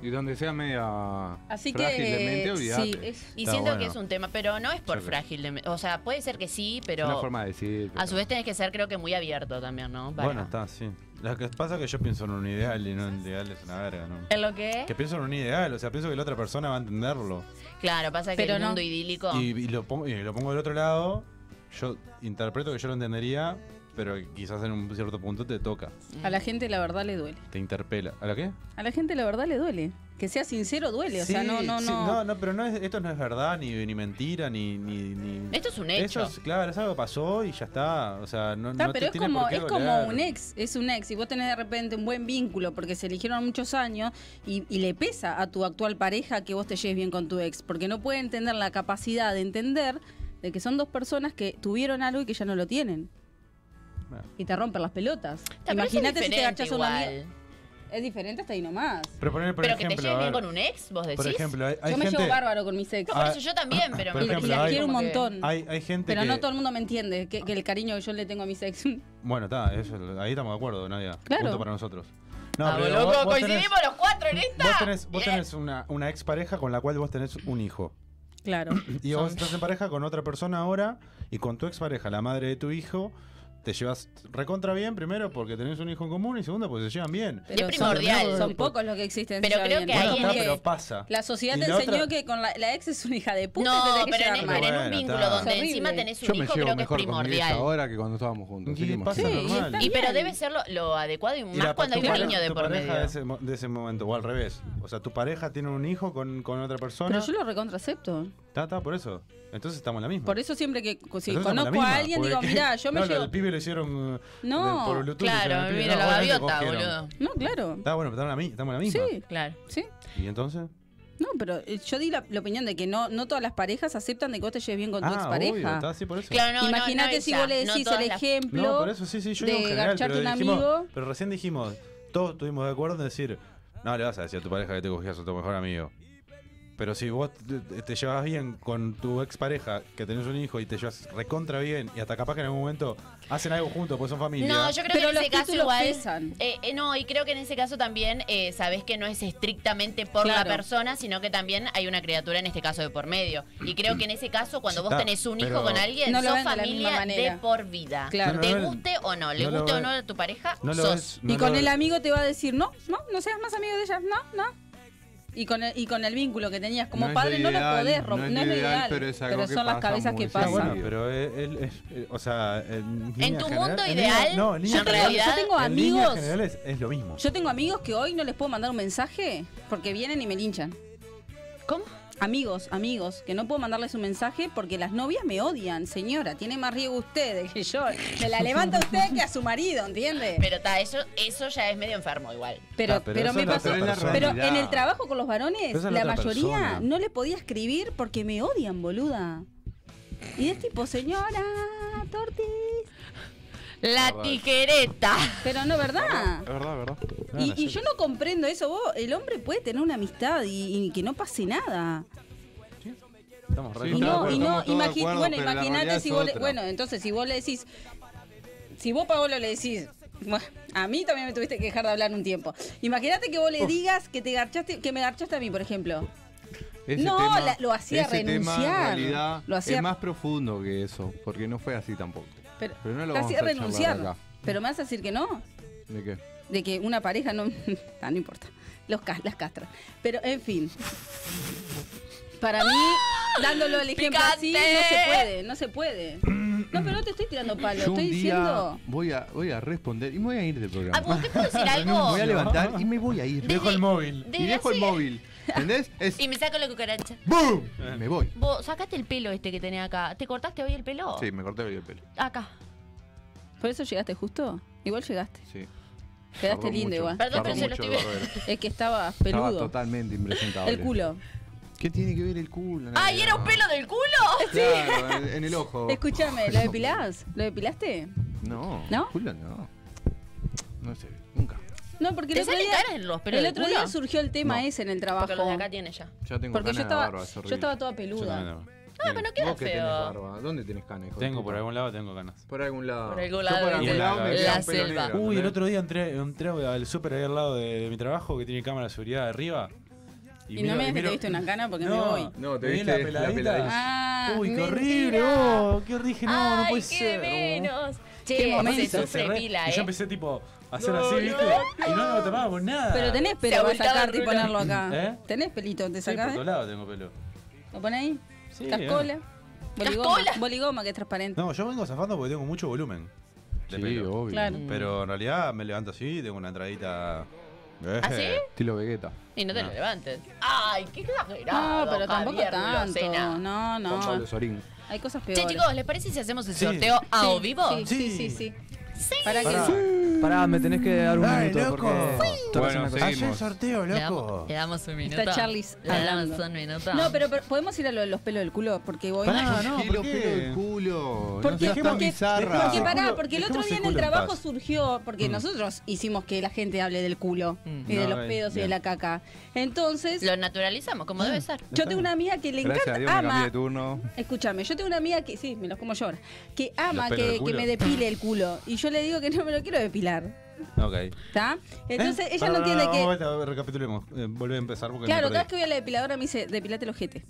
Speaker 2: y donde sea media
Speaker 4: Así que
Speaker 2: frágil de mente,
Speaker 4: eh,
Speaker 2: olvidate.
Speaker 4: sí, es-
Speaker 1: Y
Speaker 3: Está
Speaker 1: siento que
Speaker 3: bueno.
Speaker 1: es un tema, pero no es por
Speaker 3: Yo creo.
Speaker 1: frágil. de- o sea, puede ser que sí,
Speaker 2: Es una
Speaker 1: pero
Speaker 2: forma de decir.
Speaker 1: a su vez tenés que ser, creo que, muy abierto también, ¿no? Para-
Speaker 3: Bueno, está, sí. Lo que pasa es que yo pienso en un ideal y no en ideal es una verga, ¿no?
Speaker 1: ¿En lo que?
Speaker 3: Que pienso en un ideal, o sea, pienso que la otra persona va a entenderlo.
Speaker 1: Claro, pasa que
Speaker 4: Pero
Speaker 1: el
Speaker 4: no.
Speaker 1: mundo idílico.
Speaker 3: Y, y lo pongo, y lo pongo del otro lado, yo interpreto que yo lo entendería, pero quizás en un cierto punto te toca,
Speaker 4: a la gente la verdad le duele.
Speaker 3: te interpela. ¿A la qué?
Speaker 4: A la gente la verdad le duele. Que sea sincero duele, o sea,
Speaker 3: Sí,
Speaker 4: no, no,
Speaker 3: sí,
Speaker 4: no.
Speaker 3: no, no, pero no es, esto no es verdad, ni, ni mentira, ni, ni, ni-
Speaker 1: Esto es un hecho.
Speaker 3: Eso es, claro, es algo que pasó y ya está. O sea, no,
Speaker 4: Está,
Speaker 3: no te
Speaker 4: pero es
Speaker 3: tiene
Speaker 4: como,
Speaker 3: por qué
Speaker 4: es como
Speaker 3: doler.
Speaker 4: un ex, es un ex. Y vos tenés de repente un buen vínculo porque se eligieron muchos años y, y le pesa a tu actual pareja que vos te lleves bien con tu ex. Porque no puede entender la capacidad de entender de que son dos personas que tuvieron algo y que ya no lo tienen.
Speaker 3: Bueno.
Speaker 4: Y te rompen las pelotas.
Speaker 1: Está, pero eso es
Speaker 4: Imagínate si te
Speaker 1: diferente
Speaker 4: agachas a una
Speaker 1: igual.
Speaker 4: amiga. Es diferente hasta ahí nomás.
Speaker 3: Pero, poner, por
Speaker 1: pero que te
Speaker 3: ejemplo,
Speaker 1: lleves
Speaker 3: a
Speaker 1: bien
Speaker 3: ver,
Speaker 1: con un ex, vos decís.
Speaker 3: Por ejemplo, hay, hay
Speaker 4: yo me
Speaker 3: gente,
Speaker 4: llevo bárbaro con mis ex.
Speaker 1: No, por
Speaker 3: Ah,
Speaker 1: eso yo también, pero
Speaker 3: por
Speaker 1: me
Speaker 4: y, y
Speaker 1: parece
Speaker 3: ejemplo,
Speaker 4: las
Speaker 1: que
Speaker 3: hay-
Speaker 4: quiero un
Speaker 1: como que-
Speaker 4: montón.
Speaker 3: hay, hay gente
Speaker 4: pero
Speaker 3: que...
Speaker 4: no todo el mundo me entiende que, que el cariño que yo le tengo a mis ex.
Speaker 3: Bueno, está, eso- ahí estamos de acuerdo, Nadia.
Speaker 4: Claro.
Speaker 3: Punto para nosotros. No,
Speaker 1: Ah,
Speaker 3: pero
Speaker 1: loco,
Speaker 3: vos- vos tenés-
Speaker 1: coincidimos los cuatro en esta.
Speaker 3: Vos tenés, vos
Speaker 1: Bien.
Speaker 3: tenés una, una ex pareja con la cual vos tenés un hijo.
Speaker 4: Claro.
Speaker 3: Y vos estás en pareja con otra persona ahora y con tu ex pareja, la madre de tu hijo, te llevas recontra bien, primero porque tenés un hijo en común y segundo porque se llevan bien.
Speaker 1: es primordial.
Speaker 4: Son, pocos los que existen.
Speaker 1: Pero
Speaker 4: ya
Speaker 1: creo
Speaker 4: bien.
Speaker 1: que
Speaker 3: Bueno,
Speaker 1: ahí
Speaker 3: está,
Speaker 1: es-
Speaker 3: pero pasa.
Speaker 4: La sociedad
Speaker 3: Y
Speaker 4: te
Speaker 3: la
Speaker 4: enseñó
Speaker 3: otra-
Speaker 4: que con la, la ex es una hija de puta y te
Speaker 1: No,
Speaker 4: tenés que
Speaker 1: pero en,
Speaker 4: llevar
Speaker 1: pero
Speaker 4: mal.
Speaker 1: en un
Speaker 3: Bueno,
Speaker 1: vínculo
Speaker 3: está.
Speaker 1: donde
Speaker 4: Horrible.
Speaker 1: encima tenés
Speaker 2: Yo
Speaker 1: un
Speaker 2: me
Speaker 1: hijo,
Speaker 2: llevo
Speaker 1: creo que es
Speaker 2: mejor con mi ex
Speaker 1: primordial.
Speaker 2: ahora que cuando estábamos juntos.
Speaker 3: Y
Speaker 2: Seguimos.
Speaker 3: pasa
Speaker 4: Sí,
Speaker 3: normal.
Speaker 4: está
Speaker 1: Y pero
Speaker 4: bien.
Speaker 1: debe ser lo, lo adecuado y
Speaker 3: Y
Speaker 1: más
Speaker 3: la-
Speaker 1: cuando
Speaker 3: tu
Speaker 1: hay un
Speaker 3: pareja-
Speaker 1: niño de
Speaker 3: tu
Speaker 1: por
Speaker 3: pareja
Speaker 1: medio.
Speaker 3: De ese, mo- de ese momento, o al revés. O sea, tu pareja tiene un hijo con, con otra persona.
Speaker 4: Pero yo lo recontracepto.
Speaker 3: Está, está, por eso. Entonces estamos en la misma.
Speaker 4: Por eso siempre que co- si
Speaker 3: Entonces estamos en la
Speaker 4: conozco a
Speaker 3: misma,
Speaker 4: alguien,
Speaker 3: porque
Speaker 4: digo,
Speaker 3: que-
Speaker 4: mirá, yo me
Speaker 3: no, lo
Speaker 4: llevo.
Speaker 3: del pibe lo hicieron eh,
Speaker 4: No,
Speaker 3: de- por Bluetooth. hicieron
Speaker 1: Claro,
Speaker 3: el pibe,
Speaker 1: mira
Speaker 3: no,
Speaker 1: la
Speaker 3: bueno, te
Speaker 1: gaviota,
Speaker 3: cogieron.
Speaker 1: boludo.
Speaker 4: No, claro.
Speaker 3: Está bueno, pero estamos en la, mi- estamos en la misma.
Speaker 4: Sí,
Speaker 1: Claro.
Speaker 4: sí.
Speaker 3: ¿Y entonces?
Speaker 4: No, pero eh, yo di la, la opinión de que no, no todas las parejas aceptan de que vos te lleves bien con tu
Speaker 3: ah, obvio,
Speaker 4: expareja.
Speaker 3: está así por eso.
Speaker 1: Claro, no, no,
Speaker 4: Imagínate
Speaker 1: no
Speaker 4: si
Speaker 1: esa,
Speaker 4: vos le
Speaker 1: no
Speaker 4: decís
Speaker 1: todas
Speaker 4: el
Speaker 1: las-
Speaker 4: ejemplo.
Speaker 3: No, por eso sí, sí, yo digo
Speaker 4: de
Speaker 3: en general, pero,
Speaker 4: garcharte un
Speaker 3: dijimos-
Speaker 4: amigo.
Speaker 3: pero recién dijimos, todos estuvimos de acuerdo en decir, no le vas a decir a tu pareja que te cogías a tu mejor amigo. Pero si vos te, te llevas bien con tu expareja, que tenés un hijo y te llevas recontra bien, y hasta capaz que en algún momento hacen algo juntos, pues son familia.
Speaker 1: No, yo creo
Speaker 4: Pero
Speaker 1: que en
Speaker 4: los
Speaker 1: ese caso
Speaker 4: títulos
Speaker 1: igual.
Speaker 4: pesan.
Speaker 1: Eh, eh, no, y creo que en ese caso también eh, sabés que no es estrictamente por
Speaker 4: Claro.
Speaker 1: la persona, sino que también hay una criatura en este caso de por medio. Y creo que en ese caso, cuando
Speaker 3: Sí,
Speaker 1: vos
Speaker 3: está,
Speaker 1: tenés un
Speaker 3: pero-
Speaker 1: hijo con alguien,
Speaker 4: No lo
Speaker 1: sos
Speaker 4: ven de la misma
Speaker 1: familia de
Speaker 4: manera.
Speaker 1: por vida.
Speaker 4: Claro.
Speaker 1: Te
Speaker 3: No, no, no,
Speaker 1: guste o no, le
Speaker 3: no lo
Speaker 1: guste o
Speaker 3: ven-
Speaker 1: no a tu pareja,
Speaker 3: no lo
Speaker 1: sos.
Speaker 3: ves, no
Speaker 4: y con
Speaker 3: lo-
Speaker 4: el amigo te va a decir, no, no, no seas más amigo de ella, no, no. Y con el, y con el vínculo que tenías como
Speaker 2: No es lo
Speaker 4: padre no
Speaker 2: ideal,
Speaker 4: lo podés romper, no es lo ideal,
Speaker 2: pero es algo que
Speaker 4: son las
Speaker 2: pasa Ah,
Speaker 4: cabezas
Speaker 2: muy
Speaker 4: que
Speaker 3: Está
Speaker 2: seguido.
Speaker 4: pasan.
Speaker 3: Ah, bueno, pero es- es- es- eh, o sea, en,
Speaker 1: En
Speaker 3: línea
Speaker 1: tu
Speaker 3: general-
Speaker 1: mundo
Speaker 3: en línea-
Speaker 1: ideal,
Speaker 3: no, en línea
Speaker 1: yo
Speaker 3: general-
Speaker 1: realidad-
Speaker 4: tengo
Speaker 3: en líneas
Speaker 4: amigos-
Speaker 3: generales es lo mismo.
Speaker 4: Yo tengo amigos que hoy no les puedo mandar un mensaje porque vienen y me linchan.
Speaker 1: ¿Cómo?
Speaker 4: Amigos, amigos, que no puedo mandarles un mensaje porque las novias me odian. Señora, tiene más riesgo usted que yo. Me la levanta usted que a su marido, ¿entiende?
Speaker 1: Pero está, eso, eso ya es medio enfermo igual.
Speaker 4: Pero,
Speaker 3: Ah, pero
Speaker 4: pero
Speaker 3: eso
Speaker 4: me
Speaker 3: es la
Speaker 4: pasó.
Speaker 3: otra persona.
Speaker 4: Pero en
Speaker 2: Realidad.
Speaker 4: el trabajo con los varones,
Speaker 3: Pero esa es la
Speaker 4: la
Speaker 3: otra
Speaker 4: mayoría
Speaker 3: persona.
Speaker 4: no le podía escribir porque me odian, boluda. Y es tipo, señora, tortis.
Speaker 3: Ah,
Speaker 1: La tijereta.
Speaker 4: Pero no, ¿verdad?
Speaker 2: Es verdad, verdad.
Speaker 4: Y, y yo no comprendo eso. Vos, el hombre puede tener una amistad y, y que no pase nada.
Speaker 3: Estamos re
Speaker 2: Sí,
Speaker 4: Y
Speaker 2: de
Speaker 4: no,
Speaker 2: acuerdo,
Speaker 4: y no,
Speaker 2: estamos todos de
Speaker 4: imagi-
Speaker 2: acuerdo,
Speaker 4: bueno,
Speaker 2: pero la
Speaker 4: imagínate
Speaker 2: realidad
Speaker 4: si
Speaker 2: es
Speaker 4: vos le,
Speaker 2: otra.
Speaker 4: bueno, entonces si vos le decís, si vos Paolo le decís, "Buah, a mí también me tuviste que dejar de hablar un tiempo. Imagínate que vos le digas que te garchaste, que me garchaste a mí, por ejemplo.
Speaker 2: Ese
Speaker 4: No,
Speaker 2: tema-
Speaker 4: la- lo hacía
Speaker 2: ese tema, en
Speaker 4: renunciar.
Speaker 2: realidad,
Speaker 4: Lo hacía-
Speaker 2: Es más profundo que eso, porque no fue así tampoco.
Speaker 4: Pero,
Speaker 2: Pero no lo
Speaker 4: te
Speaker 2: vamos
Speaker 4: hacía
Speaker 2: a charlar
Speaker 4: renunciar.
Speaker 2: acá.
Speaker 4: Pero me vas a decir que no,
Speaker 2: ¿De qué?
Speaker 4: de que una pareja no, ah, no importa, los cas- las castras. Pero en fin, para mí, dándolo el ejemplo así, no se
Speaker 1: ¡Ah! ¡Picante!
Speaker 4: puede, no se puede. No, pero no te estoy tirando palo,
Speaker 2: Yo un
Speaker 4: estoy
Speaker 2: día
Speaker 4: diciendo.
Speaker 2: voy a, voy a responder y me voy a ir del
Speaker 1: Ah,
Speaker 2: programa.
Speaker 1: ¿vos te puedo decir algo?
Speaker 2: voy a levantar y me voy a ir.
Speaker 1: Desde-
Speaker 3: Dejo el móvil.
Speaker 1: desde
Speaker 2: y dejo el
Speaker 1: hace-
Speaker 2: móvil. ¿Entendés? Es
Speaker 1: Y me saco la cucaracha.
Speaker 2: ¡Boom! Me voy.
Speaker 1: Vos, sacate el pelo este que tenés acá. ¿Te cortaste hoy el pelo?
Speaker 2: Sí, me corté el pelo.
Speaker 1: Acá.
Speaker 4: ¿Por eso llegaste justo? Igual llegaste.
Speaker 2: Sí.
Speaker 4: Quedaste lindo igual.
Speaker 1: Perdón, pero
Speaker 2: Tardó
Speaker 1: se lo
Speaker 2: mucho,
Speaker 1: estoy-
Speaker 2: barbero.
Speaker 4: Es que estabas
Speaker 2: Estaba
Speaker 4: peludo.
Speaker 2: totalmente impresentable.
Speaker 4: El culo.
Speaker 2: ¿Qué tiene que ver el culo?
Speaker 1: ¡Ay, era un pelo del culo!
Speaker 2: Claro, en- en el ojo.
Speaker 4: Escúchame, ¿lo depilás? ¿Lo depilaste?
Speaker 2: No.
Speaker 4: ¿No?
Speaker 2: Culo no. No sé, nunca.
Speaker 4: No, porque
Speaker 1: ¿Te
Speaker 4: el otro
Speaker 1: salen
Speaker 4: día,
Speaker 1: caras en los pelos
Speaker 4: el
Speaker 1: del
Speaker 4: otro
Speaker 1: culo?
Speaker 4: día surgió el tema
Speaker 2: No.
Speaker 4: ese en el trabajo.
Speaker 1: Porque los de acá tienen ya.
Speaker 2: Ya tengo
Speaker 4: Porque
Speaker 2: canas
Speaker 4: yo
Speaker 2: en la
Speaker 4: estaba,
Speaker 2: barba, es
Speaker 4: yo
Speaker 2: horrible.
Speaker 4: estaba toda
Speaker 3: Yo
Speaker 4: peluda.
Speaker 3: no- no.
Speaker 1: No, pero no queda
Speaker 2: ¿Vos que tenés
Speaker 1: feo.
Speaker 2: barba? ¿Dónde tenés canas, hijo de
Speaker 3: Tengo por
Speaker 2: puta?
Speaker 3: algún lado, tengo ganas.
Speaker 2: Por algún lado.
Speaker 1: Por algún
Speaker 2: Yo
Speaker 1: lado
Speaker 2: por
Speaker 1: de
Speaker 2: algún
Speaker 3: la-
Speaker 2: lado me
Speaker 3: la
Speaker 2: queda un pelo
Speaker 1: selva.
Speaker 2: negro,
Speaker 3: Uy, el
Speaker 2: ¿entendés?
Speaker 3: otro día entré, entré al súper ahí al lado de, de mi trabajo que tiene cámara de seguridad de arriba.
Speaker 4: Y, no me digas que te viste una cana porque me voy.
Speaker 2: No, te
Speaker 3: vi
Speaker 2: viste la peladita.
Speaker 4: Ah,
Speaker 3: Uy, qué
Speaker 4: mentira.
Speaker 3: horrible, oh, qué horrible, no, no
Speaker 1: Ay,
Speaker 3: puede
Speaker 1: qué
Speaker 3: ser.
Speaker 1: de menos.
Speaker 4: Qué
Speaker 1: Che,
Speaker 4: momento.
Speaker 1: se
Speaker 3: Se
Speaker 1: sufre
Speaker 3: cerré,
Speaker 1: pila,
Speaker 3: y
Speaker 1: ¿eh?
Speaker 3: yo empecé tipo a hacer
Speaker 2: No,
Speaker 3: así,
Speaker 2: no,
Speaker 3: ¿viste? Y no lo tomaba por nada.
Speaker 4: Pero tenés pelo
Speaker 1: Se
Speaker 4: para
Speaker 1: abultaba
Speaker 4: sacarte y
Speaker 1: el rulo.
Speaker 4: ponerlo acá.
Speaker 3: ¿Eh?
Speaker 4: ¿Tenés pelito? ¿Te
Speaker 3: Sí, por
Speaker 4: sacás?
Speaker 3: todos lados tengo pelo.
Speaker 4: ¿Lo pones ahí?
Speaker 3: Sí,
Speaker 4: Cascola.
Speaker 3: eh.
Speaker 4: Boligoma.
Speaker 1: Cascola.
Speaker 4: Boligoma que es transparente.
Speaker 3: No, yo vengo zafando porque tengo mucho volumen de
Speaker 2: Sí,
Speaker 3: pelo.
Speaker 2: obvio.
Speaker 4: Claro.
Speaker 3: Pero en realidad me levanto así y tengo una entradita. Eh.
Speaker 1: ¿Ah, sí?
Speaker 2: Estilo Vegeta.
Speaker 1: Y no te
Speaker 3: No.
Speaker 1: lo levantes. Ay, qué
Speaker 4: No,
Speaker 1: exagerado.
Speaker 4: Ah, pero tampoco
Speaker 1: Javier
Speaker 4: tanto.
Speaker 1: Lucena.
Speaker 4: No,
Speaker 2: Con Pablo
Speaker 4: no.
Speaker 2: Sorín.
Speaker 4: Hay cosas peores.
Speaker 1: Che, chicos, ¿les parece si hacemos el
Speaker 3: Sí.
Speaker 1: sorteo a o
Speaker 4: Sí,
Speaker 1: vivo?
Speaker 4: Sí, sí, sí.
Speaker 3: Sí.
Speaker 4: sí.
Speaker 1: Sí.
Speaker 4: Para que
Speaker 3: Pará.
Speaker 6: Pará, me tenés que dar un
Speaker 3: Ay,
Speaker 6: minuto
Speaker 3: loco.
Speaker 6: porque
Speaker 3: Sí.
Speaker 6: toca
Speaker 2: Bueno,
Speaker 6: hacer una cosa.
Speaker 2: sí. Seguimos.
Speaker 3: Ayer sorteo,
Speaker 1: Le
Speaker 3: loco.
Speaker 1: damos, le damos un minuto.
Speaker 4: Está Charlize
Speaker 1: Le damos
Speaker 4: hablando.
Speaker 1: un minuto.
Speaker 4: No, pero, pero podemos ir a lo de los pelos del culo porque voy.
Speaker 3: Pará, no,
Speaker 2: Sí,
Speaker 3: ¿por
Speaker 2: los
Speaker 3: qué?
Speaker 2: pelos del culo.
Speaker 4: ¿Por
Speaker 2: no
Speaker 4: qué?
Speaker 2: seas tan
Speaker 4: Porque-
Speaker 2: bizarra.
Speaker 4: Porque
Speaker 3: Ah.
Speaker 4: pará,
Speaker 3: Culo-
Speaker 4: porque el otro
Speaker 3: dejemos
Speaker 4: día
Speaker 3: el
Speaker 4: en el
Speaker 3: culo en
Speaker 4: trabajo
Speaker 3: paz.
Speaker 4: surgió, porque nosotros hicimos que la gente hable del culo
Speaker 1: Mm.
Speaker 4: y de
Speaker 3: No,
Speaker 4: los
Speaker 3: eh,
Speaker 4: pedos y de
Speaker 3: bien.
Speaker 4: la caca. Entonces,
Speaker 1: Lo naturalizamos,
Speaker 4: Mm.
Speaker 1: como debe ser.
Speaker 4: yo tengo una amiga que le
Speaker 2: Gracias
Speaker 4: encanta,
Speaker 2: a Dios me cambié
Speaker 4: ama.
Speaker 2: de turno.
Speaker 4: Escúchame, yo tengo una amiga que, sí, me los como yo ahora, que ama
Speaker 3: pelos
Speaker 4: que,
Speaker 3: del
Speaker 4: que
Speaker 3: culo?
Speaker 4: me depile el culo. Y yo le digo que no me lo quiero depilar.
Speaker 3: Ok.
Speaker 4: ¿Está? Entonces,
Speaker 3: ¿Eh?
Speaker 4: ella
Speaker 3: Pará,
Speaker 4: no entiende
Speaker 3: pará,
Speaker 4: que.
Speaker 3: vamos de vuelta, recapitulemos. Eh, volvé a empezar porque.
Speaker 4: Claro,
Speaker 3: me
Speaker 4: cada vez
Speaker 3: perdí.
Speaker 4: que voy a la depiladora me dice, depilate el ojete.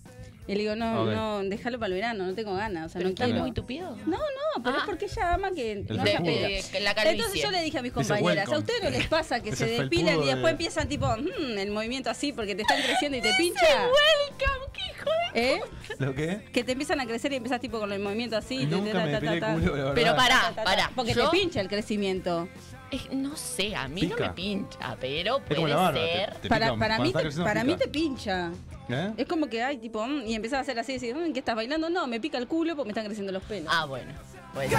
Speaker 4: Y le digo, no,
Speaker 3: Ok.
Speaker 4: no, déjalo para el verano, no tengo ganas, o sea,
Speaker 1: Pero
Speaker 4: no
Speaker 1: está
Speaker 4: quiero.
Speaker 1: muy tupido.
Speaker 4: No, no, pero
Speaker 1: Ah.
Speaker 4: es porque ella ama que no
Speaker 3: felpudo.
Speaker 4: haya pelo.
Speaker 1: De- de- la calvicie.
Speaker 4: Entonces yo le dije a mis
Speaker 3: Dice
Speaker 4: compañeras, ¿a
Speaker 3: welcome.
Speaker 4: ustedes no les pasa que se
Speaker 3: Ese felpudo
Speaker 4: depilan y
Speaker 3: de-
Speaker 4: después empiezan tipo, "Mm", el movimiento así porque te están creciendo y te pincha?
Speaker 1: Welcome, qué hijo de-
Speaker 4: ¿Eh?
Speaker 3: ¿Lo qué?
Speaker 4: Que te empiezan a crecer y empezás tipo con el movimiento así. ta, ta,
Speaker 3: Nunca me
Speaker 4: ta,
Speaker 3: depilé el
Speaker 4: ta, ta.
Speaker 3: culo, la verdad.
Speaker 1: Pero
Speaker 4: Ta,
Speaker 1: pará,
Speaker 4: ta, ta.
Speaker 1: pará.
Speaker 4: Porque
Speaker 1: Yo-
Speaker 4: te pincha el crecimiento.
Speaker 1: Eh, No sé, a mí no
Speaker 3: Pica.
Speaker 1: me pincha, pero
Speaker 3: Es como
Speaker 1: puede
Speaker 3: la barba.
Speaker 1: ser.
Speaker 3: te- te
Speaker 4: Para,
Speaker 3: pica,
Speaker 4: para,
Speaker 3: cuando
Speaker 4: mí,
Speaker 3: está
Speaker 4: te,
Speaker 3: creciendo
Speaker 4: para mí te
Speaker 3: pica.
Speaker 4: pincha.
Speaker 3: ¿Eh?
Speaker 4: Es como que hay tipo, "Mm", y empezás a hacer así, decir, "Mm, ¿qué estás bailando? No, me pica el culo porque me están creciendo los pelos.
Speaker 1: Ah, bueno. Pues,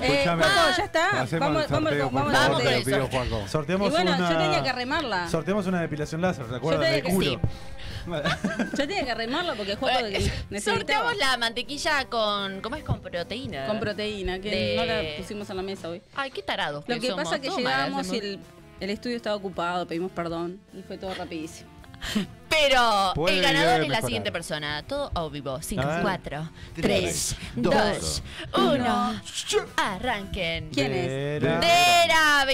Speaker 4: Eh,
Speaker 3: Escuchame.
Speaker 4: Juaco, ya está.
Speaker 2: Hacemos
Speaker 4: Vamos,
Speaker 2: el
Speaker 4: vamos,
Speaker 2: sorteo, por
Speaker 4: vamos,
Speaker 2: favor,
Speaker 1: vamos
Speaker 2: te
Speaker 1: con
Speaker 2: lo
Speaker 1: el
Speaker 2: pido,
Speaker 1: sorteo.
Speaker 2: Juaco.
Speaker 3: Sorteamos
Speaker 4: Y bueno,
Speaker 3: una.
Speaker 4: yo tenía que remarla.
Speaker 3: Sorteamos una depilación láser, ¿te acuerdas?
Speaker 4: tenía
Speaker 3: Del
Speaker 4: que-
Speaker 3: culo.
Speaker 4: Yo tenía que remarla porque el juego
Speaker 1: eh,
Speaker 4: necesitaba
Speaker 1: sorteamos la mantequilla con. ¿Cómo es? Con proteína.
Speaker 4: con proteína, que
Speaker 1: De-
Speaker 4: no la pusimos en la mesa hoy.
Speaker 1: Ay, qué tarado.
Speaker 4: Lo que pasa es que
Speaker 1: llegamos
Speaker 4: llegábamos y el, el estudio estaba ocupado, pedimos perdón y fue todo rapidísimo.
Speaker 1: Pero
Speaker 2: Puede
Speaker 1: el ganador es la
Speaker 2: mejorar.
Speaker 1: siguiente persona. Todo a vivo. 5,
Speaker 3: A ver.
Speaker 1: 4,
Speaker 2: Tres,
Speaker 1: 3,
Speaker 2: dos,
Speaker 1: 2, 1. Arranquen.
Speaker 4: ¿Quién es?
Speaker 3: Era-
Speaker 1: Dera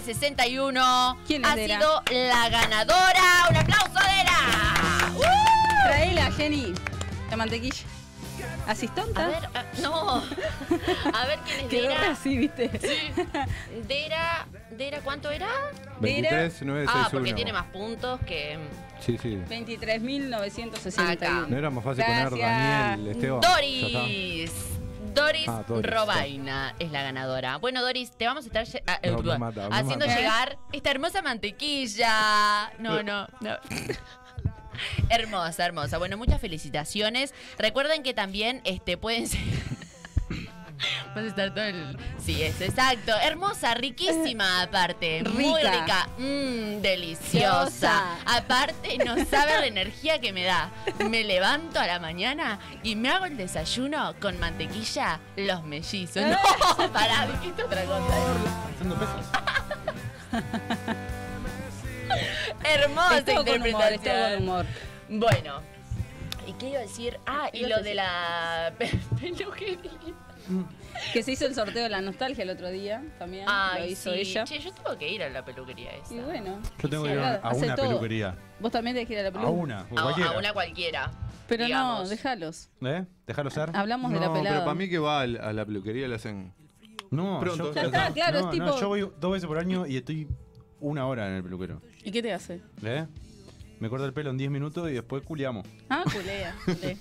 Speaker 1: 23961
Speaker 4: ¿Quién es
Speaker 1: ha
Speaker 4: Dera?
Speaker 1: sido la ganadora. ¡Un aplauso, Dera! ¡Uh!
Speaker 4: Traela, Jenny, la mantequilla. ¿Así tonta?
Speaker 1: A ver, ah, no. A ver quién es
Speaker 4: Quedó re
Speaker 1: Dera.
Speaker 4: así, ¿viste?
Speaker 1: Dera, Dera, ¿cuánto era?
Speaker 2: 23, 9,
Speaker 1: Ah, porque tiene más puntos que.
Speaker 2: Sí, sí.
Speaker 4: 23.961.
Speaker 2: No era más fácil poner
Speaker 4: Gracias.
Speaker 2: Daniel Esteban. Ya está.
Speaker 1: Doris. Doris
Speaker 2: Ah, Doris,
Speaker 1: Robaina es la ganadora. Bueno, Doris, te vamos a estar lle- a-
Speaker 2: No, me
Speaker 1: eh,
Speaker 2: mata, me
Speaker 1: haciendo
Speaker 2: mata.
Speaker 1: llegar esta hermosa mantequilla. No, no, no. hermosa, hermosa. Bueno, muchas felicitaciones. Recuerden que también este, pueden ser. Vas a estar todo el... Sí, es exacto. Hermosa, riquísima aparte. Muy
Speaker 4: Rica.
Speaker 1: rica. Mmm, deliciosa. Aparte, no sabe la energía que me da. Me levanto a la mañana y me hago el desayuno con mantequilla, los mellizos. No, pará, dijiste otra cosa.
Speaker 3: Haciendo pesas.
Speaker 1: Hermosa
Speaker 4: Estuvo con humor, estuvo con
Speaker 1: interpretación.
Speaker 4: humor.
Speaker 1: Bueno. ¿Y qué iba a decir? Ah, y lo de la pe- peluquería.
Speaker 4: Que se hizo el sorteo de la nostalgia el otro día también. lo
Speaker 1: Ay,
Speaker 4: hizo
Speaker 1: sí.
Speaker 4: ella.
Speaker 1: Che, yo tengo que ir a la peluquería esa.
Speaker 4: Y bueno.
Speaker 3: Yo tengo que ir a,
Speaker 4: Hace
Speaker 3: a una
Speaker 4: todo.
Speaker 3: peluquería.
Speaker 4: Vos también tenés que ir a la
Speaker 3: A
Speaker 4: peluca.
Speaker 3: una. o
Speaker 1: A,
Speaker 3: cualquiera.
Speaker 1: a una cualquiera.
Speaker 4: Pero no,
Speaker 1: digamos.
Speaker 4: déjalos.
Speaker 3: ¿Eh? Déjalo ser.
Speaker 4: Hablamos de la
Speaker 2: No, pero
Speaker 4: pelada.
Speaker 2: para mí que va al- a la peluquería le hacen.
Speaker 3: No,
Speaker 2: Pronto.
Speaker 3: yo-
Speaker 2: Ya
Speaker 4: está, claro,
Speaker 3: no,
Speaker 4: es
Speaker 3: no,
Speaker 4: tipo-
Speaker 3: yo voy dos veces por año y estoy una hora en el peluquero.
Speaker 4: ¿Y qué te hace?
Speaker 3: ¿Eh? Me corta el pelo en 10 minutos y después culiamos.
Speaker 4: Ah, culea. culé.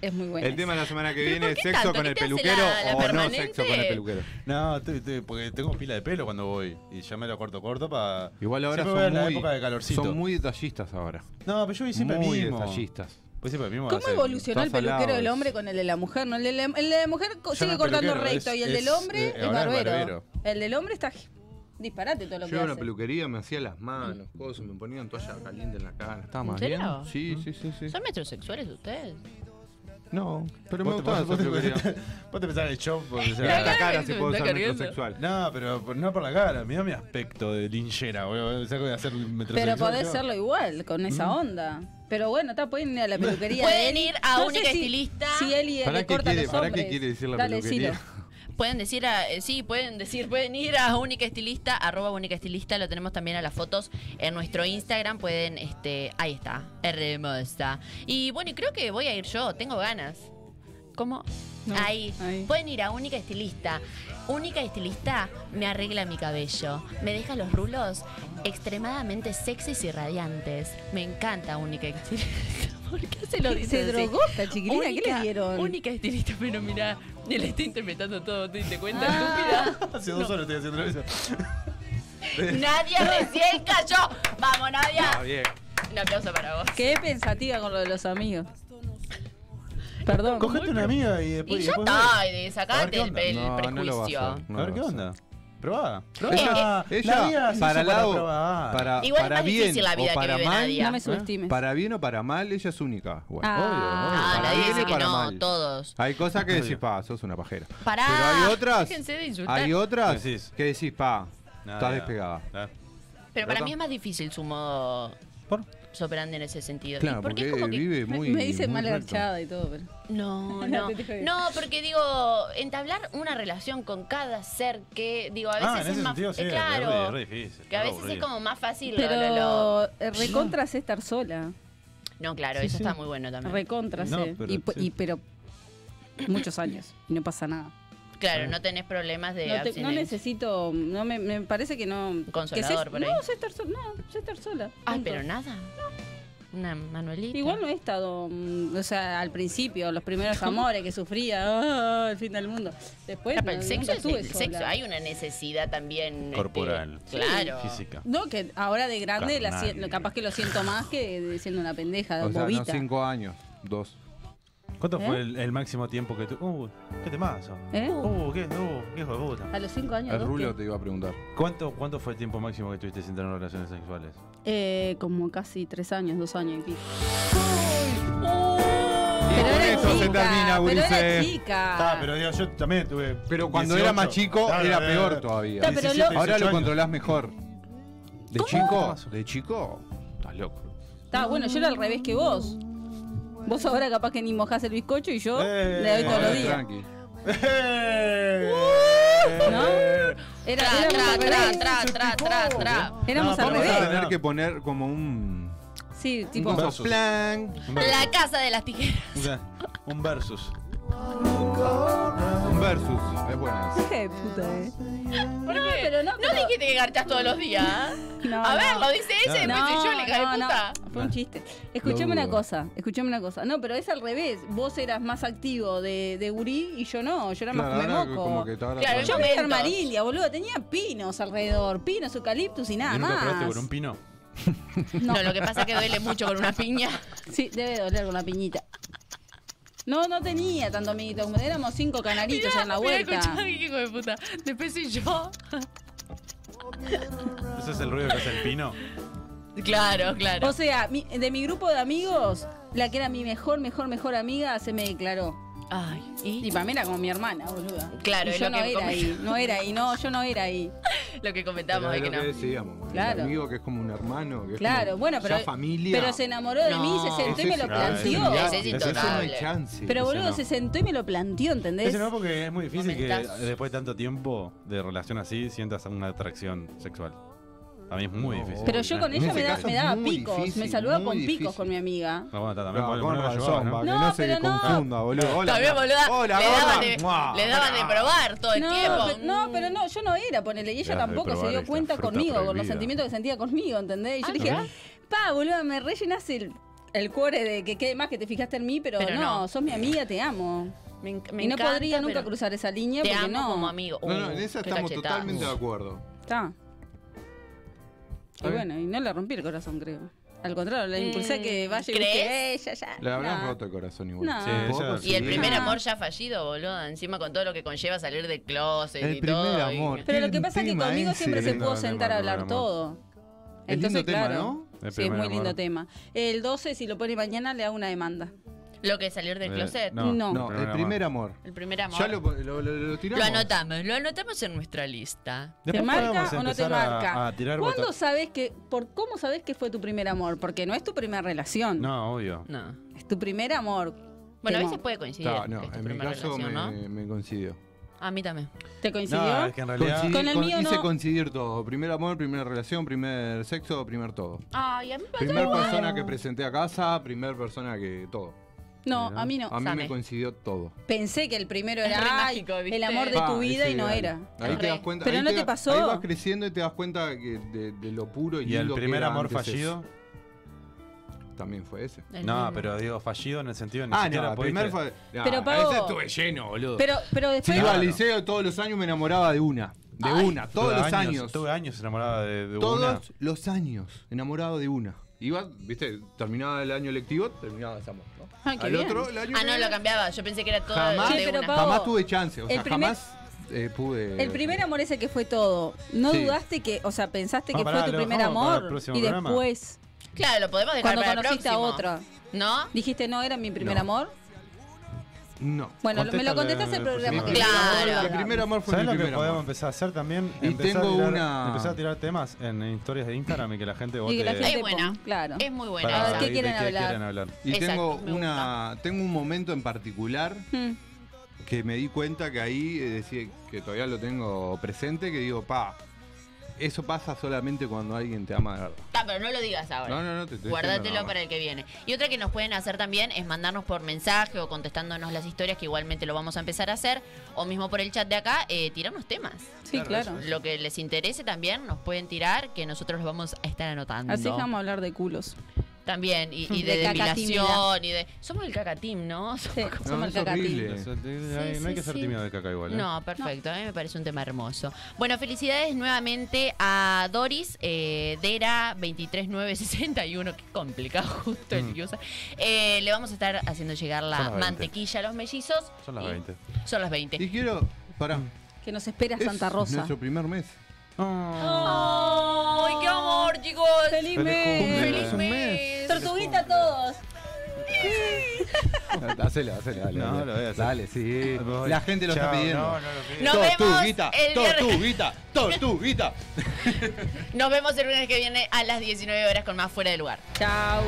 Speaker 4: es muy bueno.
Speaker 2: El tema de la semana que
Speaker 1: ¿Pero
Speaker 2: viene
Speaker 1: por
Speaker 2: es
Speaker 1: qué
Speaker 2: sexo
Speaker 1: tanto?
Speaker 2: con
Speaker 1: ¿Qué
Speaker 2: el
Speaker 1: te hace
Speaker 2: peluquero
Speaker 1: la- la
Speaker 2: o no
Speaker 1: permanente?
Speaker 2: sexo con el peluquero.
Speaker 3: No, estoy- estoy- porque tengo pila de pelo cuando voy. Y ya me lo corto corto para.
Speaker 2: Igual ahora
Speaker 3: siempre voy
Speaker 2: son
Speaker 3: a la
Speaker 2: muy,
Speaker 3: época de calorcito.
Speaker 2: son muy detallistas ahora.
Speaker 3: No, pero yo voy siempre
Speaker 2: muy
Speaker 3: el mismo.
Speaker 2: detallistas.
Speaker 3: Voy siempre el mismo.
Speaker 4: ¿Cómo
Speaker 3: hace-
Speaker 4: evolucionó el
Speaker 2: estás al lado,
Speaker 4: peluquero del
Speaker 2: es-
Speaker 4: hombre con el de la mujer? No, el, de la, el de la mujer co-
Speaker 3: Ya no
Speaker 4: sigue
Speaker 3: es
Speaker 4: cortando
Speaker 3: peluquero,
Speaker 4: recto
Speaker 3: es-
Speaker 4: y el del
Speaker 3: es,
Speaker 4: hombre
Speaker 3: eh,
Speaker 4: es,
Speaker 3: ahora es
Speaker 4: barbero.
Speaker 3: barbero.
Speaker 4: El del hombre está disparate todo lo que
Speaker 2: Yo iba a una
Speaker 4: hace.
Speaker 2: peluquería, me hacía las manos, cosas, me ponían toalla caliente en la cara. ¿Estaba
Speaker 1: ¿En
Speaker 2: más bien?
Speaker 1: serio?
Speaker 2: Sí, sí, sí, sí.
Speaker 1: ¿Son metrosexuales ustedes?
Speaker 2: No, pero me
Speaker 3: Vos te-
Speaker 2: gustaba esa
Speaker 3: vos te- vos
Speaker 2: peluquería.
Speaker 3: te- vos te pensás en el shop. o
Speaker 2: Mira
Speaker 3: sea,
Speaker 2: esta cara
Speaker 1: se
Speaker 2: se
Speaker 1: me
Speaker 2: puede
Speaker 1: está
Speaker 2: usar
Speaker 1: cayendo.
Speaker 2: metrosexual.
Speaker 3: no, pero por- no por la cara. Mirá mi aspecto de linchera, boludo. O sea, que voy a hacer
Speaker 4: Pero
Speaker 3: metrosexual,
Speaker 4: podés
Speaker 3: yo.
Speaker 4: serlo igual, con esa onda. Pero bueno, está, pueden ir a la peluquería. de
Speaker 1: Pueden
Speaker 4: Eli.
Speaker 1: ir a
Speaker 4: No
Speaker 1: única
Speaker 4: sé si-
Speaker 1: estilista.
Speaker 4: Si Eli
Speaker 2: ¿Para
Speaker 4: le
Speaker 2: qué
Speaker 4: corta a
Speaker 2: quiere-
Speaker 4: los
Speaker 2: para qué
Speaker 4: hombres.
Speaker 2: quiere decir la
Speaker 4: Dale,
Speaker 2: peluquería?
Speaker 4: decilo.
Speaker 1: Pueden decir, a- eh, sí, pueden decir, pueden ir a Única Estilista, arroba Única Estilista, lo tenemos también a las fotos en nuestro Instagram, pueden, este, ahí está, hermosa. Y bueno, y creo que voy a ir yo, tengo ganas. ¿Cómo?
Speaker 4: No,
Speaker 1: ahí.
Speaker 4: ahí.
Speaker 1: Pueden ir a Única Estilista. Única Estilista me arregla mi cabello, me deja los rulos extremadamente sexys y radiantes. Me encanta Única Estilista. ¿Por qué se lo
Speaker 4: Se,
Speaker 1: dice así?
Speaker 4: drogó esta chiquilina, ¿qué le dieron?
Speaker 1: única estilista, pero mirá, él está interpretando todo, ¿te diste cuenta,
Speaker 4: Ah.
Speaker 1: estúpida?
Speaker 3: Hace dos horas estoy haciendo eso.
Speaker 1: Nadia recién cayó. Vamos,
Speaker 2: Ah,
Speaker 1: Nadia.
Speaker 2: bien.
Speaker 1: Un aplauso para vos.
Speaker 4: Quedé pensativa con lo de los amigos. Perdón.
Speaker 3: Cogete una amiga y después.
Speaker 1: Y ya
Speaker 3: después
Speaker 1: está, y
Speaker 3: A ver, ¿qué
Speaker 1: sacate el,
Speaker 3: onda?
Speaker 1: el
Speaker 2: No, no lo va a
Speaker 1: prejuicio.
Speaker 2: hacer.
Speaker 3: A ver qué onda. Probá.
Speaker 1: Ella-
Speaker 3: Probá. Eh, La vida
Speaker 2: Ella,
Speaker 3: se hizo
Speaker 2: para lado,
Speaker 3: probar.
Speaker 2: para,
Speaker 1: Igual es
Speaker 2: para
Speaker 1: más
Speaker 2: bien
Speaker 1: difícil la vida
Speaker 2: o
Speaker 1: que
Speaker 2: para
Speaker 1: vive
Speaker 2: mal,
Speaker 1: Nadia.
Speaker 4: No me subestimes.
Speaker 2: para bien o para mal, ella es única. Bueno,
Speaker 4: Ah.
Speaker 1: Ah,
Speaker 2: Para
Speaker 1: nadie
Speaker 2: bien
Speaker 1: dice
Speaker 2: y
Speaker 1: que
Speaker 2: para
Speaker 1: no,
Speaker 2: mal.
Speaker 1: todos.
Speaker 2: Hay cosas que decís, pa, sos una pajera.
Speaker 1: Pará,
Speaker 2: Pero hay otras,
Speaker 1: déjense de insultar.
Speaker 2: hay otras
Speaker 3: Decís.
Speaker 2: que decís, pa,
Speaker 3: Nada,
Speaker 2: estás
Speaker 3: ya.
Speaker 2: despegada.
Speaker 3: Ah.
Speaker 1: Pero para
Speaker 2: ¿Rota?
Speaker 1: mí es más difícil su modo
Speaker 3: ¿Por?
Speaker 1: operandi en ese sentido.
Speaker 2: Claro,
Speaker 1: Y
Speaker 2: porque,
Speaker 1: es como que-
Speaker 2: vive muy.
Speaker 4: me dice
Speaker 2: muy
Speaker 4: mal
Speaker 2: recto.
Speaker 4: agachada y todo, pero.
Speaker 1: No,
Speaker 4: No,
Speaker 1: no.
Speaker 4: te estoy
Speaker 1: No, porque digo, entablar una relación con cada ser que, digo, a
Speaker 3: Ah, en
Speaker 1: veces
Speaker 3: ese
Speaker 1: es más.
Speaker 3: sentido sí,
Speaker 1: eh,
Speaker 3: es
Speaker 1: claro.
Speaker 3: re- es re difícil.
Speaker 1: Que a
Speaker 3: re
Speaker 1: veces es
Speaker 3: aburrido.
Speaker 1: como más fácil lo- lo- lo-
Speaker 4: Pero eh, recontra sé estar sola.
Speaker 1: No, claro,
Speaker 3: Sí,
Speaker 1: eso
Speaker 3: sí.
Speaker 1: está muy bueno también.
Speaker 2: Eh,
Speaker 4: Recontra
Speaker 3: No,
Speaker 4: sé.
Speaker 3: pero
Speaker 4: y, pu-
Speaker 3: sí.
Speaker 4: y- pero muchos años. Y no pasa nada.
Speaker 1: Claro, no tenés problemas de
Speaker 4: No, te- no
Speaker 1: abstinencia.
Speaker 4: necesito. No me, me parece que no.
Speaker 1: Consolador
Speaker 4: que sé-
Speaker 1: por ahí.
Speaker 4: No, sé estar sola. No, sé estar sola.
Speaker 1: Ay,
Speaker 4: punto.
Speaker 1: pero nada. Una Manuelita.
Speaker 4: Igual no he estado, mm, o sea, al principio, los primeros amores que sufría, ah, el fin del mundo. Después,
Speaker 1: Claro, pero
Speaker 4: no,
Speaker 1: el sexo
Speaker 4: nunca
Speaker 1: es el
Speaker 4: estuve
Speaker 1: sexo.
Speaker 4: sola.
Speaker 1: Hay una necesidad también. este,
Speaker 3: Corporal.
Speaker 1: claro.
Speaker 3: Física.
Speaker 4: No, que ahora de grande, la
Speaker 3: Carnal.
Speaker 4: si- capaz que lo siento más que de- siendo una pendeja,
Speaker 2: O sea, no
Speaker 4: bobita.
Speaker 2: cinco años, dos.
Speaker 3: ¿Cuánto
Speaker 4: ¿Eh?
Speaker 3: fue el, el máximo tiempo que tú. Uh, ¿qué te pasa?
Speaker 4: ¿Eh?
Speaker 3: Uh, qué, uh, qué hijo de puta.
Speaker 4: A los cinco años.
Speaker 2: El
Speaker 4: dos,
Speaker 2: rulo
Speaker 4: ¿qué?
Speaker 2: te iba a preguntar.
Speaker 3: ¿Cuánto, ¿Cuánto fue el tiempo máximo que tuviste sin tener relaciones sexuales?
Speaker 4: Eh, como casi tres años, dos años y pico.
Speaker 2: Y
Speaker 4: Pero
Speaker 2: con
Speaker 4: era
Speaker 2: esto se
Speaker 4: chica,
Speaker 2: termina,
Speaker 4: pero era
Speaker 2: gurises.
Speaker 4: chica.
Speaker 3: Ah, pero digo, yo también tuve.
Speaker 2: Pero cuando era más chico, era peor todavía.
Speaker 4: Ta, pero lo-
Speaker 2: Ahora lo
Speaker 3: controlé.
Speaker 2: controlás mejor. ¿De chico? ¿De chico? Estás loco.
Speaker 4: Está bueno, yo era al revés que vos. Vos ahora capaz que ni mojás el bizcocho y yo
Speaker 3: Eh,
Speaker 4: le doy todos
Speaker 3: eh,
Speaker 4: los
Speaker 2: Ahora,
Speaker 4: días.
Speaker 2: tranqui.
Speaker 1: Uh.
Speaker 3: Eh,
Speaker 4: ¿No? Era,
Speaker 1: Tra,
Speaker 4: éramos
Speaker 1: tra,
Speaker 4: al
Speaker 1: tra,
Speaker 4: revés.
Speaker 1: tra, tra, tra, tra.
Speaker 4: Éramos
Speaker 3: No,
Speaker 4: al
Speaker 3: pero
Speaker 2: Vamos
Speaker 4: revés.
Speaker 2: a
Speaker 3: pará.
Speaker 2: tener que poner como un.
Speaker 4: Sí,
Speaker 2: Un
Speaker 4: tipo.
Speaker 2: coso plan.
Speaker 1: La casa de las tijeras.
Speaker 3: Un versus.
Speaker 2: Un versus. Es buena. esa.
Speaker 4: Hija de puta, eh.
Speaker 1: ¿Por
Speaker 4: No,
Speaker 1: qué?
Speaker 4: pero no, pero-
Speaker 1: No dijiste que garchas todos los días.
Speaker 4: No,
Speaker 1: a ver,
Speaker 4: no.
Speaker 1: lo dice ella y
Speaker 4: No,
Speaker 1: después yo le cae
Speaker 4: no, no,
Speaker 1: puta.
Speaker 2: Ah,
Speaker 4: Fue un chiste. Escuchame
Speaker 2: Lo dudo.
Speaker 4: una cosa, escuchame una cosa. No, pero es al revés. Vos eras más activo de, de gurí y yo no. Yo era
Speaker 2: Claro,
Speaker 4: más
Speaker 2: ahora
Speaker 4: comemoco.
Speaker 2: como que te ahora
Speaker 1: Claro,
Speaker 2: te-
Speaker 4: Yo me
Speaker 1: Momentos.
Speaker 4: armaría, boludo. Tenía pinos alrededor, pinos, eucaliptus y nada
Speaker 3: ¿Y nunca probaste
Speaker 4: más.
Speaker 3: con un pino?
Speaker 1: No. lo que pasa es que duele mucho con una piña.
Speaker 4: Sí, debe doler con la piñita. No, no tenía tanto amiguito. Como éramos cinco canaritos en
Speaker 1: Mirá,
Speaker 4: la huerta.
Speaker 1: escuchá, hijo de puta. Después soy yo.
Speaker 3: ¿Ese es el ruido que hace el pino?
Speaker 1: Claro, claro.
Speaker 4: O sea, mi- de mi grupo de amigos, la que era mi mejor, mejor, mejor amiga se me declaró.
Speaker 1: Ay,
Speaker 4: Y
Speaker 1: y
Speaker 4: para mí era como mi hermana, boluda.
Speaker 1: Claro,
Speaker 4: Y
Speaker 1: es
Speaker 4: yo
Speaker 1: lo
Speaker 4: no
Speaker 1: que
Speaker 4: era
Speaker 1: com-
Speaker 4: ahí, no era ahí, no, yo no era ahí.
Speaker 1: lo que comentamos de
Speaker 2: Era
Speaker 1: que
Speaker 2: lo que
Speaker 1: no.
Speaker 2: decíamos,
Speaker 4: Claro.
Speaker 2: el amigo que es como un hermano. que es
Speaker 4: Claro,
Speaker 2: como
Speaker 4: bueno, pero,
Speaker 2: ya familia.
Speaker 4: pero se enamoró de mí,
Speaker 1: No.
Speaker 4: se sentó y
Speaker 2: Ese
Speaker 4: me
Speaker 2: es-
Speaker 4: lo
Speaker 2: no, ese
Speaker 4: planteó.
Speaker 2: no,
Speaker 1: Ese es
Speaker 2: ese no hay
Speaker 1: intocable.
Speaker 2: chance.
Speaker 4: Pero
Speaker 3: ese
Speaker 4: boludo,
Speaker 3: no.
Speaker 4: se sentó y me lo planteó, ¿entendés?
Speaker 3: Ese no, porque es muy difícil que
Speaker 1: Momentazos.
Speaker 3: después de tanto tiempo de relación así sientas una atracción sexual. A mí es muy
Speaker 2: No,
Speaker 3: difícil.
Speaker 4: Pero yo con ella
Speaker 2: ese
Speaker 4: me, da-
Speaker 2: caso
Speaker 4: me
Speaker 2: es
Speaker 4: daba
Speaker 2: muy
Speaker 4: picos, me
Speaker 2: difícil,
Speaker 4: saludaba
Speaker 2: muy
Speaker 4: con picos
Speaker 2: difícil.
Speaker 4: con mi amiga.
Speaker 3: No, bueno, está, también
Speaker 2: No,
Speaker 3: por-
Speaker 2: con
Speaker 3: por la
Speaker 2: razón,
Speaker 3: llevaba,
Speaker 2: para que
Speaker 4: No,
Speaker 2: no, se
Speaker 4: pero no.
Speaker 2: confunda, boludo. Hola,
Speaker 1: También, boluda,
Speaker 2: hola,
Speaker 1: le daban,
Speaker 2: gorda.
Speaker 1: de,
Speaker 2: Mua.
Speaker 1: le daban de probar todo el
Speaker 4: no,
Speaker 1: tiempo.
Speaker 4: pe- no, pero no, yo no era, ponele, y
Speaker 3: Te
Speaker 4: ella
Speaker 3: has de
Speaker 4: tampoco se
Speaker 3: probar
Speaker 4: dio
Speaker 3: esta
Speaker 4: cuenta
Speaker 3: fruta
Speaker 4: conmigo, con los
Speaker 3: prohibida.
Speaker 4: sentimientos que sentía conmigo, ¿entendés?
Speaker 1: Ah,
Speaker 4: Y yo le dije,
Speaker 3: mirá.
Speaker 4: pa, boludo, me rellenas el, el cuore de que quede más que te fijaste en mí, pero,
Speaker 1: Pero
Speaker 4: no,
Speaker 1: no.
Speaker 4: sos mi amiga, te amo.
Speaker 1: Me enc- me
Speaker 4: y no
Speaker 1: encanta,
Speaker 4: podría nunca
Speaker 1: pero
Speaker 4: cruzar esa línea
Speaker 1: Te
Speaker 4: porque
Speaker 1: amo
Speaker 4: no.
Speaker 1: como amigo.
Speaker 2: No, no,
Speaker 1: Uh,
Speaker 2: en esa
Speaker 1: qué
Speaker 2: estamos
Speaker 1: cachetada.
Speaker 2: totalmente de acuerdo.
Speaker 4: Está. Y bueno, y no le rompí el corazón, creo. Al contrario, le impulsé a que
Speaker 1: Mm,
Speaker 4: vaya y
Speaker 1: ¿crees?
Speaker 4: dije, "Ella ya.
Speaker 2: Le habrán
Speaker 4: no".
Speaker 2: roto el corazón igual.
Speaker 4: No. Sí,
Speaker 2: ¿Puedo
Speaker 3: esa-
Speaker 1: Y el
Speaker 2: conseguir?
Speaker 1: primer
Speaker 4: Ah.
Speaker 1: amor ya fallido, boluda. Encima con todo lo que conlleva salir del closet
Speaker 2: El
Speaker 1: y
Speaker 2: primer
Speaker 1: todo. y-
Speaker 2: amor.
Speaker 4: Pero lo
Speaker 2: Qué
Speaker 4: que pasa es que
Speaker 2: tema
Speaker 4: conmigo
Speaker 2: ese.
Speaker 4: siempre se
Speaker 3: Lindo
Speaker 4: pudo
Speaker 3: tema,
Speaker 4: sentar a hablar
Speaker 3: amor.
Speaker 4: todo.
Speaker 2: Es lindo
Speaker 4: Entonces,
Speaker 2: tema,
Speaker 4: claro.
Speaker 2: ¿no?
Speaker 3: El
Speaker 4: Sí, es muy
Speaker 3: primer
Speaker 4: lindo
Speaker 3: amor.
Speaker 4: tema. El 12, si lo pone mañana, le hago una demanda.
Speaker 1: Lo que es salir del
Speaker 3: Eh,
Speaker 1: closet.
Speaker 3: no.
Speaker 4: No.
Speaker 2: No, el primer amor.
Speaker 1: El primer amor.
Speaker 2: Ya lo, lo, lo, lo tiramos.
Speaker 1: Lo anotamos, lo anotamos en nuestra lista.
Speaker 4: ¿Te
Speaker 3: Después
Speaker 4: marca
Speaker 3: podemos
Speaker 4: o no te
Speaker 3: empezar a-
Speaker 4: marca?
Speaker 3: a tirar
Speaker 4: ¿Cuándo
Speaker 3: botas-
Speaker 4: sabes que, por cómo sabes que fue tu primer amor? Porque no es tu primera relación.
Speaker 3: No, obvio.
Speaker 1: No.
Speaker 4: Es tu primer amor.
Speaker 1: Bueno, a
Speaker 4: Temo.
Speaker 1: veces puede coincidir.
Speaker 2: No,
Speaker 1: que es
Speaker 2: no,
Speaker 1: tu
Speaker 2: en mi
Speaker 1: primera
Speaker 2: caso
Speaker 1: relación, ¿no?
Speaker 2: me, me coincidió.
Speaker 1: A mí también.
Speaker 4: ¿Te coincidió?
Speaker 3: No, es que en realidad.
Speaker 2: Coincidí-
Speaker 4: Con el
Speaker 2: con-
Speaker 4: mío
Speaker 2: hice
Speaker 4: no.
Speaker 2: coincidir todo. Primer amor, primera relación, primer sexo, primer todo.
Speaker 1: Ay, a mí
Speaker 2: Primer persona que presenté a casa, primer persona que todo.
Speaker 4: No, a mí no.
Speaker 2: A mí
Speaker 1: Same.
Speaker 2: me coincidió todo.
Speaker 4: Pensé que el primero
Speaker 1: Es re
Speaker 4: era ay,
Speaker 1: mágico, ¿viste?
Speaker 4: el amor de
Speaker 2: Pa,
Speaker 4: tu vida
Speaker 2: ese
Speaker 4: y no
Speaker 2: ahí.
Speaker 4: era.
Speaker 2: Ahí te
Speaker 1: Re.
Speaker 2: das cuenta.
Speaker 4: Pero
Speaker 2: ahí
Speaker 4: no
Speaker 2: te
Speaker 4: te
Speaker 2: da-
Speaker 4: pasó.
Speaker 2: Ahí vas creciendo y te das cuenta que de, de lo puro y,
Speaker 3: Y el
Speaker 2: lindo que
Speaker 3: primer
Speaker 2: era
Speaker 3: amor
Speaker 2: antes
Speaker 3: fallido.
Speaker 2: eso. También fue ese.
Speaker 3: No, pero digo, fallido en el sentido. Ni
Speaker 2: Ah,
Speaker 3: siquiera
Speaker 2: no, el
Speaker 3: pudiste-
Speaker 2: primer fue. nah,
Speaker 4: Pero, Pavo-
Speaker 2: ese estuve lleno, boludo.
Speaker 4: Pero, pero
Speaker 2: Si
Speaker 4: después.
Speaker 2: iba al
Speaker 3: Claro.
Speaker 2: liceo todos los años me enamoraba de una. De una,
Speaker 3: Tuve
Speaker 2: todos los años.
Speaker 3: Tuve años enamorada de, de
Speaker 2: todos
Speaker 3: una.
Speaker 2: los años enamorado de una. Iba, viste, terminaba el año lectivo, terminaba ese amor. ¿no?
Speaker 4: Ah, qué
Speaker 2: Al
Speaker 4: bien.
Speaker 2: otro, el año
Speaker 1: Ah, no,
Speaker 2: que
Speaker 1: lo
Speaker 2: viene,
Speaker 1: cambiaba. Yo pensé que era todo
Speaker 2: Jamás.
Speaker 1: de
Speaker 4: Che, pero
Speaker 1: una.
Speaker 4: pa-
Speaker 2: Jamás tuve chance, o sea,
Speaker 4: El primer-
Speaker 2: jamás eh, pude.
Speaker 4: El primer amor ese que fue todo. ¿No
Speaker 2: Sí.
Speaker 4: dudaste que, o sea, pensaste
Speaker 3: Ah,
Speaker 4: que
Speaker 3: pará,
Speaker 4: fue tu
Speaker 3: lo
Speaker 4: primer
Speaker 3: dejamos para el
Speaker 4: amor
Speaker 3: próximo
Speaker 4: y
Speaker 3: programa.
Speaker 4: después,
Speaker 1: Claro, lo podemos dejar
Speaker 4: cuando
Speaker 1: para el
Speaker 4: conociste a
Speaker 1: próximo.
Speaker 4: otro,
Speaker 1: ¿No?
Speaker 4: dijiste no era mi primer
Speaker 2: No.
Speaker 4: amor?
Speaker 2: No.
Speaker 4: Bueno, me lo
Speaker 3: Contéstale
Speaker 4: contestaste el
Speaker 3: al
Speaker 4: programa.
Speaker 2: Mi primer amor-
Speaker 1: Claro.
Speaker 2: El primer amor fue
Speaker 3: ¿Sabes lo
Speaker 2: mi
Speaker 3: que
Speaker 2: primer
Speaker 3: podemos
Speaker 2: amor.
Speaker 3: empezar a hacer también?
Speaker 2: Y
Speaker 3: Empezar
Speaker 2: tengo
Speaker 3: a tirar,
Speaker 2: una-
Speaker 3: Empezar a tirar temas en historias de Instagram y que la gente vote.
Speaker 4: Y que la gente
Speaker 1: Es buena.
Speaker 4: ponga, claro.
Speaker 1: Es muy buena
Speaker 3: para
Speaker 1: esa.
Speaker 4: ¿qué
Speaker 3: de
Speaker 4: quieren hablar?
Speaker 3: quieren hablar.
Speaker 2: Y
Speaker 1: Exacto,
Speaker 2: tengo
Speaker 1: me
Speaker 2: una tengo un momento en particular
Speaker 4: Mm.
Speaker 2: que me di cuenta que ahí eh, decía que todavía lo tengo presente que digo, pa, eso pasa solamente cuando alguien te ama de verdad.
Speaker 1: Ah, pero no lo digas ahora.
Speaker 2: No, no, no, te estoy diciendo nada
Speaker 1: Guardatelo
Speaker 2: más.
Speaker 1: para el que viene. Y otra que nos pueden hacer también es mandarnos por mensaje o contestándonos las historias, que igualmente lo vamos a empezar a hacer, o mismo por el chat de acá, eh, tirarnos temas.
Speaker 4: Sí,
Speaker 2: Claro,
Speaker 4: claro.
Speaker 1: Lo que les interese también nos pueden tirar, que nosotros los vamos a estar anotando.
Speaker 4: Así que vamos a hablar de culos.
Speaker 1: También, y, y de,
Speaker 4: De
Speaker 1: depilación, y de... Somos el cacatim, ¿no?
Speaker 4: Sí,
Speaker 2: No,
Speaker 4: somos el
Speaker 2: es horrible.
Speaker 4: cacatín.
Speaker 2: Sí.
Speaker 3: Eso, eh, ahí
Speaker 4: Sí,
Speaker 3: no
Speaker 4: sí,
Speaker 3: hay que ser
Speaker 4: sí.
Speaker 3: tímido de caca igual. ¿eh?
Speaker 1: No, perfecto. A mí me parece un tema hermoso. Bueno, felicidades nuevamente a Doris, eh, Dera 23961. Qué complicado justo el que usa. Eh, le vamos a estar haciendo llegar
Speaker 3: Son
Speaker 1: la
Speaker 3: las 20.
Speaker 1: mantequilla a los mellizos.
Speaker 3: Son las
Speaker 1: Y-
Speaker 3: 20.
Speaker 1: Son las 20.
Speaker 2: Y quiero, pará,
Speaker 4: Que nos espera Santa
Speaker 2: es
Speaker 4: Rosa.
Speaker 2: nuestro primer mes.
Speaker 1: ¡Ay, qué amor, chicos!
Speaker 4: ¡Feliz
Speaker 3: Feliz
Speaker 4: mes!
Speaker 3: cumple.
Speaker 1: ¡Feliz
Speaker 2: un mes.
Speaker 1: mes!
Speaker 4: ¡Tortuguita a todos!
Speaker 2: Hacela, hacela, Ah, dale.
Speaker 3: No,
Speaker 2: dale.
Speaker 3: lo voy a hacer.
Speaker 2: Dale, sí.
Speaker 3: Voy.
Speaker 2: La gente lo
Speaker 3: Chao,
Speaker 2: está pidiendo.
Speaker 3: No, no lo pide.
Speaker 1: Nos vemos
Speaker 2: tortuguita,
Speaker 1: el viernes.
Speaker 2: tortuguita, tortuguita.
Speaker 1: Nos vemos el lunes que viene a las 19 horas con más Fuera de Lugar.
Speaker 4: ¡Chao!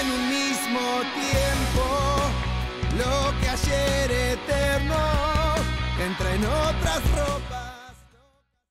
Speaker 5: en un mismo tiempo lo que ayer eterno entra en otras ropas.